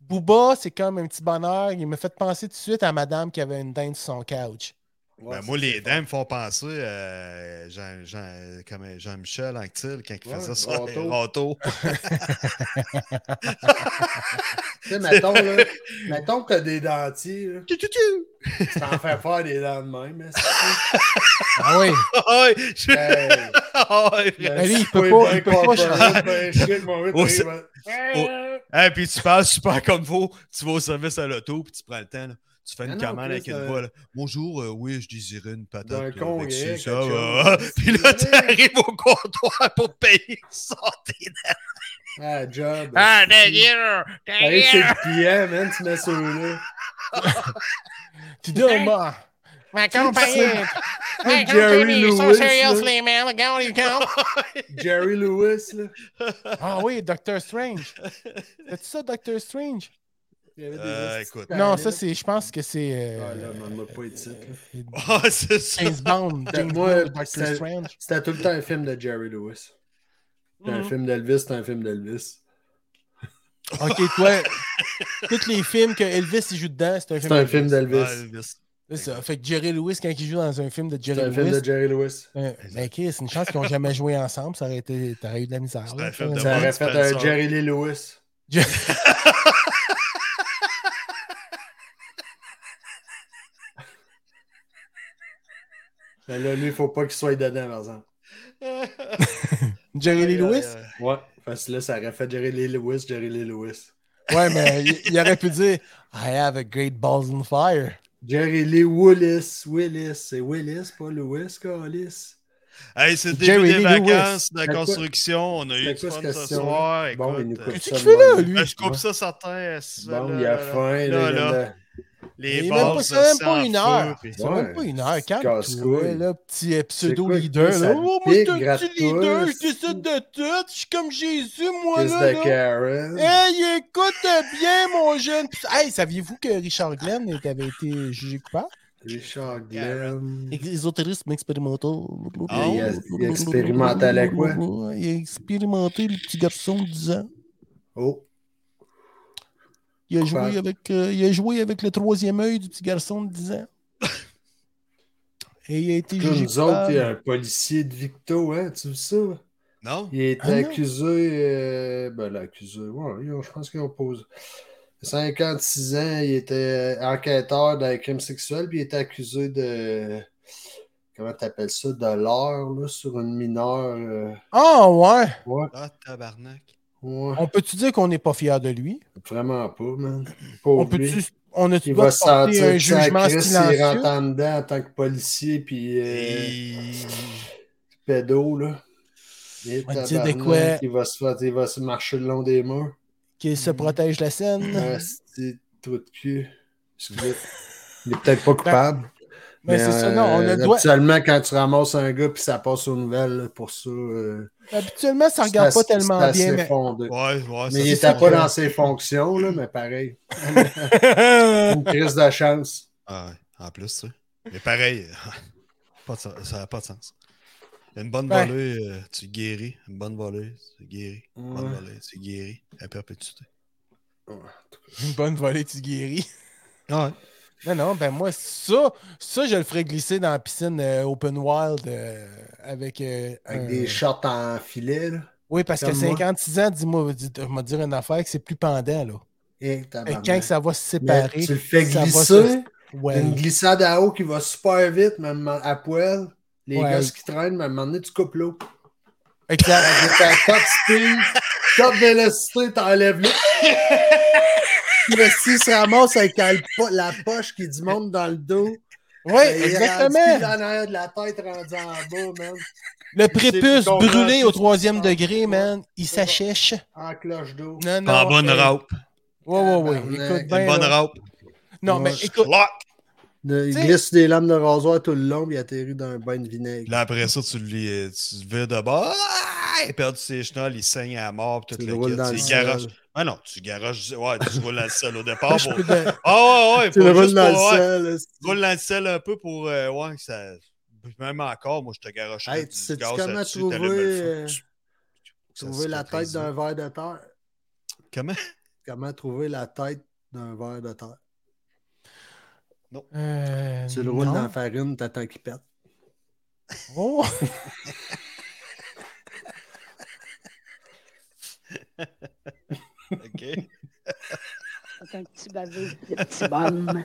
Speaker 1: Booba, c'est comme un petit bonheur. Il me fait penser tout de suite à madame qui avait une dinde sur son couch.
Speaker 3: Ouais,
Speaker 2: Ben, moi, les dents me font penser à Jean, Jean- comme Jean-Michel Anctil quand il
Speaker 3: Ouais,
Speaker 2: faisait son *laughs*
Speaker 3: râteau. *laughs*
Speaker 2: râteau.
Speaker 3: Tu sais,
Speaker 2: *laughs*
Speaker 3: mettons, là, mettons que t'as des dentiers, là,
Speaker 2: Tu, tu, tu.
Speaker 3: tu t'en fais faire des dents de même. hein, c'est-
Speaker 2: *laughs*
Speaker 1: Ah oui.
Speaker 2: Ah *laughs* ouais, je-
Speaker 3: Hey,
Speaker 2: *laughs* ah ouais,
Speaker 3: le
Speaker 1: Ben, lui, il peut
Speaker 3: souper
Speaker 1: pas-
Speaker 3: bien
Speaker 1: il peut pas
Speaker 3: corporate,
Speaker 1: changer.
Speaker 3: ben, chic, mon vieux,
Speaker 2: Oh,
Speaker 3: t'es-
Speaker 2: c'est-
Speaker 3: ben- Oh,
Speaker 2: Hey, puis tu parles super comme vous, tu vas au service à l'auto, puis tu prends le temps. là. Tu fais une
Speaker 3: Ah non,
Speaker 2: commande
Speaker 3: Chris,
Speaker 2: avec une
Speaker 3: euh,
Speaker 2: voix. là. Bonjour, euh, oui, je désirais une patate.
Speaker 3: D'un
Speaker 2: euh,
Speaker 3: con,
Speaker 2: avec
Speaker 3: il est,
Speaker 2: ci, ça,
Speaker 3: quelque
Speaker 2: euh,
Speaker 3: chose.
Speaker 2: *laughs* Puis là, tu arrives au comptoir pour payer *laughs* sans tes
Speaker 3: Ah, job.
Speaker 5: Ah, the year, the
Speaker 3: Hey, chez
Speaker 5: year.
Speaker 3: le client, man, tu mets ceux-là.
Speaker 1: *laughs* Tu dis, oh, bah,
Speaker 5: Ma
Speaker 3: *laughs*
Speaker 5: compagne. Ma compagne,
Speaker 3: Jerry
Speaker 5: so
Speaker 3: Lewis, là.
Speaker 5: seriously, man, the girl you count.
Speaker 3: Jerry Lewis, là.
Speaker 1: ah oui, Doctor Strange. C'est ça, Doctor Strange?
Speaker 3: Il y avait des
Speaker 2: Euh,
Speaker 3: hosties
Speaker 2: écoute.
Speaker 3: de
Speaker 1: Non,
Speaker 3: talent.
Speaker 1: ça, c'est. Je pense que c'est.
Speaker 3: Ben Ah,
Speaker 1: euh,
Speaker 3: là, demande-moi pas de titre, là.
Speaker 2: Ah, c'est ça.
Speaker 1: James Bond. James
Speaker 3: Moi,
Speaker 1: Bond, Doctor
Speaker 3: c'est-
Speaker 1: Strange.
Speaker 3: C'était tout le temps un film de Jerry Lewis. C'était
Speaker 2: Mm-hmm.
Speaker 3: un film d'Elvis, c'était un film d'Elvis.
Speaker 1: Ok, toi, tous les films que Elvis il joue dedans, c'est un film.
Speaker 3: C'était un film d'Elvis.
Speaker 2: Ah, Elvis.
Speaker 1: C'est ça. Fait que Jerry Lewis, quand il joue dans un film de Jerry
Speaker 3: C'était un
Speaker 1: Lewis.
Speaker 3: film de Jerry Lewis.
Speaker 1: Euh, ben, Chris, c'est une chance qu'ils n'ont jamais joué ensemble. Ça aurait été. T'aurais eu de la misère. là.
Speaker 2: un film de
Speaker 1: Ça-
Speaker 3: Ça aurait
Speaker 2: Mark
Speaker 3: fait
Speaker 2: Spencer.
Speaker 3: un Jerry
Speaker 2: *laughs*
Speaker 3: Lee Lewis.
Speaker 1: Je-
Speaker 3: Mais Ben là, lui, il faut pas qu'il soit dedans, par exemple.
Speaker 1: Jerry Lee Lewis?
Speaker 3: Ouais. Parce que là, ça aurait fait Jerry Lee Lewis, Jerry Lee Lewis.
Speaker 1: Ouais, mais il, il aurait pu dire I have a great balls on
Speaker 3: *laughs*
Speaker 1: fire.
Speaker 3: Jerry Lee Willis. Willis. C'est Willis, pas Lewis, Carlis.
Speaker 2: Hey, c'est le
Speaker 1: Jerry
Speaker 2: début des
Speaker 1: Lee
Speaker 2: vacances de
Speaker 3: quoi-
Speaker 2: construction. On a eu
Speaker 3: c'est
Speaker 2: du
Speaker 3: quoi
Speaker 2: fun
Speaker 3: cette
Speaker 2: ce
Speaker 3: question-là?
Speaker 2: soir.
Speaker 3: Bon, il nous
Speaker 2: Écoute, euh,
Speaker 3: coupe
Speaker 1: Qu'est-ce
Speaker 3: ça.
Speaker 1: qu'il fait là,
Speaker 3: de même.
Speaker 1: lui?
Speaker 2: ben, je coupe ça sur terre. ça,
Speaker 3: Bon,
Speaker 2: là,
Speaker 3: il a
Speaker 2: là,
Speaker 3: faim.
Speaker 2: Là,
Speaker 3: il
Speaker 2: là,
Speaker 3: vient de-
Speaker 2: Les
Speaker 1: C'est même pas,
Speaker 2: bases
Speaker 1: c'est même
Speaker 2: de
Speaker 1: pas une heure.
Speaker 2: sang-feu, puis-
Speaker 1: C'est même pas une heure. Calme-toi,
Speaker 3: casse-couille.
Speaker 1: là, petit euh,
Speaker 3: C'est
Speaker 1: pseudo-leader.
Speaker 3: quoi,
Speaker 1: là.
Speaker 3: ça
Speaker 1: Oh, moi, je suis
Speaker 3: pique,
Speaker 1: un petit leader.
Speaker 3: gratteux,
Speaker 1: Je décide de tout. Je suis comme Jésus, moi,
Speaker 3: Kiss
Speaker 1: là.
Speaker 3: de
Speaker 1: là.
Speaker 3: Karen.
Speaker 1: Hey, écoute bien, mon jeune. Hey, saviez-vous que Richard Glenn était- avait été jugé coupable?
Speaker 2: Eh!
Speaker 3: Richard Glenn.
Speaker 1: Ésotérisme expérimental.
Speaker 2: Ah ouais,
Speaker 3: il expérimentait à quoi?
Speaker 1: Il a expérimenté le petit garçon de 10 ans.
Speaker 3: Oh,
Speaker 1: Il a,
Speaker 3: Coupable.
Speaker 1: joué avec, euh, il a joué avec le troisième œil du petit garçon de 10
Speaker 3: *laughs*
Speaker 1: ans. Et il a été
Speaker 3: comme
Speaker 1: jugé.
Speaker 3: nous autres, il y
Speaker 1: coupable.
Speaker 3: a un policier de Victo, hein, tu vois ça?
Speaker 2: Non?
Speaker 3: Il a été
Speaker 1: Ah non.
Speaker 3: accusé, euh, ben l'accusé, ouais, ils ont- je pense qu'ils ont posé. 56 ans, il était enquêteur d'un crime sexuel, puis il était accusé de, comment t'appelles ça, de l'heure, là, sur une mineure. euh,
Speaker 1: Ah ouais!
Speaker 3: ouais,
Speaker 2: Ah, tabarnak.
Speaker 3: ouais,
Speaker 1: On peut-tu dire qu'on n'est pas fier de lui?
Speaker 3: vraiment pas, man.
Speaker 1: On
Speaker 3: Pauvre lui.
Speaker 1: peut-tu. On a
Speaker 3: Il va se sentir
Speaker 1: un
Speaker 3: que ça
Speaker 1: jugement
Speaker 3: crisse, il
Speaker 1: silencieux?
Speaker 3: rentre en dedans en tant que policier, puis... euh,
Speaker 2: Et-
Speaker 3: pédo, là. Il
Speaker 1: On dit de quoi?
Speaker 3: Il va se faire, il va se marcher le long des murs.
Speaker 1: Qu'il se protège la scène?
Speaker 3: Ah, c'est tout de cul. Excusez. Il est peut-être pas coupable.
Speaker 1: Mais Ben, c'est ça, non, on a le
Speaker 3: euh,
Speaker 1: droit-
Speaker 3: Habituellement, quand tu ramasses un gars puis ça passe aux nouvelles là, pour ça. euh,
Speaker 1: Habituellement, ça ne regarde
Speaker 3: c'est
Speaker 1: pas
Speaker 3: assez- c'est
Speaker 1: tellement
Speaker 3: assez
Speaker 1: bien. mais-
Speaker 3: fondé.
Speaker 2: Ouais, ouais,
Speaker 3: Mais il
Speaker 2: ça,
Speaker 3: n'était
Speaker 2: c'est-
Speaker 3: pas dans ses fonctions, là,
Speaker 1: *laughs*
Speaker 3: mais pareil. Une crise de chance.
Speaker 2: Ah ouais, en plus, tu sais. Mais pareil, *laughs* pas de sens- ça n'a pas de sens. Une bonne
Speaker 3: Ben.
Speaker 1: Ouais.
Speaker 2: volée, euh, tu guéris. Une bonne volée, tu guéris. Une bonne
Speaker 3: Ouais.
Speaker 2: volée, tu guéris. À perpétuité.
Speaker 1: Une bonne volée, tu guéris.
Speaker 2: Ah ouais.
Speaker 1: Non, non, ben moi, ça, ça, je le ferais glisser dans la piscine euh, Open Wild euh, avec. euh,
Speaker 3: Avec
Speaker 1: un-
Speaker 3: des shorts en filet. Là.
Speaker 1: Oui, parce que
Speaker 3: Comme moi.
Speaker 1: 56 ans, dis-moi, dis- je vais te dire une affaire que c'est plus pendant, là.
Speaker 3: Et
Speaker 1: Et
Speaker 3: Eh, tabarnak.
Speaker 1: quand que ça va se
Speaker 3: Mais
Speaker 1: séparer.
Speaker 3: tu le fais
Speaker 1: ça va
Speaker 3: glisser.
Speaker 1: se- Ouais.
Speaker 3: Une glissade à eau qui va super vite, même à poil. Les
Speaker 1: Ouais.
Speaker 3: gosses qui traînent, mais à un moment donné, tu coupes l'eau.
Speaker 1: Exact.
Speaker 3: *laughs* Avec ta top speed, top vélocité, t'enlèves l'eau. Puis *laughs* Le si se ramasse avec la, po- la poche qui du monde dans le dos. Ben,
Speaker 1: Oui,
Speaker 3: Il est rendu
Speaker 1: exactement.
Speaker 3: en arrière de la tête rendue en bas, man.
Speaker 1: Le
Speaker 3: plus
Speaker 1: prépuce
Speaker 3: qu'on
Speaker 1: brûlé
Speaker 3: rentre,
Speaker 1: au troisième
Speaker 3: plus qu'on
Speaker 1: degré,
Speaker 3: rentre.
Speaker 1: man, il s'achèche.
Speaker 3: En cloche d'eau.
Speaker 1: Non, non.
Speaker 2: Pas en bonne
Speaker 1: euh,
Speaker 2: raupe.
Speaker 1: Ouais, ouais, ouais. Écoute
Speaker 2: Une
Speaker 3: Tabarnak.
Speaker 1: bien,
Speaker 2: bonne
Speaker 1: là.
Speaker 2: raupe.
Speaker 1: Non,
Speaker 3: Ouais.
Speaker 1: mais écoute.
Speaker 2: Clac!
Speaker 3: De- il
Speaker 1: T'sais-
Speaker 3: glisse des lames de rasoir tout le long, puis il atterrit dans un bain de
Speaker 2: Puis
Speaker 3: vinaigre.
Speaker 2: Là, après ça, tu le tu le vires de bord. Ah! Il a perdu ses chenolles, il saigne à mort. Puis
Speaker 3: Tu
Speaker 2: tout
Speaker 3: le
Speaker 2: le
Speaker 3: roules
Speaker 2: kit.
Speaker 3: dans le
Speaker 2: Tu garoches.
Speaker 3: sol.
Speaker 2: Ah non, tu garoches. Ouais, tu roules dans le sel
Speaker 3: *laughs*
Speaker 2: au départ.
Speaker 1: Je
Speaker 2: Pour...
Speaker 1: peux te-
Speaker 2: Ah ouais, ouais,
Speaker 3: Tu le
Speaker 2: pour-
Speaker 3: roules
Speaker 2: juste
Speaker 3: dans le
Speaker 2: pour- ouais,
Speaker 3: sol. là, c'est-
Speaker 2: Tu roules dans le sel un peu pour. euh, ouais, ça. Même encore, moi, je te garoche.
Speaker 3: Hey, tu sais-tu comment trouver, euh, Trouver la tête d'un verre de terre. *laughs*
Speaker 2: Comment?
Speaker 3: Comment trouver la tête d'un verre de terre?
Speaker 1: Euh,
Speaker 3: Tu le roules
Speaker 1: non.
Speaker 3: dans la farine, t'attends qu'il pète.
Speaker 1: Oh.
Speaker 2: OK.
Speaker 6: C'est un petit bavé, le petit bonhomme.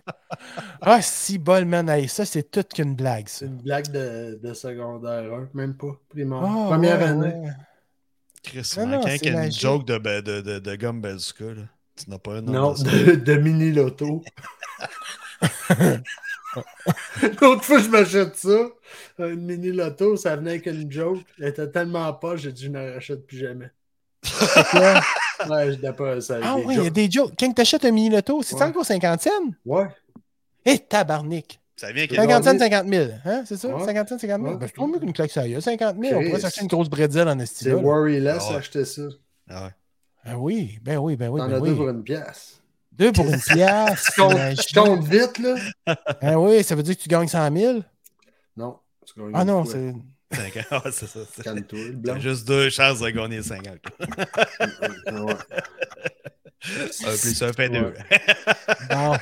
Speaker 1: Ah, si bol, man. Hey, ça, c'est toute qu'une blague, ça.
Speaker 3: C'est une blague de, de secondaire 1, même pas, primaire.
Speaker 1: Ah,
Speaker 3: Première
Speaker 1: ouais,
Speaker 3: année.
Speaker 1: ouais.
Speaker 2: Chris,
Speaker 1: Non,
Speaker 2: il manque
Speaker 1: non,
Speaker 2: un
Speaker 1: c'est
Speaker 2: qui a une
Speaker 1: magique.
Speaker 2: joke de, ben- de, de, de gomme bazooka, là. Tu n'as pas un
Speaker 3: Non,
Speaker 2: de ça.
Speaker 3: de, de
Speaker 1: *laughs*
Speaker 3: mini loto. L'autre fois, je m'achète ça. Une mini loto, ça venait avec une joke. Elle était tellement pas, j'ai dit, je n'en rachète plus jamais.
Speaker 1: Quoi?
Speaker 3: *laughs* Ouais, je pas ça.
Speaker 1: Ah
Speaker 3: avec des
Speaker 1: oui, il y a
Speaker 3: jokes.
Speaker 1: des jokes. Quand t'achètes un mini loto, c'est
Speaker 3: Ouais.
Speaker 1: encore cinquantaine?
Speaker 3: Ouais.
Speaker 1: Eh, tabarnak!
Speaker 2: Ça vient qu'il
Speaker 3: Quel
Speaker 1: Cinquantaine,
Speaker 3: ordre?
Speaker 1: cinquante mille. Hein, c'est ça?
Speaker 3: Ouais.
Speaker 1: Cinquantaine, cinquante mille.
Speaker 3: Ouais.
Speaker 1: Ben, je trouve mieux qu'une claque sérieuse. Cinquante mille, on pourrait
Speaker 3: Chris.
Speaker 1: s'acheter une grosse bretzel en estime.
Speaker 3: C'est Worryless,
Speaker 2: Ah ouais.
Speaker 3: acheter ça.
Speaker 2: Ah ouais.
Speaker 1: Ah oui, ben oui, ben oui,
Speaker 3: T'en
Speaker 1: ben
Speaker 3: as
Speaker 1: oui.
Speaker 3: deux pour une pièce.
Speaker 1: Deux pour une pièce.
Speaker 3: Je *laughs* compte-
Speaker 1: imagine.
Speaker 3: je compte vite, là.
Speaker 1: Ah oui, ça veut dire que tu gagnes 100 000?
Speaker 3: Non. tu gagnes
Speaker 1: Ah
Speaker 3: une
Speaker 1: non,
Speaker 3: fois.
Speaker 1: c'est...
Speaker 2: Cinquante- *laughs* ouais, c'est ça. c'est-
Speaker 3: Calme-toi, le blanc.
Speaker 2: T'as juste deux chances de gagner 50.
Speaker 3: Ouais.
Speaker 2: Un plus un fait deux.
Speaker 1: Bon.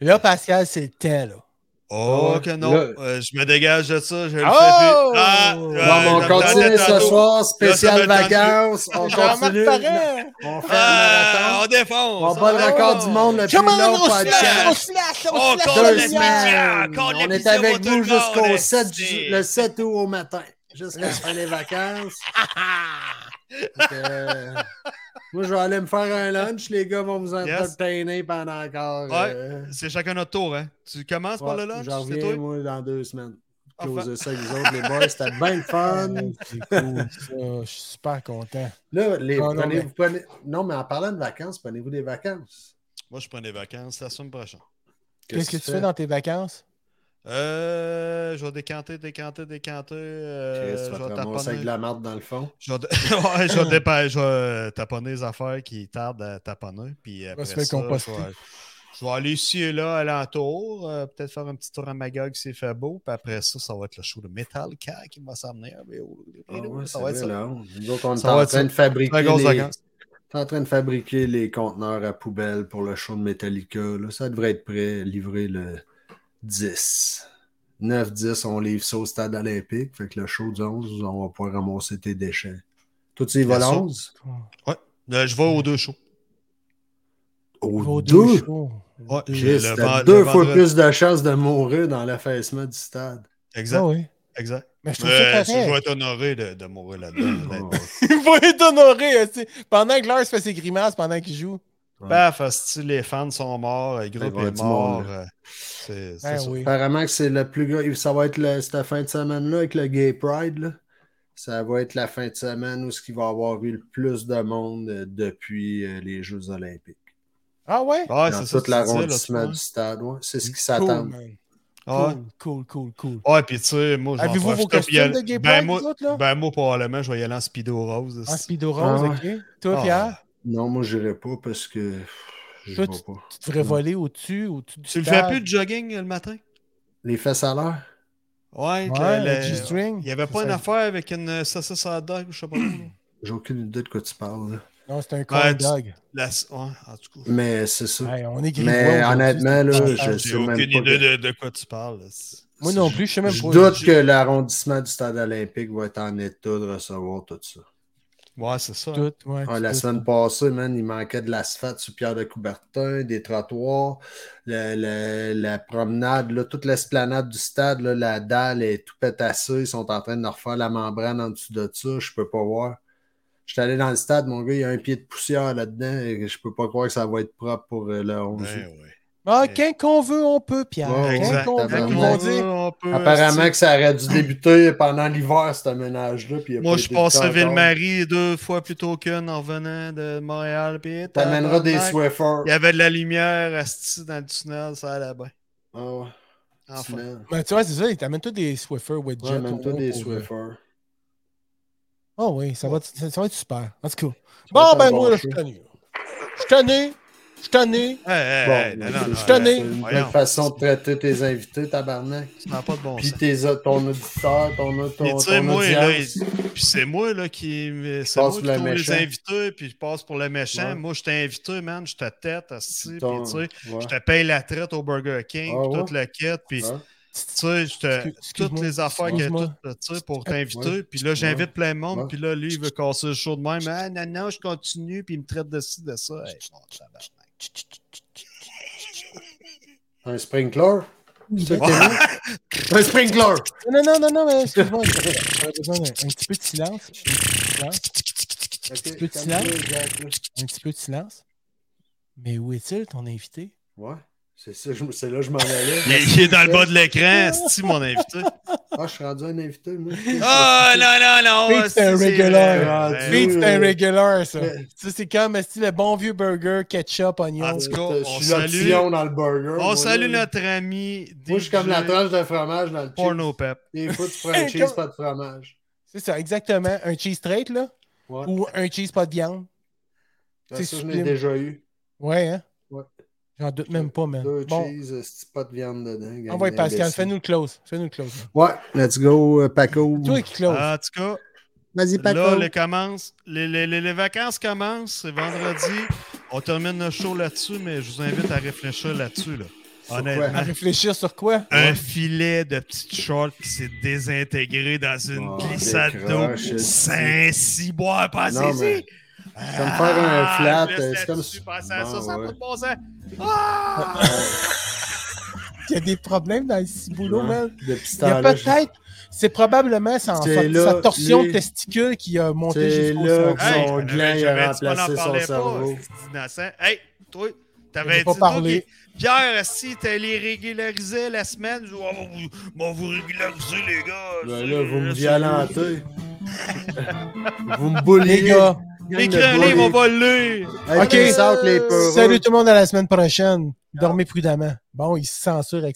Speaker 1: Là, Pascal, c'est le temps, là.
Speaker 2: Oh,
Speaker 3: Ouais.
Speaker 2: que non.
Speaker 3: Là-
Speaker 2: Euh, je me dégage de ça. Je le fais plus.
Speaker 1: Oh!
Speaker 2: Ah,
Speaker 1: Bon,
Speaker 2: ah,
Speaker 3: Bon,
Speaker 1: je
Speaker 3: on
Speaker 2: j'attendais
Speaker 3: continue ce
Speaker 2: tantôt.
Speaker 3: soir, spécial
Speaker 2: Là, ça me donne
Speaker 3: vacances. On
Speaker 1: Jean-Marc
Speaker 3: continue.
Speaker 1: Parent!
Speaker 3: On fait
Speaker 2: Ah,
Speaker 3: le marathon.
Speaker 2: on défonce. Ah!
Speaker 3: On bat le record du monde le plus
Speaker 1: Come on,
Speaker 3: long
Speaker 1: on se lâche, on
Speaker 3: podcast.
Speaker 1: se lâche,
Speaker 2: Oh,
Speaker 1: on se lâche!
Speaker 2: Call
Speaker 3: Deux
Speaker 2: the
Speaker 1: la
Speaker 2: Media,
Speaker 3: semaines.
Speaker 2: Call
Speaker 3: On est
Speaker 2: l'épisode,
Speaker 3: avec
Speaker 2: tout le
Speaker 3: vous jusqu'au
Speaker 2: monde,
Speaker 3: 7,
Speaker 2: c'est-
Speaker 3: ju- le 7 août au matin, jusqu'à la fin des vacances.
Speaker 2: *laughs*
Speaker 3: Fait que, euh, moi, je vais aller me faire un lunch. Les gars vont vous
Speaker 2: Yes.
Speaker 3: entertainer pendant encore.
Speaker 2: Ouais.
Speaker 3: euh,
Speaker 2: C'est chacun notre tour, hein? Tu commences par
Speaker 3: ouais,
Speaker 2: le lunch?
Speaker 3: je
Speaker 2: C'est toi?
Speaker 3: reviens, moi, dans deux semaines.
Speaker 2: Enfin.
Speaker 3: Closer ça avec vous autres, les boys. C'était bien le fun.
Speaker 1: C'est cool, ça. *laughs* Je suis super content.
Speaker 3: Là,
Speaker 2: Ah,
Speaker 3: les,
Speaker 1: Non, non,
Speaker 3: prenez,
Speaker 1: mais-
Speaker 3: vous prenez- non, mais en parlant de vacances, prenez-vous des vacances.
Speaker 2: Moi, je prends des vacances la semaine prochaine.
Speaker 1: Qu'est-ce que tu fais dans tes vacances?
Speaker 2: Euh, je vais décanter, décanter, décanter. euh,
Speaker 3: Chris, tu vas
Speaker 2: je vais
Speaker 3: te ramasser avec
Speaker 2: taponner.
Speaker 3: de la marde dans le fond.
Speaker 2: Je vais, dé- *laughs* ouais, je vais dépa- je vais taponner les affaires qui tardent à taponner. Puis après
Speaker 1: se
Speaker 2: ça,
Speaker 1: faire composter.
Speaker 2: je, vais, je vais aller ici et là, alentour. euh, Peut-être faire un petit tour à Magog s'il fait beau. Puis après ça, ça va être le show de Metallica qui va s'emmener. Ah, mais oh,
Speaker 3: Ah
Speaker 2: oh,
Speaker 3: ouais,
Speaker 2: ça
Speaker 3: c'est
Speaker 2: va
Speaker 3: vrai,
Speaker 2: être ça.
Speaker 3: là, on- Nous autres, on est
Speaker 2: Ça va
Speaker 3: en
Speaker 2: être ça.
Speaker 3: train de fabriquer
Speaker 2: Très grosses
Speaker 3: les...
Speaker 2: vacances.
Speaker 3: t'es en train de fabriquer les conteneurs à poubelle pour le show de Metallica. là. Ça devrait être prêt, livré le 10. 9-10, on livre ça au stade olympique. Fait que le show du 11, on va pouvoir ramasser tes déchets. Tout ces
Speaker 2: Bien sûr.
Speaker 3: volants 11?
Speaker 2: Euh, je vais aux deux shows.
Speaker 3: Au
Speaker 1: Vos
Speaker 3: 2!
Speaker 1: shows.
Speaker 2: Ouais,
Speaker 3: Chris,
Speaker 2: le
Speaker 3: t'as
Speaker 2: ven-
Speaker 3: deux
Speaker 2: le
Speaker 3: fois
Speaker 2: vendredi-
Speaker 3: plus de chances de mourir dans l'affaissement du stade.
Speaker 2: Exact.
Speaker 1: Ah oui.
Speaker 2: Exact.
Speaker 1: Mais je trouve
Speaker 2: Mais,
Speaker 1: ça
Speaker 2: je vais
Speaker 1: correct.
Speaker 2: être honoré de, de mourir là-dedans.
Speaker 3: Ben,
Speaker 2: honnêtement.
Speaker 1: *laughs* Il va être honoré. hein, tu sais. Pendant que Lars fait ses grimaces pendant qu'il joue.
Speaker 3: Ouais.
Speaker 2: Paf, hostie, les fans sont morts, le
Speaker 3: Ouais,
Speaker 2: groupe
Speaker 3: il va y
Speaker 2: est
Speaker 3: avoir du
Speaker 2: mort.
Speaker 3: monde, là.
Speaker 2: euh, C'est c'est
Speaker 1: Ben
Speaker 2: ça.
Speaker 1: oui.
Speaker 3: Apparemment que c'est le plus gros. Ça va être le- cette fin de semaine-là avec le Gay Pride. là. Ça va être la fin de semaine où ce qui va avoir eu le plus de monde euh, depuis euh, les Jeux Olympiques.
Speaker 1: Ah ouais?
Speaker 2: Ouais,
Speaker 3: Dans
Speaker 2: c'est ça,
Speaker 3: tout
Speaker 2: tu dis, là, tu
Speaker 3: l'arrondissement
Speaker 2: vois.
Speaker 3: du stade. ouais. C'est ce qui
Speaker 1: Cool,
Speaker 3: s'attend.
Speaker 1: man.
Speaker 2: Ouais.
Speaker 1: Cool, cool, cool, cool.
Speaker 2: Ouais, puis tu sais, moi, je vais en
Speaker 1: Avez-vous vos
Speaker 2: profiter pour y
Speaker 1: costumes
Speaker 2: aller-
Speaker 1: de gay
Speaker 2: ben,
Speaker 1: pride,
Speaker 2: moi,
Speaker 1: vous autres, là?
Speaker 2: ben, moi, probablement, je vais y aller en speedo rose.
Speaker 1: En speedo rose,
Speaker 3: Ah
Speaker 1: ok. Toi,
Speaker 2: Ah.
Speaker 1: Pierre,
Speaker 3: Non, moi, j'irai pas parce que. pff, Je
Speaker 1: Toi,
Speaker 3: vais pas.
Speaker 1: tu te ferais
Speaker 3: Non.
Speaker 1: voler au-dessus, au-dessus du
Speaker 2: tu le fais
Speaker 1: stade.
Speaker 2: plus de jogging euh, le matin?
Speaker 3: Les fesses à l'heure.
Speaker 2: Ouais, que
Speaker 1: Ouais,
Speaker 2: le-
Speaker 1: le G-string.
Speaker 2: il n'y avait pas
Speaker 1: Ça,
Speaker 2: une
Speaker 1: ça-
Speaker 2: affaire avec une euh, saucisse à hot dog ou je
Speaker 1: *clears throat*
Speaker 2: sais pas quoi. là.
Speaker 3: J'ai aucune idée de quoi tu parles. là.
Speaker 1: Non, c'est un
Speaker 2: Ouais,
Speaker 1: corn
Speaker 2: tu-
Speaker 1: dog.
Speaker 2: La- ouais, en tout cas. Ah,
Speaker 3: Mais c'est ça.
Speaker 1: Ouais, on est grivois
Speaker 3: Mais
Speaker 1: aujourd'hui,
Speaker 3: honnêtement,
Speaker 1: c'est
Speaker 3: là,
Speaker 1: pas
Speaker 3: Euh, je
Speaker 1: grave.
Speaker 3: sais
Speaker 2: J'ai
Speaker 3: même
Speaker 2: aucune
Speaker 3: pas.
Speaker 2: idée de,
Speaker 3: que-
Speaker 2: de quoi tu parles. là. C'est-
Speaker 1: Moi
Speaker 2: c'est-
Speaker 1: non plus, je sais même
Speaker 3: Je
Speaker 1: pas.
Speaker 3: doute que l'arrondissement du stade olympique va être en état de recevoir tout ça.
Speaker 2: Ouais, c'est ça.
Speaker 1: Doute, ouais,
Speaker 3: Ah,
Speaker 2: *laughs*
Speaker 1: tu
Speaker 3: la
Speaker 1: doutes.
Speaker 3: semaine passée, man, il manquait de l'asphalte sur Pierre de Coubertin, des trottoirs, le- le- la promenade, là, toute l'esplanade du stade, là, la dalle est tout pétassée. Ils sont en train de refaire la membrane en dessous de ça. Je peux pas voir. Je suis allé dans le stade, mon gars, il y a un pied de poussière là-dedans. et Je peux pas croire que ça va être propre pour euh, le 11
Speaker 2: Ben, ouais.
Speaker 1: Ah, quand qu'on veut, on peut, Pierre.
Speaker 3: Ouais,
Speaker 1: Quand
Speaker 2: Exact.
Speaker 1: qu'on veut,
Speaker 3: Exactement.
Speaker 1: ils vont dire.
Speaker 2: On peut,
Speaker 3: Apparemment que ça aurait dû débuter pendant l'hiver, cet ménage-là. puis il a
Speaker 2: Moi,
Speaker 3: pas
Speaker 2: je
Speaker 3: débuté
Speaker 2: passe à
Speaker 3: encore.
Speaker 2: Ville-Marie deux fois plus tôt qu'une en venant de Montréal. puis
Speaker 3: T'amèneras des
Speaker 2: tabarnak,
Speaker 3: Swiffers.
Speaker 2: Il y avait de la lumière asti, dans le tunnel, ça allait bien.
Speaker 3: Ah ouais, tu
Speaker 2: Enfin.
Speaker 3: mets-
Speaker 1: Ben, tu vois, c'est ça, ils t'amènent tous des Swiffer,
Speaker 3: Ouais,
Speaker 1: Wedget.
Speaker 3: amène-toi des Swiffers.
Speaker 1: Oh oui, ça va, ça, ça va être super. En tout cas.
Speaker 3: va
Speaker 1: Bon,
Speaker 3: être un
Speaker 1: ben,
Speaker 3: bon
Speaker 1: moi, là, je
Speaker 3: show.
Speaker 1: suis tanné. Je suis tanné. Je suis tanné.
Speaker 2: Hey, hey, hey,
Speaker 3: Bon,
Speaker 2: non, non, non,
Speaker 3: c'est-
Speaker 2: euh,
Speaker 1: je tenais.
Speaker 3: C'est une
Speaker 2: Voyons.
Speaker 3: bonne façon de traiter tes invités, tabarnak.
Speaker 2: Ça n'a pas de bon
Speaker 3: Puis
Speaker 2: sens.
Speaker 3: tes, ton auditeur, ton,
Speaker 2: Puis
Speaker 3: ton,
Speaker 2: tu sais,
Speaker 3: ton
Speaker 2: moi, là,
Speaker 3: audience.
Speaker 2: il- puis c'est moi là, qui, c'est moi
Speaker 3: passes
Speaker 2: qui
Speaker 3: pour le
Speaker 2: trouve les
Speaker 3: méchant.
Speaker 2: invités, puis je passe pour le méchant.
Speaker 3: Ouais.
Speaker 2: Moi, je t'ai invité, man, je te tête, asti,
Speaker 3: ton-
Speaker 2: puis tu sais,
Speaker 3: ouais.
Speaker 2: je te paye la traite au Burger King,
Speaker 3: Ah,
Speaker 2: puis
Speaker 3: ouais. Ah.
Speaker 2: toute la quête, puis
Speaker 3: Ouais.
Speaker 2: tu sais, je te,
Speaker 1: Excuse- excuse-moi,
Speaker 2: toutes les affaires que
Speaker 1: excuse-moi.
Speaker 2: tu tu sais, pour t'inviter,
Speaker 3: Ouais.
Speaker 2: puis là, j'invite
Speaker 3: Ouais.
Speaker 2: plein de monde,
Speaker 3: Ouais.
Speaker 2: puis là, lui, il veut casser le show de même. Ah, non, non, je continue, puis il me traite de ci, de ça. Hey, bon, tabarnak.
Speaker 3: Un sprinkler? C'est ça que t'as mis? Un sprinkler!
Speaker 1: Non, non, non, non, mais excuse-moi. j'aurais- J'aurais besoin d'un un petit peu de silence. Un petit peu de silence.
Speaker 3: Ok,
Speaker 1: peu de
Speaker 3: calme-toi,
Speaker 1: silence.
Speaker 3: Jack, là.
Speaker 1: Un petit peu de silence. Mais où est-il, ton invité?
Speaker 3: Ouais, c'est ça, je- c'est là que je m'en allais.
Speaker 2: Il est- il est dans le bas de l'écran, c'est mon invité.
Speaker 3: Ah, je suis rendu un invité, moi.
Speaker 2: Ah, non, non, non.
Speaker 1: Pete, c'est un
Speaker 2: c'est-
Speaker 1: regular.
Speaker 3: Ah,
Speaker 2: Ben,
Speaker 1: Pete, c'est un
Speaker 3: oui.
Speaker 1: regular, ça.
Speaker 3: Ouais.
Speaker 1: Ça, c'est comme esti, le bon vieux burger, ketchup,
Speaker 2: Euh. En
Speaker 1: oignon.
Speaker 2: tout
Speaker 3: Je
Speaker 2: cas, on
Speaker 3: suis
Speaker 2: salue-
Speaker 3: l'option dans le burger.
Speaker 2: On
Speaker 3: moi,
Speaker 2: salue
Speaker 3: là.
Speaker 2: notre ami
Speaker 3: Moi, je suis comme la
Speaker 2: DJ
Speaker 3: tranche de fromage dans le cheese.
Speaker 2: Porno Pep.
Speaker 3: Des fois, tu prends un cheese, pas de fromage.
Speaker 1: C'est ça, exactement. Un cheese straight, là.
Speaker 3: Ouais.
Speaker 1: Ou un cheese pas de viande.
Speaker 3: Ça,
Speaker 1: c'est
Speaker 3: je l'ai
Speaker 1: sublime.
Speaker 3: déjà eu.
Speaker 1: Ouais, hein?
Speaker 3: Ouais.
Speaker 1: J'en doute même pas, man.
Speaker 3: Deux
Speaker 1: Bon,
Speaker 3: cheese, euh, c'est pas de viande dedans. gang
Speaker 1: envoie Pascal,
Speaker 3: d'imbéciles.
Speaker 1: fais-nous le close. Fais-nous le close. man.
Speaker 3: Ouais, let's go, euh, Paco.
Speaker 1: Toi qui close.
Speaker 2: En tout cas,
Speaker 3: Vas-y,
Speaker 2: là, les, commence- les, les- les- les vacances commencent, c'est vendredi. On termine le show là-dessus, mais je vous invite à réfléchir là-dessus. Là.
Speaker 1: À
Speaker 2: Honnêtement.
Speaker 1: réfléchir sur quoi?
Speaker 2: Un filet de petites shorts qui s'est désintégré dans une
Speaker 3: Oh,
Speaker 2: glissade d'eau.
Speaker 3: décroche, esti.
Speaker 2: C'est si boire,
Speaker 3: Non,
Speaker 2: passez-y.
Speaker 3: mais c'est comme faire un
Speaker 2: Ah,
Speaker 3: flat,
Speaker 2: je
Speaker 3: euh,
Speaker 2: laisse
Speaker 3: c'est comme-
Speaker 2: là-dessus, pensez à ça,
Speaker 3: Bon,
Speaker 2: ça n'a
Speaker 3: ouais.
Speaker 2: pas de bon sens. Ah!
Speaker 1: Il y a des problèmes dans le ciboulot, man.
Speaker 3: Depuis ce
Speaker 1: Il y a
Speaker 3: temps-là, je-
Speaker 1: peut-être. C'est probablement sa,
Speaker 3: C'est
Speaker 1: sa-
Speaker 3: là,
Speaker 1: sa torsion
Speaker 3: lui.
Speaker 1: de testicule qui a monté
Speaker 3: C'est
Speaker 1: jusqu'au
Speaker 3: là
Speaker 1: cerveau.
Speaker 3: que son
Speaker 2: on avait-
Speaker 3: gland, il a
Speaker 2: j'avais dit qu'on en
Speaker 3: remplacé son
Speaker 2: parlait pas,
Speaker 3: cerveau.
Speaker 2: c'est innocent. Hey, toi, t'avais
Speaker 1: J'ai
Speaker 2: dit
Speaker 1: pas
Speaker 2: toi,
Speaker 1: parlé.
Speaker 2: que Pierre, si t'allais les régulariser la semaine, je vais vous, bon, vous régulariser, les gars.
Speaker 3: Ben
Speaker 2: c'est-
Speaker 3: là, vous me
Speaker 2: c'est-
Speaker 3: violentez. vous me bulliez.
Speaker 1: Les gars,
Speaker 2: Écris un livre, on va le lire.
Speaker 1: Ok.
Speaker 3: OK. les peureux.
Speaker 1: salut tout le monde à la semaine prochaine. Dormez prudemment. Bon, il se censure avec